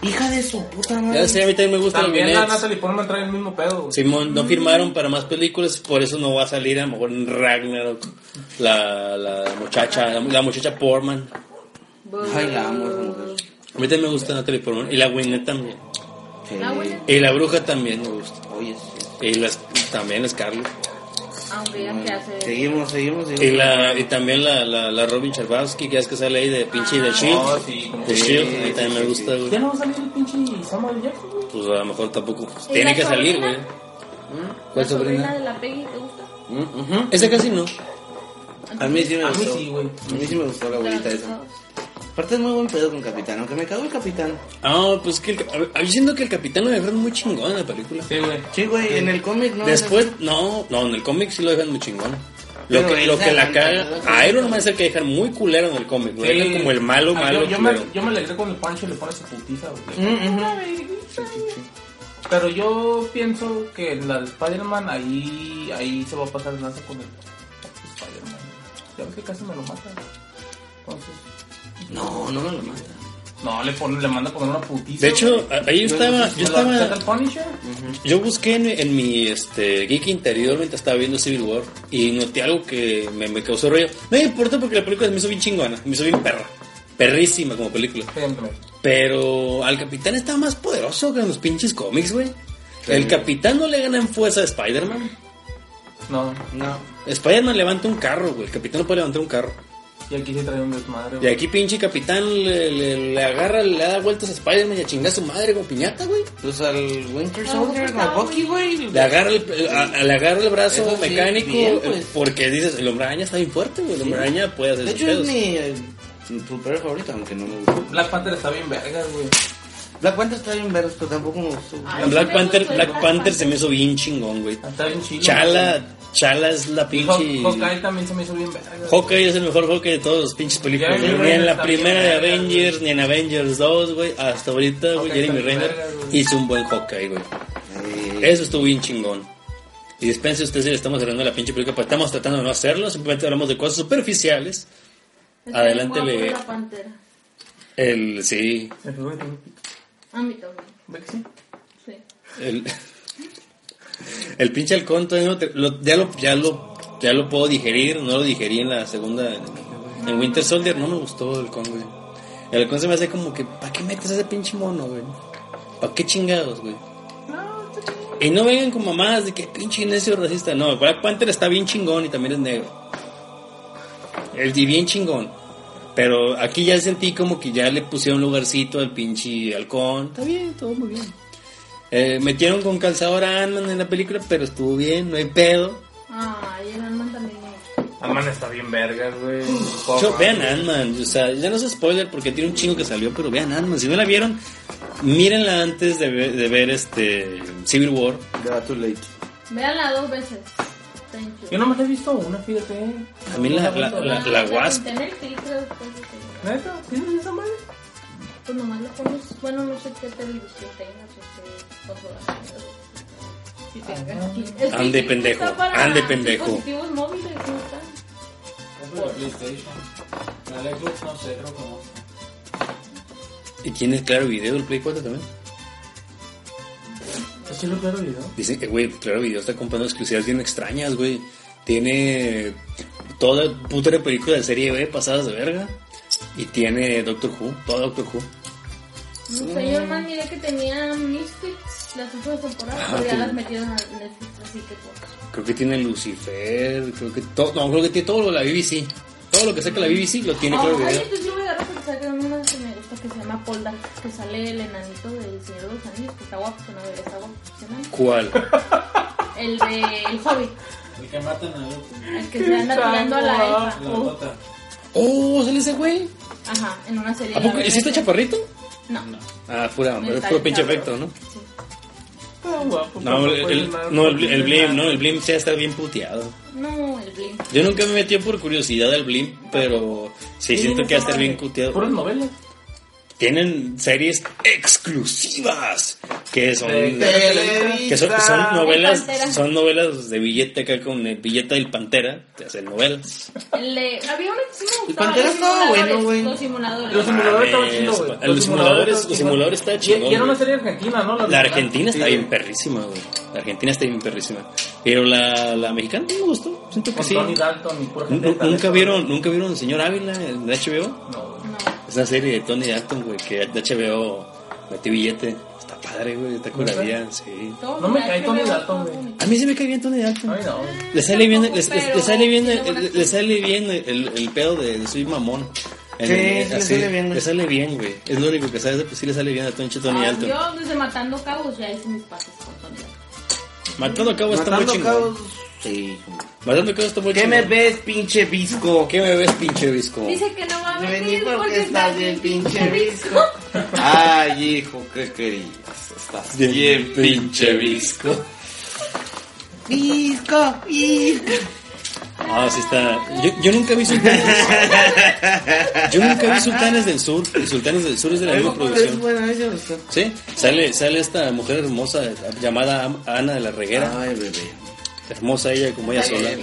Speaker 5: Hija de su puta madre.
Speaker 3: Ya sé, a mí también me gusta
Speaker 4: También
Speaker 3: el
Speaker 4: la
Speaker 3: Nets.
Speaker 4: Natalie Portman trae el mismo pedo. güey.
Speaker 3: Simón, no firmaron para más películas, por eso no va a salir a lo mejor en Ragnarok la, la muchacha, la, la muchacha Portman.
Speaker 5: Ay, la amo esa mujer.
Speaker 3: A mí también me gusta Natalie Portman y la Winnet también.
Speaker 5: Sí.
Speaker 2: La abuela.
Speaker 3: Y la bruja también me gusta.
Speaker 5: Oye, sí.
Speaker 3: Y las, también Scarlett.
Speaker 2: Aunque ya que hace.
Speaker 5: Seguimos, seguimos,
Speaker 3: Y,
Speaker 5: seguimos.
Speaker 3: la, y también la, la, la Robin Cherbatsky, que es que sale ahí de pinche de Shield.
Speaker 4: Ah, No, Oh, sí, como
Speaker 3: De
Speaker 4: que-
Speaker 3: Shield, a mí también me gusta,
Speaker 4: Ya
Speaker 3: güey.
Speaker 4: no va a salir el pinche Samuel Jackson, güey.
Speaker 3: Pues a lo mejor tampoco. pues,
Speaker 2: ¿Y
Speaker 3: tiene
Speaker 2: la
Speaker 3: que salir, güey.
Speaker 2: sobrina?
Speaker 3: ¿Cuál
Speaker 2: la sobrina
Speaker 3: sobrina?
Speaker 2: de la Peggy, ¿te gusta?
Speaker 5: Mm, ujú.
Speaker 3: Ese casi no.
Speaker 5: A mí sí me
Speaker 4: A mí
Speaker 5: gustó.
Speaker 4: sí, güey.
Speaker 5: A mí sí me gustó la abuelita esa. Aparte es muy buen pedo con Capitán, aunque me cago el Capitán.
Speaker 3: Ah, pues que el, ca- a- a- yo siento que el capitán lo dejaron muy chingón en la película.
Speaker 4: Sí, güey.
Speaker 5: Sí, güey, en el cómic no.
Speaker 3: Después, no, no, en el cómic sí lo dejan muy chingón. Lo
Speaker 5: Pero
Speaker 3: que,
Speaker 5: él
Speaker 3: lo
Speaker 5: se
Speaker 3: que la
Speaker 5: aguanta,
Speaker 3: caga.
Speaker 5: ¿verdad?
Speaker 3: A Iron Man es el que dejan muy culero en el cómic, güey. Dejan
Speaker 4: Sí.
Speaker 3: como el malo,
Speaker 4: Ah, yo-
Speaker 3: malo,
Speaker 4: Yo, me,
Speaker 3: culero.
Speaker 4: yo me alegré con el Pancho y le pone su putiza, güey.
Speaker 5: Mm, ujú.
Speaker 4: Pero yo pienso que en la de Spider-Man ahí, ahí se va a pasar el lanza con el Spider-Man. Ya ves que casi me lo mata. Entonces,
Speaker 5: No, no me lo mata.
Speaker 4: no, le, pone, le manda a poner una putiza.
Speaker 3: De hecho,
Speaker 4: güey.
Speaker 3: a- ahí yo estaba, yo
Speaker 4: ¿La-
Speaker 3: estaba,
Speaker 4: saca el Punisher?
Speaker 3: yo busqué en, en mi este, geek interior mientras estaba viendo Civil War y noté algo que me, me causó rollo. No me importa porque la película se me hizo bien chingona, me hizo bien perra, perrísima como película.
Speaker 4: Espérame.
Speaker 3: Pero al capitán estaba más poderoso que en los pinches cómics, güey. El capitán no le gana en fuerza a Spider-Man.
Speaker 4: No,
Speaker 5: No.
Speaker 3: Spider-Man levanta un carro, güey. El capitán no puede levantar un carro.
Speaker 4: y aquí se trae un desmadre.
Speaker 3: Y
Speaker 4: güey.
Speaker 3: aquí pinche capitán le, le- le agarra, le da vueltas a Spider-Man y a chingar a su madre con piñata, güey.
Speaker 5: Pues al Winter Soldier,
Speaker 2: pues
Speaker 5: a Bucky, güey.
Speaker 3: Le agarra el, a- a- le agarra el brazo
Speaker 5: Eso sí,
Speaker 3: mecánico
Speaker 5: bien,
Speaker 3: eh,
Speaker 5: pues.
Speaker 3: porque dices, el hombre araña está bien fuerte, güey. El hombre araña puede hacer
Speaker 5: De
Speaker 3: sus
Speaker 5: hecho es
Speaker 3: pedos.
Speaker 5: mi eh, superhéroe favorito, aunque no me gusta.
Speaker 4: Black Panther está bien verga, güey.
Speaker 5: Black Panther está bien vergas, pero tampoco me gustó.
Speaker 2: Ay, sí
Speaker 3: Black,
Speaker 2: me
Speaker 3: Panther,
Speaker 2: gustó el
Speaker 3: Black
Speaker 2: Black
Speaker 3: Panther
Speaker 2: Panther.
Speaker 3: se me hizo bien chingón, güey.
Speaker 4: Está bien chido.
Speaker 3: Chala, Chala es
Speaker 5: Pues
Speaker 3: la
Speaker 4: Y
Speaker 3: pinche...
Speaker 4: Hawk- Hawkeye también se me hizo bien verga.
Speaker 3: Hawkeye es el mejor Hawkeye de todos los pinches películas.
Speaker 4: Jeremy
Speaker 3: ni en
Speaker 4: Renner
Speaker 3: la
Speaker 4: también,
Speaker 3: primera de
Speaker 4: verga,
Speaker 3: Avengers, ni en Avengers 2, güey. Hasta ahorita, güey,
Speaker 4: Hawkeye
Speaker 3: Jeremy
Speaker 4: también,
Speaker 3: Renner
Speaker 4: verga, güey.
Speaker 3: hizo un buen Hawkeye, güey.
Speaker 5: Eh,
Speaker 3: Eso estuvo bien chingón. Y dispense usted si le estamos hablando de la pinche película, pues estamos tratando de no hacerlo. Simplemente hablamos de cosas superficiales.
Speaker 2: Está bien
Speaker 3: Adelante,
Speaker 2: guapo
Speaker 3: le-
Speaker 2: la pantera.
Speaker 3: El, sí,
Speaker 2: A mí también.
Speaker 4: ¿Ve que sí?
Speaker 2: Sí.
Speaker 3: el, el pinche halcón todavía no te- lo- ya, lo, ya, lo, ya lo puedo digerir. No lo digerí en la segunda. En, en Winter Soldier no me gustó el halcón, güey. El halcón se me hace como que, ¿para qué metes a ese pinche mono, güey? ¿Para qué chingados, güey? Y no vengan con mamadas de que pinche necio racista. No, Black Panther está bien chingón y también es negro. El di bien chingón. Pero aquí ya sentí como que ya le pusieron lugarcito al pinche halcón. Está bien, todo muy bien. Eh, metieron con calzadora a Ant-Man en la película, pero estuvo bien, no hay pedo.
Speaker 2: Ay, el Alman también.
Speaker 4: Ant-Man está bien verga, güey.
Speaker 3: Yo, vean Ant-Man, o sea, ya no es spoiler porque tiene un chingo que salió, pero vean Ant-Man. Si no la vieron, mírenla antes de ver, de ver este Civil War.
Speaker 5: ya, too late.
Speaker 2: Véanla dos veces. Thank you.
Speaker 4: Yo nomás he visto una, fíjate.
Speaker 3: También la- la- la-
Speaker 2: Ah,
Speaker 3: Wasp.
Speaker 2: En Netflix, creo, después de que-
Speaker 4: ¿Neta? ¿Tienes esa madre?
Speaker 2: Pues nomás le pones, bueno, no sé qué televisión tengas, este, dos horas. Si tengas aquí. Es que
Speaker 3: Ah. Ande,
Speaker 2: sí,
Speaker 3: pendejo,
Speaker 2: está para
Speaker 3: ande, pendejo.
Speaker 2: Dispositivos móviles, ¿no está?
Speaker 4: Es de la PlayStation. La de Xbox no sé, creo que no.
Speaker 3: Y tiene claro video el Play 4 también.
Speaker 4: ¿Es que lo claro olvidó?
Speaker 3: Dicen que, güey, claro, Video está comprando exclusivas bien extrañas, güey. Tiene toda puta de película de serie B pasadas de verga. Y tiene Doctor Who, todo Doctor Who.
Speaker 2: No sé, yo nomás miré que tenía Mystics las últimas temporadas,
Speaker 3: Ah,
Speaker 2: pero ya
Speaker 3: tú.
Speaker 2: las metieron a Netflix, así que pues.
Speaker 3: Creo que tiene Lucifer, creo que todo, no, creo que tiene todo lo de la BBC. Todo lo que saca la BBC lo tiene claro
Speaker 2: Ah, ay,
Speaker 3: Video.
Speaker 2: entonces yo voy a agarrar porque sacaron una que me gusta que se llama Polda, que sale el enanito del Señor de los Anillos, que está guapo, que no está guapo, ¿se llama?
Speaker 3: ¿Cuál?
Speaker 2: El de El Hobbit,
Speaker 4: El que matan a Naruto.
Speaker 2: el que se anda tirando a la elfa. Oh.
Speaker 4: otra.
Speaker 3: Oh, sale ese güey.
Speaker 2: Ajá, en una serie.
Speaker 3: ¿A poco?
Speaker 2: de
Speaker 3: ¿Y si está chaparrito?
Speaker 2: No.
Speaker 3: Ah, pura, es
Speaker 2: Está
Speaker 3: puro pinche
Speaker 2: chaparro.
Speaker 3: efecto, ¿no?
Speaker 2: Sí.
Speaker 3: No, el,
Speaker 4: pues,
Speaker 3: el- no, el, el Blim, no, el Blim ya está bien puteado.
Speaker 2: No, el Blink.
Speaker 3: Yo nunca me metí por curiosidad al Blim, pero sí siento que va a estar bien cuteado.
Speaker 4: Puras novelas.
Speaker 3: tienen series exclusivas que son
Speaker 5: Televisa.
Speaker 3: que son, son novelas
Speaker 2: Pantera.
Speaker 3: son novelas de billete acá con el billete del Pantera te hacen novelas
Speaker 2: Le- había una que sí me
Speaker 5: El
Speaker 2: gustaba,
Speaker 5: Pantera
Speaker 2: los
Speaker 5: estaba
Speaker 2: simuladores,
Speaker 5: bueno, güey.
Speaker 2: Los simuladores.
Speaker 4: Los simuladores estaban
Speaker 3: Mames,
Speaker 4: chidos, güey.
Speaker 3: pa- Ah, los simuladores- los simuladores estaban
Speaker 4: estaban chidos. Y- Y era
Speaker 3: chingón,
Speaker 4: una
Speaker 3: güey.
Speaker 4: serie argentina, ¿no?
Speaker 3: la Argentina está
Speaker 4: Pues, Sí.
Speaker 3: bien perrísima güey la Argentina está bien perrísima pero la, la mexicana no me gustó siento que
Speaker 4: Con
Speaker 3: sí
Speaker 4: Tony Dalton y pura
Speaker 3: Nu-
Speaker 4: gente de
Speaker 3: nunca
Speaker 4: talento.
Speaker 3: vieron nunca vieron el señor Ávila en HBO
Speaker 4: No, güey.
Speaker 2: No.
Speaker 3: es una serie de Tony Dalton güey que de HBO metí billete está padre güey está curadía sí
Speaker 2: Todo
Speaker 4: No me
Speaker 2: la
Speaker 4: cae Tony
Speaker 2: HBO,
Speaker 4: Dalton,
Speaker 2: todo.
Speaker 3: a mí sí me cae bien Tony Dalton
Speaker 4: Ay, no, güey.
Speaker 3: Le sale bien, le, le-
Speaker 2: Pero
Speaker 3: le sale bien,
Speaker 2: tiene
Speaker 3: el,
Speaker 2: buenas
Speaker 3: le sale bien el, el- el pedo de, de soy mamón. El-
Speaker 5: Sí,
Speaker 3: el-
Speaker 5: sí le sale bien, güey.
Speaker 3: Le sale bien, güey. Es lo único que sabes, pues sí le sale bien a Tonche Tony
Speaker 2: Ay,
Speaker 3: Alto.
Speaker 2: Yo desde Matando Cabos ya hice mis pasos con Tony Dalton.
Speaker 3: Matando a cabo está muy
Speaker 5: Matando
Speaker 3: chingón.
Speaker 5: cabos. Sí.
Speaker 3: Matando a cabo está muy
Speaker 5: ¿Qué
Speaker 3: chingón.
Speaker 5: me ves, pinche visco?
Speaker 3: ¿Qué me ves, pinche visco?
Speaker 2: Dice que no va a
Speaker 5: Vení
Speaker 2: venir
Speaker 5: porque estás bien pinche visco. Ay, hijo, qué querías. Estás
Speaker 3: Bien
Speaker 5: bien,
Speaker 3: pinche
Speaker 5: pinche visco. Visco, visco.
Speaker 3: Ah, sí está. Yo, yo nunca vi Sultanes. yo nunca vi Sultanes del Sur. Y Sultanes del Sur es de la misma
Speaker 5: Es
Speaker 3: producción.
Speaker 5: buena, ese me gustó.
Speaker 3: Sí, sale, sale esta mujer hermosa llamada Am- Ana de la Reguera.
Speaker 5: Ay, bebé.
Speaker 2: Ah.
Speaker 3: Hermosa ella como ella sola.
Speaker 5: Bebé.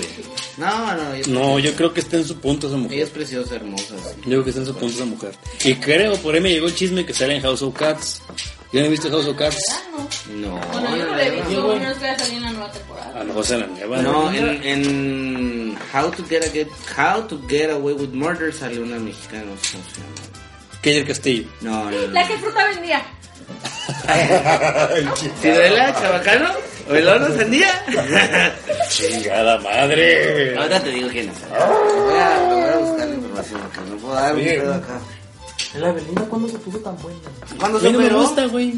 Speaker 5: No, no, ella es,
Speaker 3: No, yo creo que está en su punto esa mujer.
Speaker 5: ella es preciosa, hermosa. sí.
Speaker 3: Yo creo que está en su punto esa mujer. Y creo, por ahí me llegó el chisme que sale en House of Cards. Yo no he visto House of Cards.
Speaker 2: No.
Speaker 5: No,
Speaker 2: Bueno, yo no la he visto,
Speaker 5: no,
Speaker 2: no es que va a salir en la nueva temporada.
Speaker 3: A lo mejor se la nueva.
Speaker 5: No, en, en How to Get, a Get- How to Get Away with Murder sale una mexicana, no sé cómo se llama.
Speaker 3: Que del Castillo.
Speaker 5: No, no, no.
Speaker 2: La que fruta vendía.
Speaker 5: ¿Ciruela, chabacano? ¿Melón, sandía?
Speaker 3: Chingada madre.
Speaker 2: Ah,
Speaker 5: Ahora te digo quién es. Voy a, voy a buscar la información porque no puedo dar un
Speaker 3: Bien.
Speaker 5: pedo acá.
Speaker 4: La Belinda, ¿cuándo se puso tan buena?
Speaker 5: ¿Cuándo
Speaker 3: A
Speaker 2: pues
Speaker 5: se
Speaker 3: mí no me
Speaker 5: operó?
Speaker 3: gusta, güey.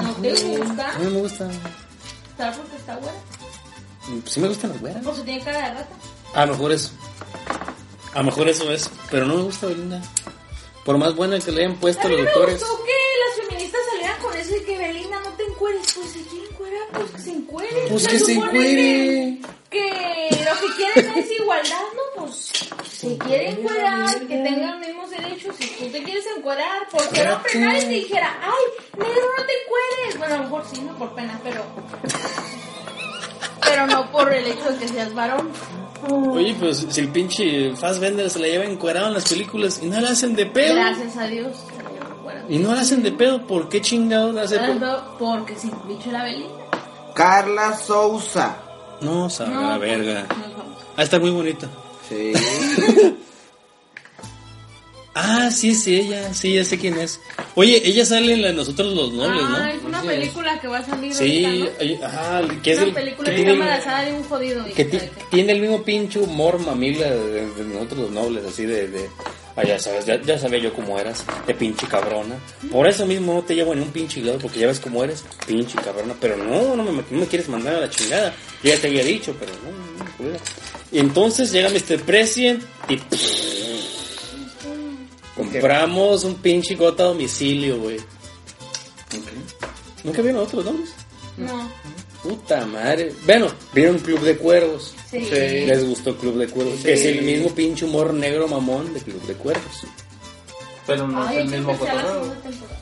Speaker 2: No te gusta.
Speaker 3: A mí no me gusta. Pues
Speaker 2: ¿Está porque está buena?
Speaker 3: Sí me gustan las güeras.
Speaker 2: Porque tiene cara de rata.
Speaker 3: A lo mejor eso. A lo mejor eso es. Pero no me gusta Belinda. Por más buena que le hayan
Speaker 2: A
Speaker 3: puesto
Speaker 2: mí
Speaker 3: los
Speaker 2: no me
Speaker 3: doctores.
Speaker 2: gustó que las feministas salieran con eso y que Belinda no te encueres. Pues si quieren cuerar, pues que se encueren.
Speaker 3: Pues que se
Speaker 2: supone
Speaker 3: encuere.
Speaker 2: Que que lo que quieren es igualdad, ¿no? Pues si quieren cuerar, que tengan los mismos derechos. Si tú te quieres encuerar, ¿por qué no frenar y te dijera, ay, negro, no te encueres? Bueno, a lo mejor sí, no por pena, pero. Pero no por el hecho de que seas varón.
Speaker 3: Oye, pues si el pinche Fassbender se la lleva encuadrado en las películas y no la hacen de pedo.
Speaker 2: Gracias a Dios. que yo no fuera.
Speaker 3: Y no la hacen de pedo. ¿Por qué chingados la hacen? por-
Speaker 2: Tanto Porque si bicho la Belinda.
Speaker 5: Carla Sousa.
Speaker 3: No, sabe
Speaker 2: No,
Speaker 3: la verga.
Speaker 2: pues, nos vamos.
Speaker 3: Ah, está muy bonita.
Speaker 5: Sí.
Speaker 3: Ah, sí, sí, ella, sí, ya sé quién es. Oye, ella sale en la de Nosotros los Nobles, ¿no?
Speaker 2: Ah, es una película que va a salir
Speaker 3: Sí,
Speaker 2: ahorita, ¿no?
Speaker 3: ay- ah, que es
Speaker 2: una
Speaker 3: el
Speaker 2: película
Speaker 3: que
Speaker 2: que se
Speaker 3: tiene el-
Speaker 2: llama La saga de un jodido. y
Speaker 3: que ti-
Speaker 2: sabe qué.
Speaker 3: tiene el mismo pinche humor mamila de, de Nosotros los Nobles, así de, de ah, ya sabes, ya, ya sabía yo cómo eras, de pinche cabrona. Por eso mismo no te llevo en un pinche lado porque ya ves cómo eres, pinche cabrona. Pero no, no me, no me quieres mandar a la chingada. Yo ya te había dicho, pero no, no, no, culera. Y entonces llega Mr. President y Compramos un pinche gota a domicilio, güey. ¿Nunca vieron otros nombres?
Speaker 2: No,
Speaker 3: Puta madre. Bueno, vieron Club de Cuervos.
Speaker 2: sí.
Speaker 3: Les gustó Club de Cuervos. Que es el mismo pinche humor negro mamón de Club de Cuervos.
Speaker 4: Pero no
Speaker 2: Ay,
Speaker 4: es el
Speaker 2: hay que
Speaker 4: mismo
Speaker 2: empezar la
Speaker 4: cotorreo.
Speaker 2: segunda temporada.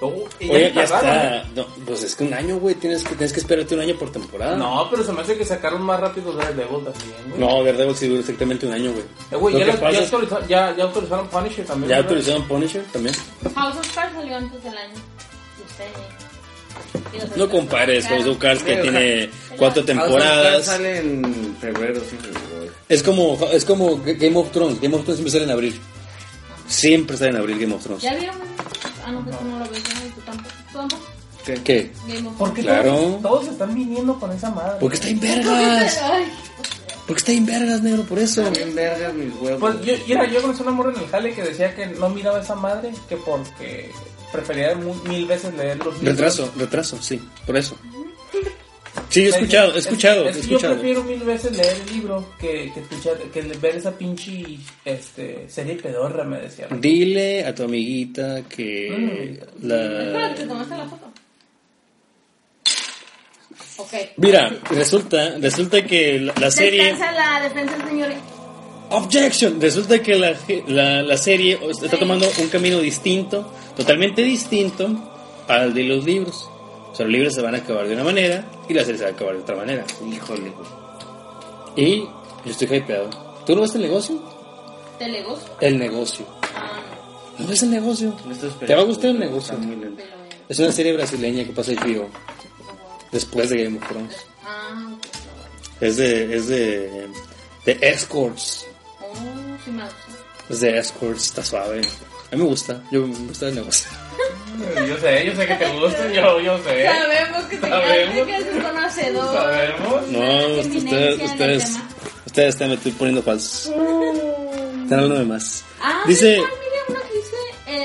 Speaker 4: Oh, y
Speaker 3: Oye,
Speaker 4: se
Speaker 3: ya
Speaker 4: tardaron, ¿eh?
Speaker 3: está. No, pues es que un año, güey. Tienes que, tienes que esperarte un año por temporada.
Speaker 4: No, pero se me hace que sacaron más rápido Daredevil también, güey.
Speaker 3: No, Daredevil sí duró exactamente un año, güey.
Speaker 4: Eh, güey,
Speaker 3: Lo
Speaker 4: ya,
Speaker 3: que
Speaker 4: la-
Speaker 3: pasa
Speaker 4: ya
Speaker 3: es-
Speaker 4: autorizaron, ya, ya autorizaron Punisher también.
Speaker 3: ya
Speaker 4: ¿verdad?
Speaker 3: autorizaron Punisher también.
Speaker 2: House of Cards salió antes del año. Y usted, ¿eh? y nosotros
Speaker 3: No compares
Speaker 2: claro.
Speaker 3: House of Cards que
Speaker 5: Pero-
Speaker 3: tiene cuatro
Speaker 5: Ahora
Speaker 3: temporadas.
Speaker 5: sale en febrero, sí, febrero.
Speaker 3: Es como, es como Game of Thrones. Game of Thrones siempre sale en abril. Siempre sale en abril Game of Thrones.
Speaker 2: ¿Ya vieron? Ah, no, que tú no lo ves, ¿no? Y tú tampoco. ¿Tú tampoco?
Speaker 3: ¿Qué?
Speaker 2: Game of
Speaker 4: ¿Por qué
Speaker 3: Claro.
Speaker 4: todos, todos están viniendo con esa madre?
Speaker 3: Porque está en vergas.
Speaker 2: Ay,
Speaker 3: Porque está en vergas, negro, por eso.
Speaker 5: También vergas mis huevos.
Speaker 4: Pues yo, mira, yo conocí una morra en el jale que decía que no miraba esa madre que porque prefería mu- mil veces leer los libros.
Speaker 3: Retraso, retraso, sí, por eso. Sí, he
Speaker 4: Me
Speaker 3: escuchado, he
Speaker 4: decía,
Speaker 3: escuchado, he
Speaker 4: es- es que Yo
Speaker 3: escuchado.
Speaker 4: prefiero mil veces leer el libro que, que, escuchar, que ver esa pinche este, serie pedorra, me decía.
Speaker 3: Mm. Dile a tu amiguita que
Speaker 2: espérate, ¿te
Speaker 3: la...
Speaker 2: tomaste la foto? Ok.
Speaker 3: Mira, resulta, resulta que la, la serie...
Speaker 2: Descansa la defensa, señores.
Speaker 3: Objection. Resulta que la, la, la serie está tomando un camino distinto, totalmente distinto al de los libros. O sea, los libros se van a acabar de una manera y la serie se va a acabar de otra manera.
Speaker 5: Híjole.
Speaker 3: Y yo estoy hypeado. ¿Tú no ves el negocio?
Speaker 2: Telegos.
Speaker 3: El negocio.
Speaker 2: Ah,
Speaker 3: ¿No ves el negocio?
Speaker 5: Me estoy esperando.
Speaker 3: ¿Te va a gustar el negocio?
Speaker 5: Está muy lento.
Speaker 2: pero.
Speaker 3: Es una serie brasileña que pasa HBO después de Game of Thrones.
Speaker 2: Ah, ok,
Speaker 3: Es de, es de, de escorts.
Speaker 2: no, bueno. Oh, sí me gusta.
Speaker 3: Es de escorts, está suave. A mí me gusta, yo me gusta el negocio.
Speaker 4: Yo sé, yo sé que te gusta, yo, yo sé.
Speaker 2: Sabemos que te
Speaker 4: ¿Eh? Sabemos.
Speaker 2: que es un conocedor.
Speaker 4: Sabemos.
Speaker 3: No,
Speaker 2: eminencia
Speaker 3: ustedes,
Speaker 2: en el
Speaker 3: ustedes,
Speaker 2: tema.
Speaker 3: ustedes te me estoy poniendo falsos. Están hablando de más.
Speaker 2: Ah,
Speaker 3: Dice,
Speaker 2: mira, mira, uno que dice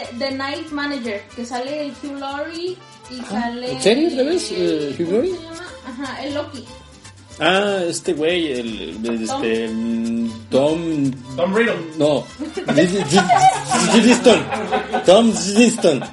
Speaker 2: eh, The Night Manager, que sale el Hugh Laurie y sale...
Speaker 3: Ah, ¿en serio? ¿Otra vez?
Speaker 2: el-
Speaker 3: Eh, Hugh Laurie?
Speaker 2: ¿Cómo se llama? Ajá, el Loki.
Speaker 3: ah, este güey, el, el- este, mm, Tom,
Speaker 4: Tom Riddle.
Speaker 3: no, Diston, Tom Diston,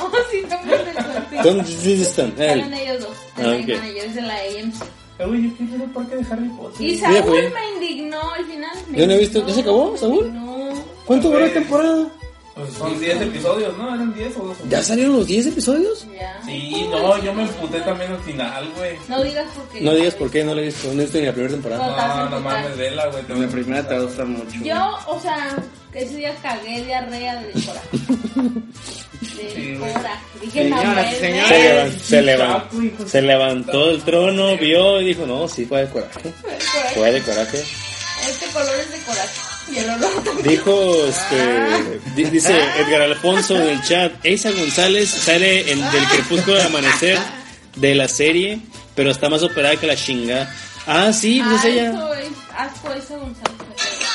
Speaker 2: Oh, sí, no me acuerdo.
Speaker 3: Tom Diston,
Speaker 2: Salen
Speaker 3: él.
Speaker 2: ellos dos. El
Speaker 3: Ah,
Speaker 2: Night
Speaker 3: ok.
Speaker 2: Manager es de la AMC.
Speaker 4: Eh, Oye, yo quiero ir al parque de Harry Potter.
Speaker 2: Y
Speaker 3: Mira,
Speaker 2: Saúl
Speaker 3: güey.
Speaker 2: me indignó al final. me
Speaker 3: Yo no he
Speaker 2: indignó,
Speaker 3: visto- ¿ya se acabó, Saúl?
Speaker 2: No.
Speaker 3: ¿Cuánto duró la temporada?
Speaker 4: Pues son 10 episodios, ¿no? ¿Eran 10 o 12?
Speaker 3: ¿Ya salieron los 10 episodios?
Speaker 2: Ya.
Speaker 4: Sí, no, yo me emputé también al final, güey.
Speaker 2: No digas por qué.
Speaker 3: No digas por qué no lo he visto, no he visto ni la primera temporada.
Speaker 4: No, no mames, vela, güey. te voy
Speaker 5: La
Speaker 4: a
Speaker 5: primera te gusta mucho.
Speaker 2: Yo, o sea, ese día cagué diarrea de coraje. De coraje. Dije, no,
Speaker 5: Señoras y
Speaker 2: güey,
Speaker 5: señores.
Speaker 3: Se, levan- se, levan- se levantó el trono, vio y dijo, no, sí, fue de coraje.
Speaker 2: coraje.
Speaker 3: Fue de coraje.
Speaker 2: Este color es de coraje. Y el olor también.
Speaker 3: Dijo, este, di- dice Edgar Alfonso en el chat, Eiza González sale en, del crepúsculo del amanecer de la serie, pero está más operada que la chinga. Ah, sí, pues
Speaker 2: Ay,
Speaker 3: ella.
Speaker 2: eso es asco ese González.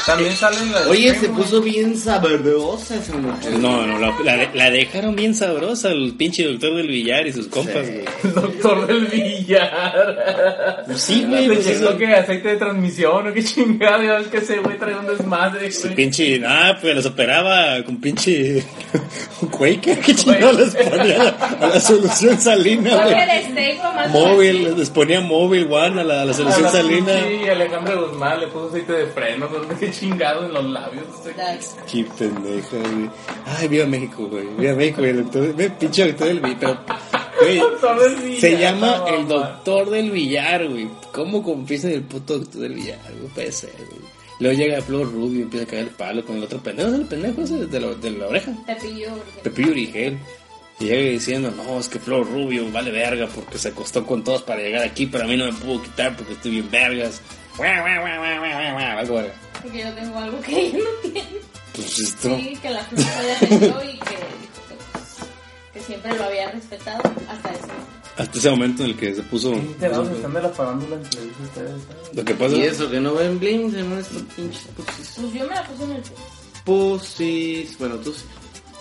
Speaker 4: También salen las.
Speaker 5: Oye, se puso bien sabrosa esa mujer.
Speaker 3: No, no, la, la de- la dejaron bien sabrosa el pinche doctor del billar y sus compas, güey.
Speaker 4: El doctor del billar.
Speaker 3: Sí, güey,
Speaker 4: Le
Speaker 3: pues
Speaker 4: llegó
Speaker 3: eso-
Speaker 4: que aceite de transmisión o qué chingada. Ya ves que ese güey trae un desmadre,
Speaker 3: Su
Speaker 4: güey.
Speaker 3: pinche, ah, pues los operaba con pinche un Quaker, que chingado les ponía a la, a la solución salina,
Speaker 2: Jorge
Speaker 3: güey.
Speaker 2: el Esteco, más
Speaker 3: Móvil, les ponía móvil, one a la, a la
Speaker 4: A
Speaker 3: solución
Speaker 4: la
Speaker 3: salina.
Speaker 4: pinche Alejandra Guzmán le puso aceite de freno, no sé qué chingado en los labios. no sé qué.
Speaker 3: Qué pendeja, güey. Ay, viva México, güey. Viva México, güey. El doctor, ve, pinche doctor del billar. Pero,
Speaker 4: Doctor del
Speaker 3: güey, se
Speaker 4: billar,
Speaker 3: llama
Speaker 4: no,
Speaker 3: el
Speaker 4: mamá.
Speaker 3: doctor del billar, güey. ¿Cómo confías en el puto doctor del billar, güey? Puede ser, güey. Luego llega Flor Rubio y empieza a caer el palo con el otro pendejo. ¿Es el pendejo ese de la, de la oreja?
Speaker 2: Te pilló, Jorge.
Speaker 3: Pepillo Origel. Y llega diciendo, no, es que Flor Rubio vale verga porque se acostó con todos para llegar aquí, pero a mí no me pudo quitar porque estoy bien vergas. Guau, guau, guau, guau, guau, guau, algo verga.
Speaker 2: Porque yo tengo algo que ella no tiene.
Speaker 3: Pues esto...
Speaker 2: Sí, que la flor ya tengo y que dijo que, pues, que siempre lo había respetado hasta ese momento.
Speaker 3: Hasta ese momento en el que se puso... pues,
Speaker 4: Enterados están de la farándula en televisión ustedes. ¿eh?
Speaker 3: Lo que pasa
Speaker 5: Y
Speaker 3: es...
Speaker 5: eso, que no ven bling, se ven estos pinches pusis.
Speaker 2: Pues yo me la puse en el pie.
Speaker 5: Pusis. Bueno, tú sí.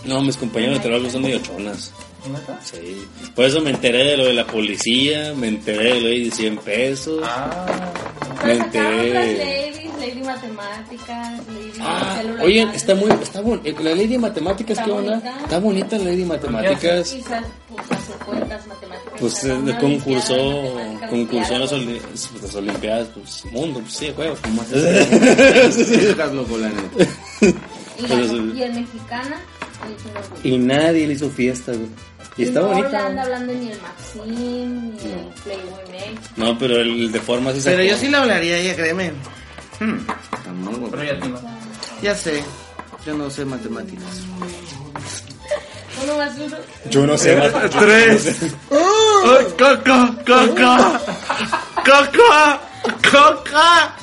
Speaker 3: No, mis compañeros de trabajo son medio chonas.
Speaker 4: ¿eh? ¿Neta?
Speaker 3: Sí. Por eso me enteré de lo de la policía, me enteré de lo de 100 pesos.
Speaker 4: Ah.
Speaker 2: Pero sacaron
Speaker 3: Mente.
Speaker 2: otras ladies, lady matemáticas, lady
Speaker 3: Ah,
Speaker 2: células.
Speaker 3: oye, está muy... Está bon- La ley de matemáticas,
Speaker 2: Está
Speaker 3: ¿qué onda?
Speaker 2: bonita.
Speaker 3: Está bonita la ley de matemáticas.
Speaker 2: Quizás pues hace cuentas matemáticas.
Speaker 3: Pues
Speaker 2: Haga
Speaker 3: eh,
Speaker 2: una
Speaker 3: concursó,
Speaker 2: olimpiada de matemáticas,
Speaker 3: concursó en las,
Speaker 2: olimpiadas.
Speaker 3: oli- pues, las Olimpiadas, pues mundo, pues sí, juego.
Speaker 5: Estás loco, la neta.
Speaker 2: Y,
Speaker 3: Pero
Speaker 2: ganó-
Speaker 3: sí.
Speaker 2: y el mexicana, le hizo una-
Speaker 3: Y nadie le hizo fiesta, güey. Y está
Speaker 2: no
Speaker 3: bonita. Mm.
Speaker 2: anda
Speaker 3: güey.
Speaker 2: hablando ni el Maxim, ni el Playboy Mex.
Speaker 3: No, pero el de forma sí se
Speaker 5: Pero yo sí
Speaker 3: acabó.
Speaker 5: le hablaría a ella, créeme. Hmm, está muy guapa.
Speaker 4: Pero ya tú no.
Speaker 5: Ya sé, yo no sé matemáticas.
Speaker 2: Uno más uno.
Speaker 3: Yo no sé más.
Speaker 5: Tres. Ay, ¡Caca! ¡Caca! ¡Caca! ¡Caca!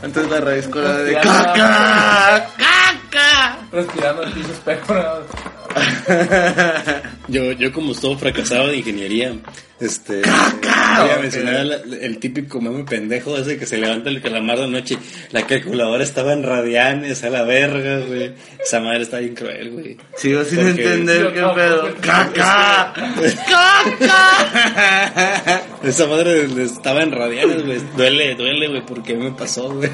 Speaker 5: Antes la raíz con la de ¡Caca! ¡Caca!
Speaker 4: Respirando el pinche espejo. nada más.
Speaker 3: Yo, yo como todo fracasado de ingeniería, este... Voy a mencionar la- el típico meme pendejo ese que se levanta el calamar de noche. La calculadora estaba en radianes, a la verga, güey. Esa madre está bien cruel, güey.
Speaker 5: Sigo sin
Speaker 3: Porque-
Speaker 5: entender qué
Speaker 4: Yo
Speaker 5: pedo.
Speaker 4: tampoco.
Speaker 5: ¡Caca! ¡Caca!
Speaker 3: Esa madre de- de- estaba en radiales, güey. Duele, duele, güey, porque me pasó, güey.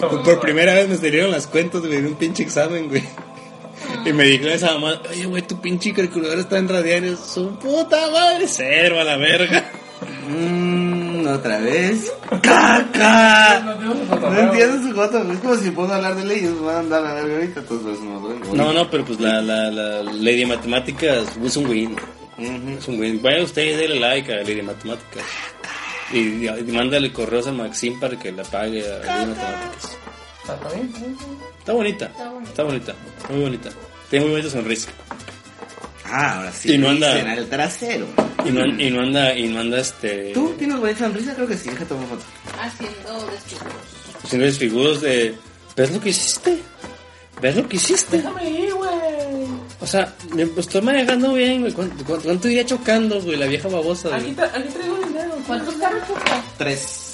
Speaker 3: Por- Por primera vez me salieron las cuentas, güey, de un pinche examen, güey. Y me dijo esa mamá, oye, güey, tu pinche calculadora está en radiales. Su puta madre, cero a la verga.
Speaker 5: Mm, otra vez. ¡Caca!
Speaker 4: No tenemos
Speaker 5: No
Speaker 4: cotorreo.
Speaker 5: entiendo su gota, güey. es como si me pongo a hablar de leyes, me van a andar a ver ahorita, todos los no duermo.
Speaker 3: No, no, pero pues la, la, la Lady de Matemáticas es un win.
Speaker 5: Ujú.
Speaker 3: Es un win. Vaya usted y dele like a Lady de Matemáticas. Y, y- y mándale correos a Maxim para que la pague a Lady de Matemáticas.
Speaker 4: ¿Está bien?
Speaker 3: Está bonita.
Speaker 2: Está bonita.
Speaker 3: Está bonita. Muy bonita. Tiene muy bonita sonrisa.
Speaker 5: Ah, ahora sí.
Speaker 3: Y no anda-
Speaker 5: dicen al trasero.
Speaker 3: Y no, y no anda, y no anda este.
Speaker 5: ¿Tú tienes bonita sonrisa? Creo que sí, deja tomar foto.
Speaker 2: Haciendo desfiguros.
Speaker 3: Sin desfiguros de. ¿Ves lo que hiciste? ¿Ves lo que hiciste?
Speaker 4: Déjame ir, güey.
Speaker 3: O sea, me me estoy manejando bien, güey. ¿Cuánto, cuánto, cuánto iría chocando, güey? La vieja babosa.
Speaker 4: Aquí,
Speaker 3: güey.
Speaker 4: tra- aquí traigo dinero.
Speaker 2: ¿Cuántos carros chocas?
Speaker 5: Tres.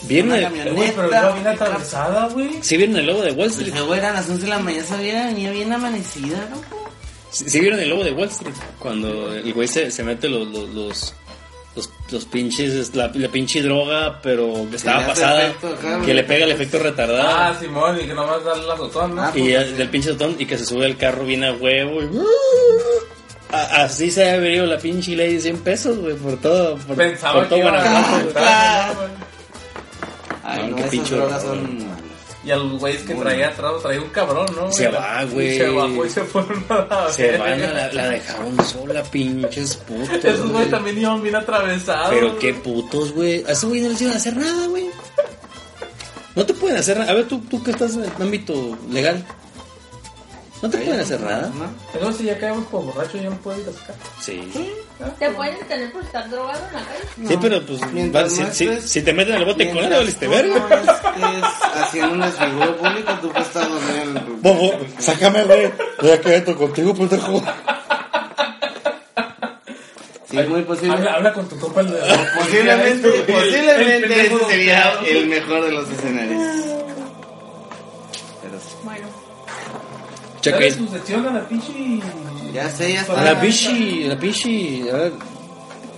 Speaker 5: Una
Speaker 3: Viene.
Speaker 5: camioneta.
Speaker 4: Güey, pero yo vine atravesada, güey.
Speaker 3: Si vieron el lobo de Wall
Speaker 5: Pues
Speaker 3: Street.
Speaker 5: luego eran las 11 de la mañana, esa vieja venía bien amanecida, loco.
Speaker 3: Si vieron el lobo de Wall Street. Cuando el güey se, se mete los. los, los los, los pinches, es la, la pinche droga, pero que estaba
Speaker 5: le hace
Speaker 3: pasada,
Speaker 5: efecto acá,
Speaker 3: que
Speaker 5: güey.
Speaker 3: le pega el efecto retardado.
Speaker 4: Ah, Simón, y que nomás darle la botón, ¿no?
Speaker 5: Ah,
Speaker 3: Y ya del pinche botón y que se sube al carro bien a huevo. y- ¡uh! A- así se ha venido la pinche ley 100 pesos, güey, por todo. Por,
Speaker 4: Pensaba
Speaker 3: por todo
Speaker 4: que iba
Speaker 3: Guanajuato,
Speaker 4: a
Speaker 3: güey.
Speaker 4: pensaba que no, güey.
Speaker 5: Ay,
Speaker 3: No,
Speaker 5: no,
Speaker 3: qué
Speaker 5: esas
Speaker 3: pinche
Speaker 5: drogas
Speaker 3: horror.
Speaker 5: son malas.
Speaker 4: Y a los güeyes que traía atrás, traía un cabrón, ¿no?
Speaker 3: Se
Speaker 4: Y la-
Speaker 3: va, güey.
Speaker 4: y Se bajó y se fueron a la
Speaker 3: Se
Speaker 4: verga.
Speaker 3: van a la, la dejaron sola, pinches putos.
Speaker 4: Esos
Speaker 3: güey.
Speaker 4: güeyes también iban bien atravesados.
Speaker 3: Pero qué putos, güey. A esos güey no les iban a hacer nada, güey. No te pueden hacer nada. A ver, tú, tú que estás en el ámbito legal. No te pueden hacer nada.
Speaker 5: ¿No?
Speaker 4: Entonces ya caemos como borrachos, ya no puedo ir a sacar.
Speaker 3: Sí.
Speaker 2: ¿Te pueden detener por estar drogado en la calle?
Speaker 3: Sí, pero pues
Speaker 5: Mientras
Speaker 3: va- si,
Speaker 5: no
Speaker 3: si-
Speaker 5: estés-
Speaker 3: si te meten en el bote con él,
Speaker 5: Mientras
Speaker 3: valiste
Speaker 5: tú
Speaker 3: verga.
Speaker 5: no estés haciendo un desfiguro público, tú puedes estar dormido en tu...
Speaker 3: Bobo, sácame, güey. Voy a quedar contigo, pendejo.
Speaker 5: Sí, es muy posible.
Speaker 4: Habla, habla con tu compa el de...
Speaker 5: Posiblemente,
Speaker 4: El- el
Speaker 5: posiblemente
Speaker 4: pendejo
Speaker 5: ese sería
Speaker 4: golpeado.
Speaker 5: el mejor de los escenarios. Pero sí.
Speaker 2: Bueno,
Speaker 3: Cheque.
Speaker 4: Dale su sección a la pichi.
Speaker 5: Ya sé, ya
Speaker 3: A
Speaker 5: está.
Speaker 3: la pichi, a la pichi. A ver,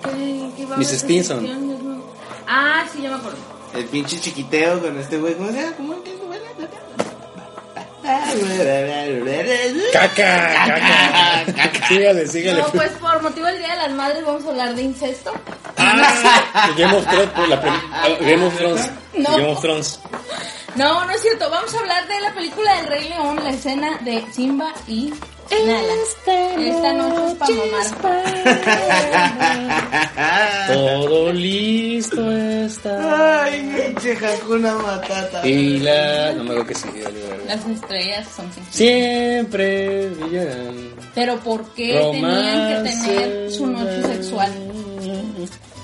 Speaker 2: ¿qué, qué va a
Speaker 3: Mrs.
Speaker 2: haber esa
Speaker 3: Stinson.
Speaker 2: sección? Dios mío. Ah, sí, ya me acuerdo.
Speaker 5: El pinche chiquiteo con este güey. ¿Cómo se llama? ¿Cómo que se llama?
Speaker 3: Caca, caca. Sígale, sígale.
Speaker 2: No, pues por motivo del Día de las Madres vamos a hablar de incesto.
Speaker 3: Ah, sí. Game of Thrones, pues, la prim- ah, Game of Thrones.
Speaker 2: No.
Speaker 3: Game of Thrones.
Speaker 2: No, no es cierto. Vamos a hablar de la película del Rey León, la escena de Simba y Nala. Esta noche es para mamar.
Speaker 3: Todo listo está.
Speaker 5: Ay, pinche Hakuna Matata.
Speaker 3: Y la. No me veo que sí. dale, dale.
Speaker 2: Las estrellas son sencillas.
Speaker 3: Siempre brillarán.
Speaker 2: Pero ¿por qué tenían que tener su noche sexual?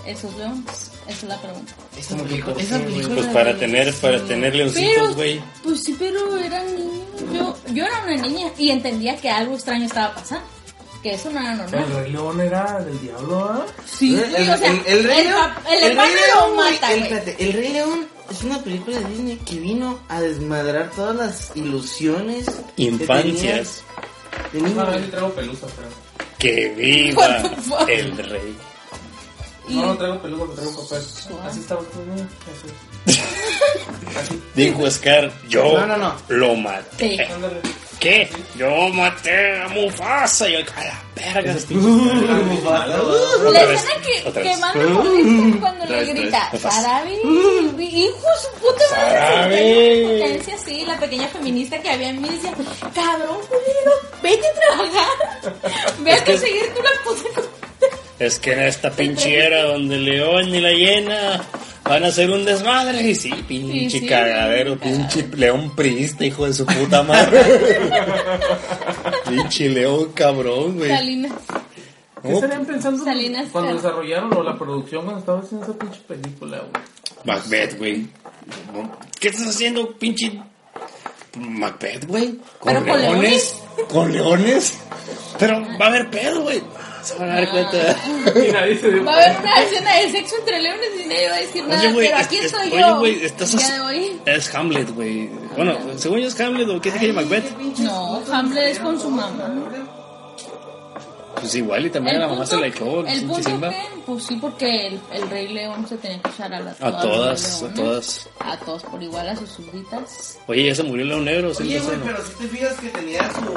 Speaker 2: Esos leones. Esa es la pregunta.
Speaker 5: Esa película- esa película
Speaker 3: Pues para
Speaker 5: de-
Speaker 3: tener, para tener leoncitos, güey.
Speaker 2: pues sí, pero eran niños. Yo, yo era una niña y entendía que algo extraño estaba pasando. Que eso no era
Speaker 4: El
Speaker 2: normal.
Speaker 4: rey león era del diablo, ¿ah?
Speaker 2: Sí,
Speaker 5: El-
Speaker 2: güey, o sea,
Speaker 5: el- el Rey León-
Speaker 2: pap- el
Speaker 5: el
Speaker 2: hermano
Speaker 5: Rey León,
Speaker 2: lo
Speaker 5: güey,
Speaker 2: mata,
Speaker 5: el-
Speaker 2: güey.
Speaker 5: espérate, El Rey León es una película de Disney que vino a desmadrar todas las ilusiones. que
Speaker 3: Infancias.
Speaker 5: tenías de niño.
Speaker 4: Una vez le traigo pelusa, pero...
Speaker 3: Que viva
Speaker 2: What the fuck?
Speaker 3: el rey.
Speaker 2: Y-
Speaker 4: No, no traigo pelusa, pero traigo papel. Así estaba todo bien. Eso es. Así.
Speaker 3: Dijo Scar, yo
Speaker 5: No, no, no.
Speaker 3: lo maté.
Speaker 2: Sí.
Speaker 4: Ándale.
Speaker 3: ¿Qué? Yo maté a Mufasa. Y yo, a la verga.
Speaker 2: La
Speaker 3: Otra vez,
Speaker 2: escena que,
Speaker 3: otra
Speaker 2: que
Speaker 3: vez.
Speaker 2: manda por Disney cuando
Speaker 5: Otra
Speaker 2: le
Speaker 5: vez, otra
Speaker 2: grita
Speaker 3: vez.
Speaker 2: Sarabi, hijo de su puta madre,
Speaker 3: Sarabi.
Speaker 2: su potencia, sí, la pequeña feminista que había en mí decía, cabrón, culero, vete a trabajar, ve a conseguir tu la puta. co-".
Speaker 3: Es que en esta pinchera donde el león y la hiena van a hacer un desmadre. Y sí, pinche
Speaker 2: Sí, sí,
Speaker 3: cagadero,
Speaker 2: cagadero.
Speaker 3: pinche león priista, hijo de su puta madre. pinche león cabrón, güey.
Speaker 2: Salinas,
Speaker 4: ¿Qué estarían pensando
Speaker 2: Salinas
Speaker 4: cuando
Speaker 2: Car-
Speaker 4: desarrollaron o la producción cuando estaba haciendo esa pinche película, güey?
Speaker 3: Macbeth, güey. ¿Qué estás haciendo, pinche Macbeth, güey?
Speaker 2: Pero con leones.
Speaker 3: ¿Con leones? Pero va a haber pedo, güey. Se van a dar cuenta.
Speaker 4: Y nadie se dio
Speaker 2: va a haber una escena de sexo entre leones y nadie va a decir nada,
Speaker 3: Oye, güey,
Speaker 2: pero
Speaker 3: es-
Speaker 2: aquí
Speaker 3: es-
Speaker 2: estoy
Speaker 3: oye,
Speaker 2: yo,
Speaker 3: güey, estás
Speaker 2: el
Speaker 3: as-
Speaker 2: día de hoy.
Speaker 3: Es Hamlet, güey. Bueno, según yo es Hamlet o qué es aquello Macbeth.
Speaker 2: No, Hamlet es con su mamá.
Speaker 3: Pues igual, y también a la mamá se la
Speaker 2: el
Speaker 3: echó. pinche
Speaker 2: punto
Speaker 3: Simba.
Speaker 2: que, pues sí, porque el, el rey león se tenía que echar a las
Speaker 3: A todas, a
Speaker 2: las
Speaker 3: todas.
Speaker 2: a todos por igual, a sus súbditas.
Speaker 3: Oye, ya se murió el león negro. sí,
Speaker 5: Oye, güey,
Speaker 3: entonces,
Speaker 5: pero si te fijas que pues, tenía su.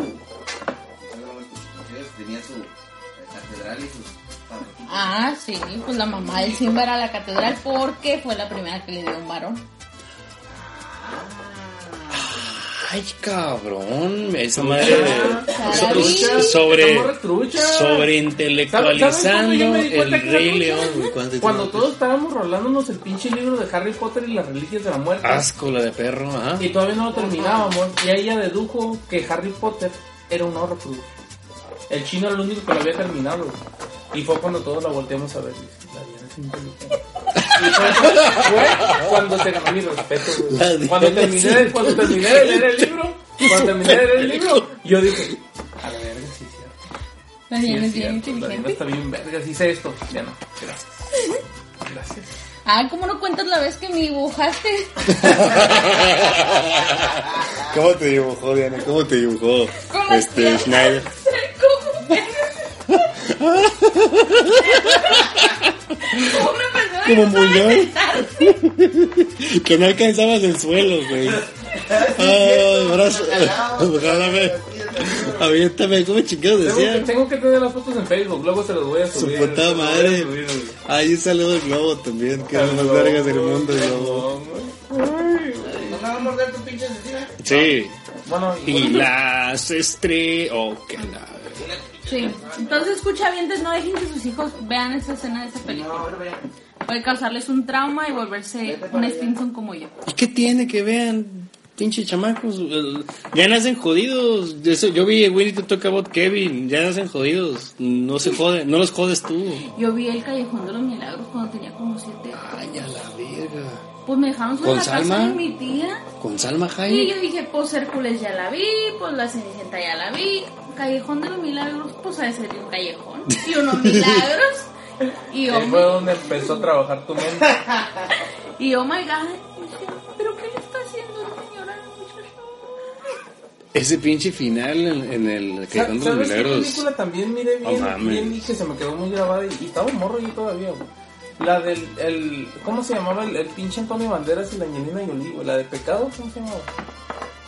Speaker 5: Tenía su eh, catedral y sus
Speaker 2: Ah, sí, pues la mamá del Simba era la catedral porque fue la primera que le dio un varón.
Speaker 3: Ay, cabrón, esa madre de...
Speaker 2: Ah,
Speaker 3: so-
Speaker 2: caray.
Speaker 3: sobre,
Speaker 4: Estamos trucha.
Speaker 3: sobre
Speaker 4: ¿Sabes cuándo
Speaker 3: intelectualizando
Speaker 4: yo me di
Speaker 3: el
Speaker 4: cuenta que era
Speaker 3: Rey
Speaker 4: trucha?
Speaker 3: León, güey. ¿Cuánto te-
Speaker 4: Cuando todos estábamos rolándonos el pinche libro de Harry Potter y las reliquias de la muerte.
Speaker 3: Asco la de perro, ajá.
Speaker 4: Y todavía no lo terminábamos. Y ella dedujo que Harry Potter era un horror. El chino era el único que lo había terminado. Y fue cuando todos la volteamos a ver. Y dije, "La Diana es inteligente". Y fue, fue cuando se ganó mi respeto. güey.
Speaker 3: La Diana
Speaker 4: Cuando
Speaker 3: es
Speaker 4: terminé, de- cuando terminé de leer el libro, cuando terminé de leer el libro, yo dije, a la verga, sí, es cierto.
Speaker 2: La
Speaker 4: Sí,
Speaker 2: Diana
Speaker 4: es
Speaker 2: es bien
Speaker 4: cierto, La Diana
Speaker 2: inteligente.
Speaker 4: está bien verga, sí sé esto. Diana, gracias. Gracias.
Speaker 2: Ah, ¿cómo no cuentas la vez que me dibujaste?
Speaker 7: ¿Cómo te dibujó, Diana? ¿Cómo te dibujó?
Speaker 2: Con las
Speaker 7: Este,
Speaker 2: piernas.
Speaker 7: Schneider.
Speaker 2: ¿Cómo? Como una persona que
Speaker 7: Como
Speaker 2: no sabe
Speaker 7: muñón.
Speaker 2: sentarse.
Speaker 7: Que no alcanzabas el suelo, güey. Ay, brazo. Jálame. Aviéntame, ¿cómo chingados
Speaker 4: Tengo que,
Speaker 7: decía?
Speaker 4: tengo que tener las fotos en Facebook, luego se los voy a
Speaker 7: Su
Speaker 4: subir. se
Speaker 7: puta
Speaker 4: los voy a
Speaker 7: madre.
Speaker 4: subir, güey.
Speaker 7: Ahí saludo el globo también, que es lo más
Speaker 4: Perdón,
Speaker 7: vergas del mundo, el globo.
Speaker 4: perdón, güey.
Speaker 5: ¿No me va a morder tu pinche asesina?
Speaker 3: Sí.
Speaker 4: Bueno,
Speaker 3: Y las estrellas. Oh, que la.
Speaker 2: Sí, entonces escucha bien, no dejen que sus hijos vean esa escena de esa película. Puede causarles un trauma y volverse un Stinson como yo.
Speaker 3: ¿Y qué tiene que vean? Pinche chamacos. eh, Ya nacen jodidos. Eso, yo vi Winnie te toca bot Kevin. Ya nacen jodidos. No se joden. No los jodes tú.
Speaker 2: Yo vi el Callejón de los Milagros cuando tenía como siete años.
Speaker 3: Ay, a la verga.
Speaker 2: Pues me dejaron sola
Speaker 3: ¿Con
Speaker 2: en la
Speaker 3: Salma?
Speaker 2: casa de mi tía.
Speaker 3: Con Salma
Speaker 2: Y
Speaker 3: Hayek.
Speaker 2: yo dije, pues Hércules ya la vi, pues la Cenicienta ya la vi, Callejón de los Milagros, pues ha de ser un callejón y unos milagros. Y oh,
Speaker 4: ahí fue
Speaker 2: my,
Speaker 4: donde empezó a trabajar tu mente.
Speaker 2: y oh my god, dije, pero ¿qué le está haciendo la señora al muchacho?
Speaker 3: Ese pinche final en, en el que
Speaker 4: ¿Sabes
Speaker 3: de los
Speaker 4: qué
Speaker 3: milagros.
Speaker 4: película también miré
Speaker 3: No
Speaker 4: bien,
Speaker 3: mames.
Speaker 4: bien y que se me quedó muy grabada? Y, y estaba morro yo todavía, güey. La del, el, ¿cómo se llamaba? El, el pinche Antonio Banderas y la Angelina Jolie, güey. La de Pecado, ¿cómo se llamaba?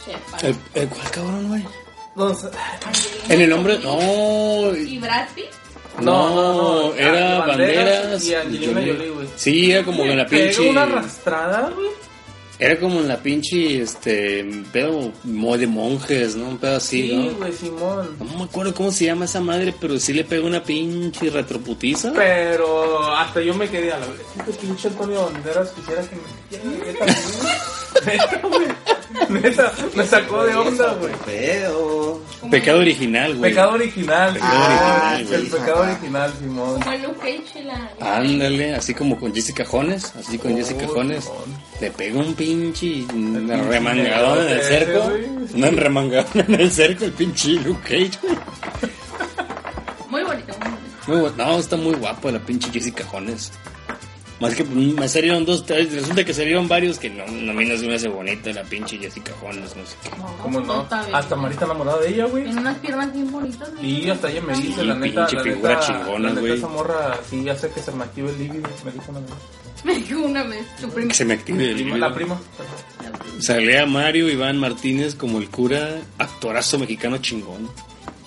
Speaker 2: Chepa.
Speaker 3: ¿El, el cuál cabrón, güey?
Speaker 4: Entonces,
Speaker 3: En el hombre. No.
Speaker 2: Y Brad Pitt,
Speaker 3: No, era
Speaker 4: Ah,
Speaker 3: banderas.
Speaker 4: Y Angelina
Speaker 3: Jolie.
Speaker 4: Jolie, güey.
Speaker 3: Sí, era como en la pinche.
Speaker 4: Pegó una arrastrada, güey.
Speaker 3: Era como en la pinche, este, pedo mo- de monjes, ¿no? Un pedo así,
Speaker 4: Sí,
Speaker 3: ¿no?
Speaker 4: güey, Simón.
Speaker 3: No me acuerdo cómo se llama esa madre, pero sí le pega una pinche retroputiza.
Speaker 4: Pero hasta yo me quedé a la vez. Este pinche Antonio Banderas quisiera que me quiera, neta, güey. Neta, güey. Neta, me sacó de onda, güey.
Speaker 5: Feo.
Speaker 3: Pecado original, güey.
Speaker 4: Pecado original.
Speaker 3: Ah,
Speaker 4: Ah, el
Speaker 5: güey.
Speaker 4: pecado original, Simón.
Speaker 2: como el Luke Cage y la...
Speaker 3: Ándale, así como con Jessica Jones, así con
Speaker 4: Oh,
Speaker 3: Jessica Jones.
Speaker 4: Simón.
Speaker 3: Le pega un pinche remangadón en el
Speaker 4: ese,
Speaker 3: cerco.
Speaker 4: güey.
Speaker 3: Una remangadón en el cerco, el pinche Luke Cage, güey.
Speaker 2: Muy bonito, muy bonito.
Speaker 3: Muy gu- no, está muy guapo la pinche Jessica Jones. Más que mm, me salieron dos, tres, resulta que salieron varios que no, no, a mí no se me hace bonita la pinche Jessica Jones, no sé qué.
Speaker 4: ¿Cómo no?
Speaker 2: Está bien.
Speaker 4: Hasta Marita enamorada de ella, güey.
Speaker 2: Tiene unas piernas bien bonitas. ¿no?
Speaker 4: Y hasta ella me dice,
Speaker 3: Sí,
Speaker 4: la neta,
Speaker 3: pinche
Speaker 4: la
Speaker 3: figura
Speaker 4: neta,
Speaker 3: chingona,
Speaker 4: la neta
Speaker 3: güey.
Speaker 4: esa morra sí hace que se me active el libido, me dijo una vez.
Speaker 2: Me dijo una vez, tu prima.
Speaker 3: Que se me active el
Speaker 4: La prima.
Speaker 3: Salía Mario Iván Martínez como el cura, actorazo mexicano chingón.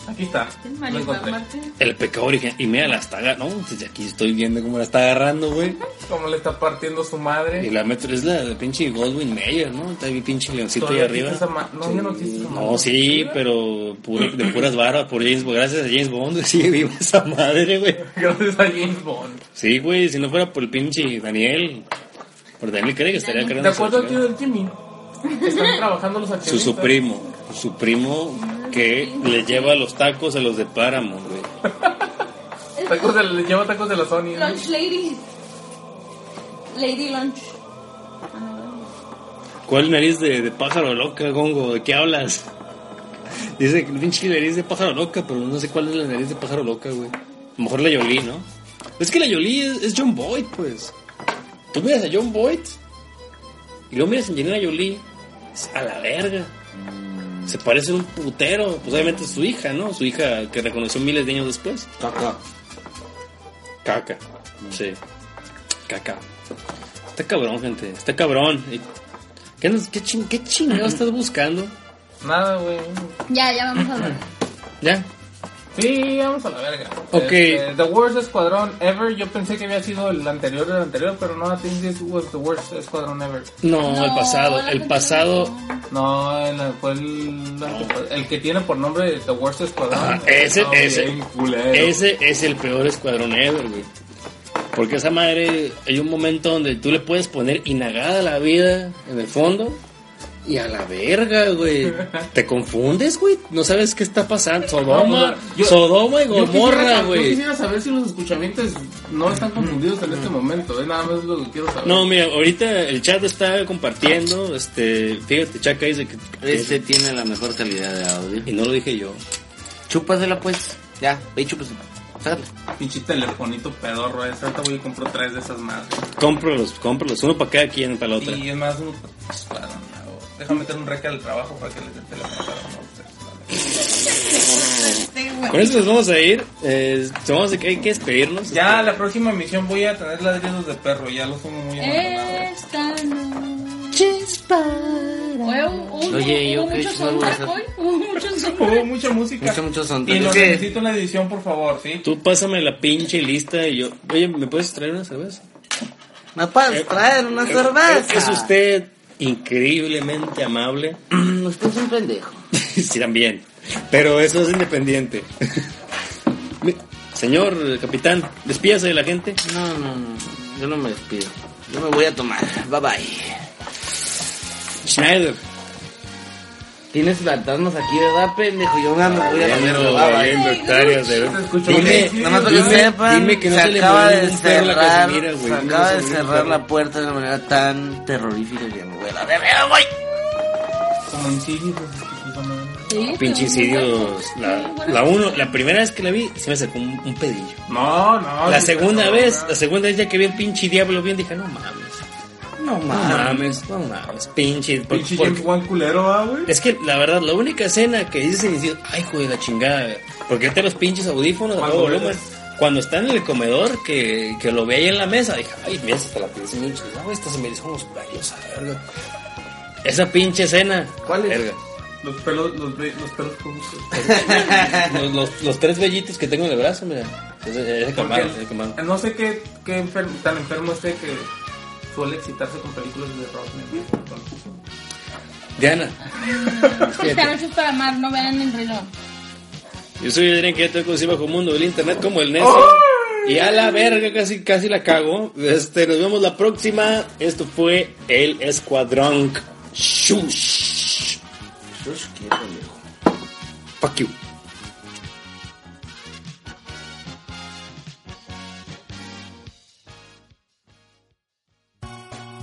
Speaker 4: Aquí está. Lo
Speaker 2: Mario
Speaker 4: encontré.
Speaker 2: Martín.
Speaker 3: El pecado original. Y mira, la está agarrando. No, desde aquí estoy viendo cómo la está agarrando, güey.
Speaker 4: Cómo le está partiendo su madre.
Speaker 3: Y la metro es la de pinche Godwin Mayer, ¿no? Está ahí pinche leoncito ahí
Speaker 4: Todavía existe
Speaker 3: arriba.
Speaker 4: esa ma- No, ya no existe esa
Speaker 3: No,
Speaker 4: madre.
Speaker 3: sí, pero puro- de puras barras por James Bond. Gracias a James Bond sigue viva esa madre, güey.
Speaker 4: Gracias a James Bond.
Speaker 3: Sí, güey, si no fuera por el pinche Daniel. Por Daniel cree que estaría
Speaker 4: ¿Te
Speaker 3: creando
Speaker 4: acuerdas del tío del Jimmy? Están trabajando los
Speaker 3: su,
Speaker 4: accionistas.
Speaker 3: su primo. Su primo que le lleva los tacos a los de Páramo, güey.
Speaker 4: Tacos de, le lleva tacos de la Sony. ¿no?
Speaker 2: Lunch Lady. Lady Lunch.
Speaker 3: ¿Cuál nariz de, de pájaro loca, Gongo? ¿De qué hablas? Dice que pinche nariz de pájaro loca, pero no sé cuál es la nariz de pájaro loca, güey. A lo mejor la Yoli, ¿no? Es que la Yoli es, es John Boyd, pues. Tú miras a John Boyd y luego miras a Angelina Jolie. Es a la verga. Se parece un putero. Pues obviamente es su hija, ¿no? Su hija que reconoció miles de años después.
Speaker 5: Caca.
Speaker 3: Caca. Sí. Caca. Está cabrón, gente. Está cabrón. Y- ¿Qué, nos- qué, chin- qué chingado estás buscando?
Speaker 4: Nada, güey.
Speaker 2: Ya, ya vamos a hablar.
Speaker 3: ¿Ya?
Speaker 4: Sí, vamos a la verga.
Speaker 3: Ok.
Speaker 4: Este, the worst squadron ever. Yo pensé que había sido el anterior del anterior, pero no, I think this was the worst squadron ever.
Speaker 3: No,
Speaker 2: No,
Speaker 3: el pasado.
Speaker 2: la
Speaker 3: El
Speaker 2: anterior
Speaker 3: pasado.
Speaker 2: no.
Speaker 4: No, el, fue el, el que tiene por nombre The Worst Squadron.
Speaker 3: Ajá, Ah, ese-
Speaker 4: Está
Speaker 3: ese.
Speaker 4: bien culero.
Speaker 3: Ese es el peor escuadrón ever, güey. Porque esa madre, hay un momento donde tú le puedes poner inagada la vida en el fondo y a la verga, güey. Te confundes, güey. No sabes qué está pasando. Sodoma,
Speaker 4: Yo-
Speaker 3: Sodoma y
Speaker 4: Yo quisiera-
Speaker 3: Gomorra,
Speaker 4: Yo
Speaker 3: güey.
Speaker 4: quisiera saber si los escuchamientos no están confundidos en este momento. Es nada más lo que quiero saber.
Speaker 3: No, mira, ahorita el chat está compartiendo. Este, fíjate, Chaca dice que.
Speaker 5: Este tiene la mejor calidad de audio.
Speaker 3: Y no lo dije yo.
Speaker 5: Chúpasela, pues. Ya, ve y chúpasela. Sácala.
Speaker 4: Pinche telefonito pedorro. Es ahorita voy y compro tres de esas más.
Speaker 3: Cómpralos, cómpralos. Uno para cada quien, para la otra.
Speaker 4: Y es más, un escuadrón. ¿no? Déjame meter un rec al trabajo para que les dé el teléfono. para no ustedes,
Speaker 3: Con eso nos vamos a ir. Eh, vamos a, hay que despedirnos.
Speaker 4: ¿vale? Ya la próxima emisión voy a tener ladridos de perro. Ya los tengo muy
Speaker 5: Eh.
Speaker 4: abandonados.
Speaker 2: Esta noche para.
Speaker 5: Oye, yo que
Speaker 2: mucho
Speaker 5: yo algo
Speaker 2: soundtrack
Speaker 5: de
Speaker 2: hoy, hubo mucho
Speaker 4: Hubo
Speaker 2: soundtrack.
Speaker 4: Oh, mucha música.
Speaker 5: Mucho, mucho soundtrack.
Speaker 4: Y lo
Speaker 5: Es que-
Speaker 4: necesito en la edición, por favor, ¿sí?
Speaker 3: Tú pásame la pinche lista y yo. Oye, ¿me puedes traer una cerveza?
Speaker 5: ¿Me puedes traer una cerveza?
Speaker 3: Es usted increíblemente amable.
Speaker 5: Mm, Usted es un pendejo.
Speaker 3: sí, también. Pero eso es independiente. Mi- Señor eh, capitán, despídase de la gente.
Speaker 5: No, no, no. Yo no me despido. Yo me voy a tomar. Bye bye.
Speaker 3: Schneider.
Speaker 5: Tienes fantasmas aquí, ¿verdad, pendejo? Yo me voy a
Speaker 3: Género,
Speaker 5: tomar. Bye bye.
Speaker 3: valiendo hectáreas de-
Speaker 4: Te escucho
Speaker 3: Dime,
Speaker 4: bien.
Speaker 5: Nada más para que
Speaker 3: dime-
Speaker 5: sepan,
Speaker 3: dime que no
Speaker 5: se
Speaker 3: se le
Speaker 5: acaba
Speaker 3: murió
Speaker 5: de
Speaker 3: ningún perro a la
Speaker 5: cerrar,
Speaker 3: Casimira, güey.
Speaker 5: se
Speaker 3: No
Speaker 5: acaba
Speaker 3: se
Speaker 5: de
Speaker 3: murió ningún
Speaker 5: cerrar
Speaker 3: perro.
Speaker 5: la puerta de una manera tan terrorífica que me voy a la verga, güey.
Speaker 4: Como en Siri, pues, escucho
Speaker 2: Sí, pero-
Speaker 3: Pinche incidios. La, la uno, la primera vez que la vi, se me sacó un, un pedillo.
Speaker 4: No, no.
Speaker 3: La
Speaker 4: Ah, sí,
Speaker 3: segunda
Speaker 4: no,
Speaker 3: vez,
Speaker 4: no.
Speaker 3: la segunda vez ya que vi el pinche diablo bien, dije, no mames.
Speaker 5: No
Speaker 3: No
Speaker 5: mames.
Speaker 3: mames, no mames, pinche. por-
Speaker 4: Ah. Pinche
Speaker 3: por-
Speaker 4: James Wan culero, ah, güey.
Speaker 3: es que la verdad, la única escena que dices en el ay, joder, la chingada, güey. porque ahorita los pinches audífonos, a
Speaker 4: Cuando
Speaker 3: todo volumen.
Speaker 4: ves.
Speaker 3: Cuando está en el comedor, que, que lo ve ahí en la mesa, dije, ay, mira, hasta la pinche mucho, no, esta se me hizo unos pelos, a verga. Esa pinche escena.
Speaker 4: ¿Cuál es?
Speaker 3: verga.
Speaker 4: Los pelos, los, ve- los pelos públicos.
Speaker 3: Los, los- los tres vellitos que tengo en el brazo, mira. Ese, ese camarón, ese camarón.
Speaker 4: no sé qué, qué enfer- tan enfermo esté que suele excitarse con películas de rock. ¿no?
Speaker 3: Diana,
Speaker 2: Esta noche es para amar, no vean el reloj.
Speaker 3: yo soy Adrián, que ya estoy con bajo mundo del internet como el necio. Y a la verga, casi, casi la cago. Este, nos vemos la próxima. Esto fue El Escuadrón Shush. Fuck you.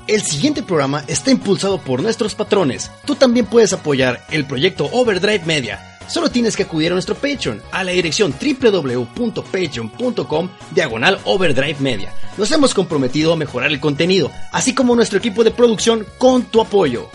Speaker 1: El siguiente programa está impulsado por nuestros patrones. Tú también puedes apoyar el proyecto Overdrive Media. Solo tienes que acudir a nuestro Patreon a la dirección www.patreon.com diagonal Overdrive Media. Nos hemos comprometido a mejorar el contenido, así como nuestro equipo de producción con tu apoyo.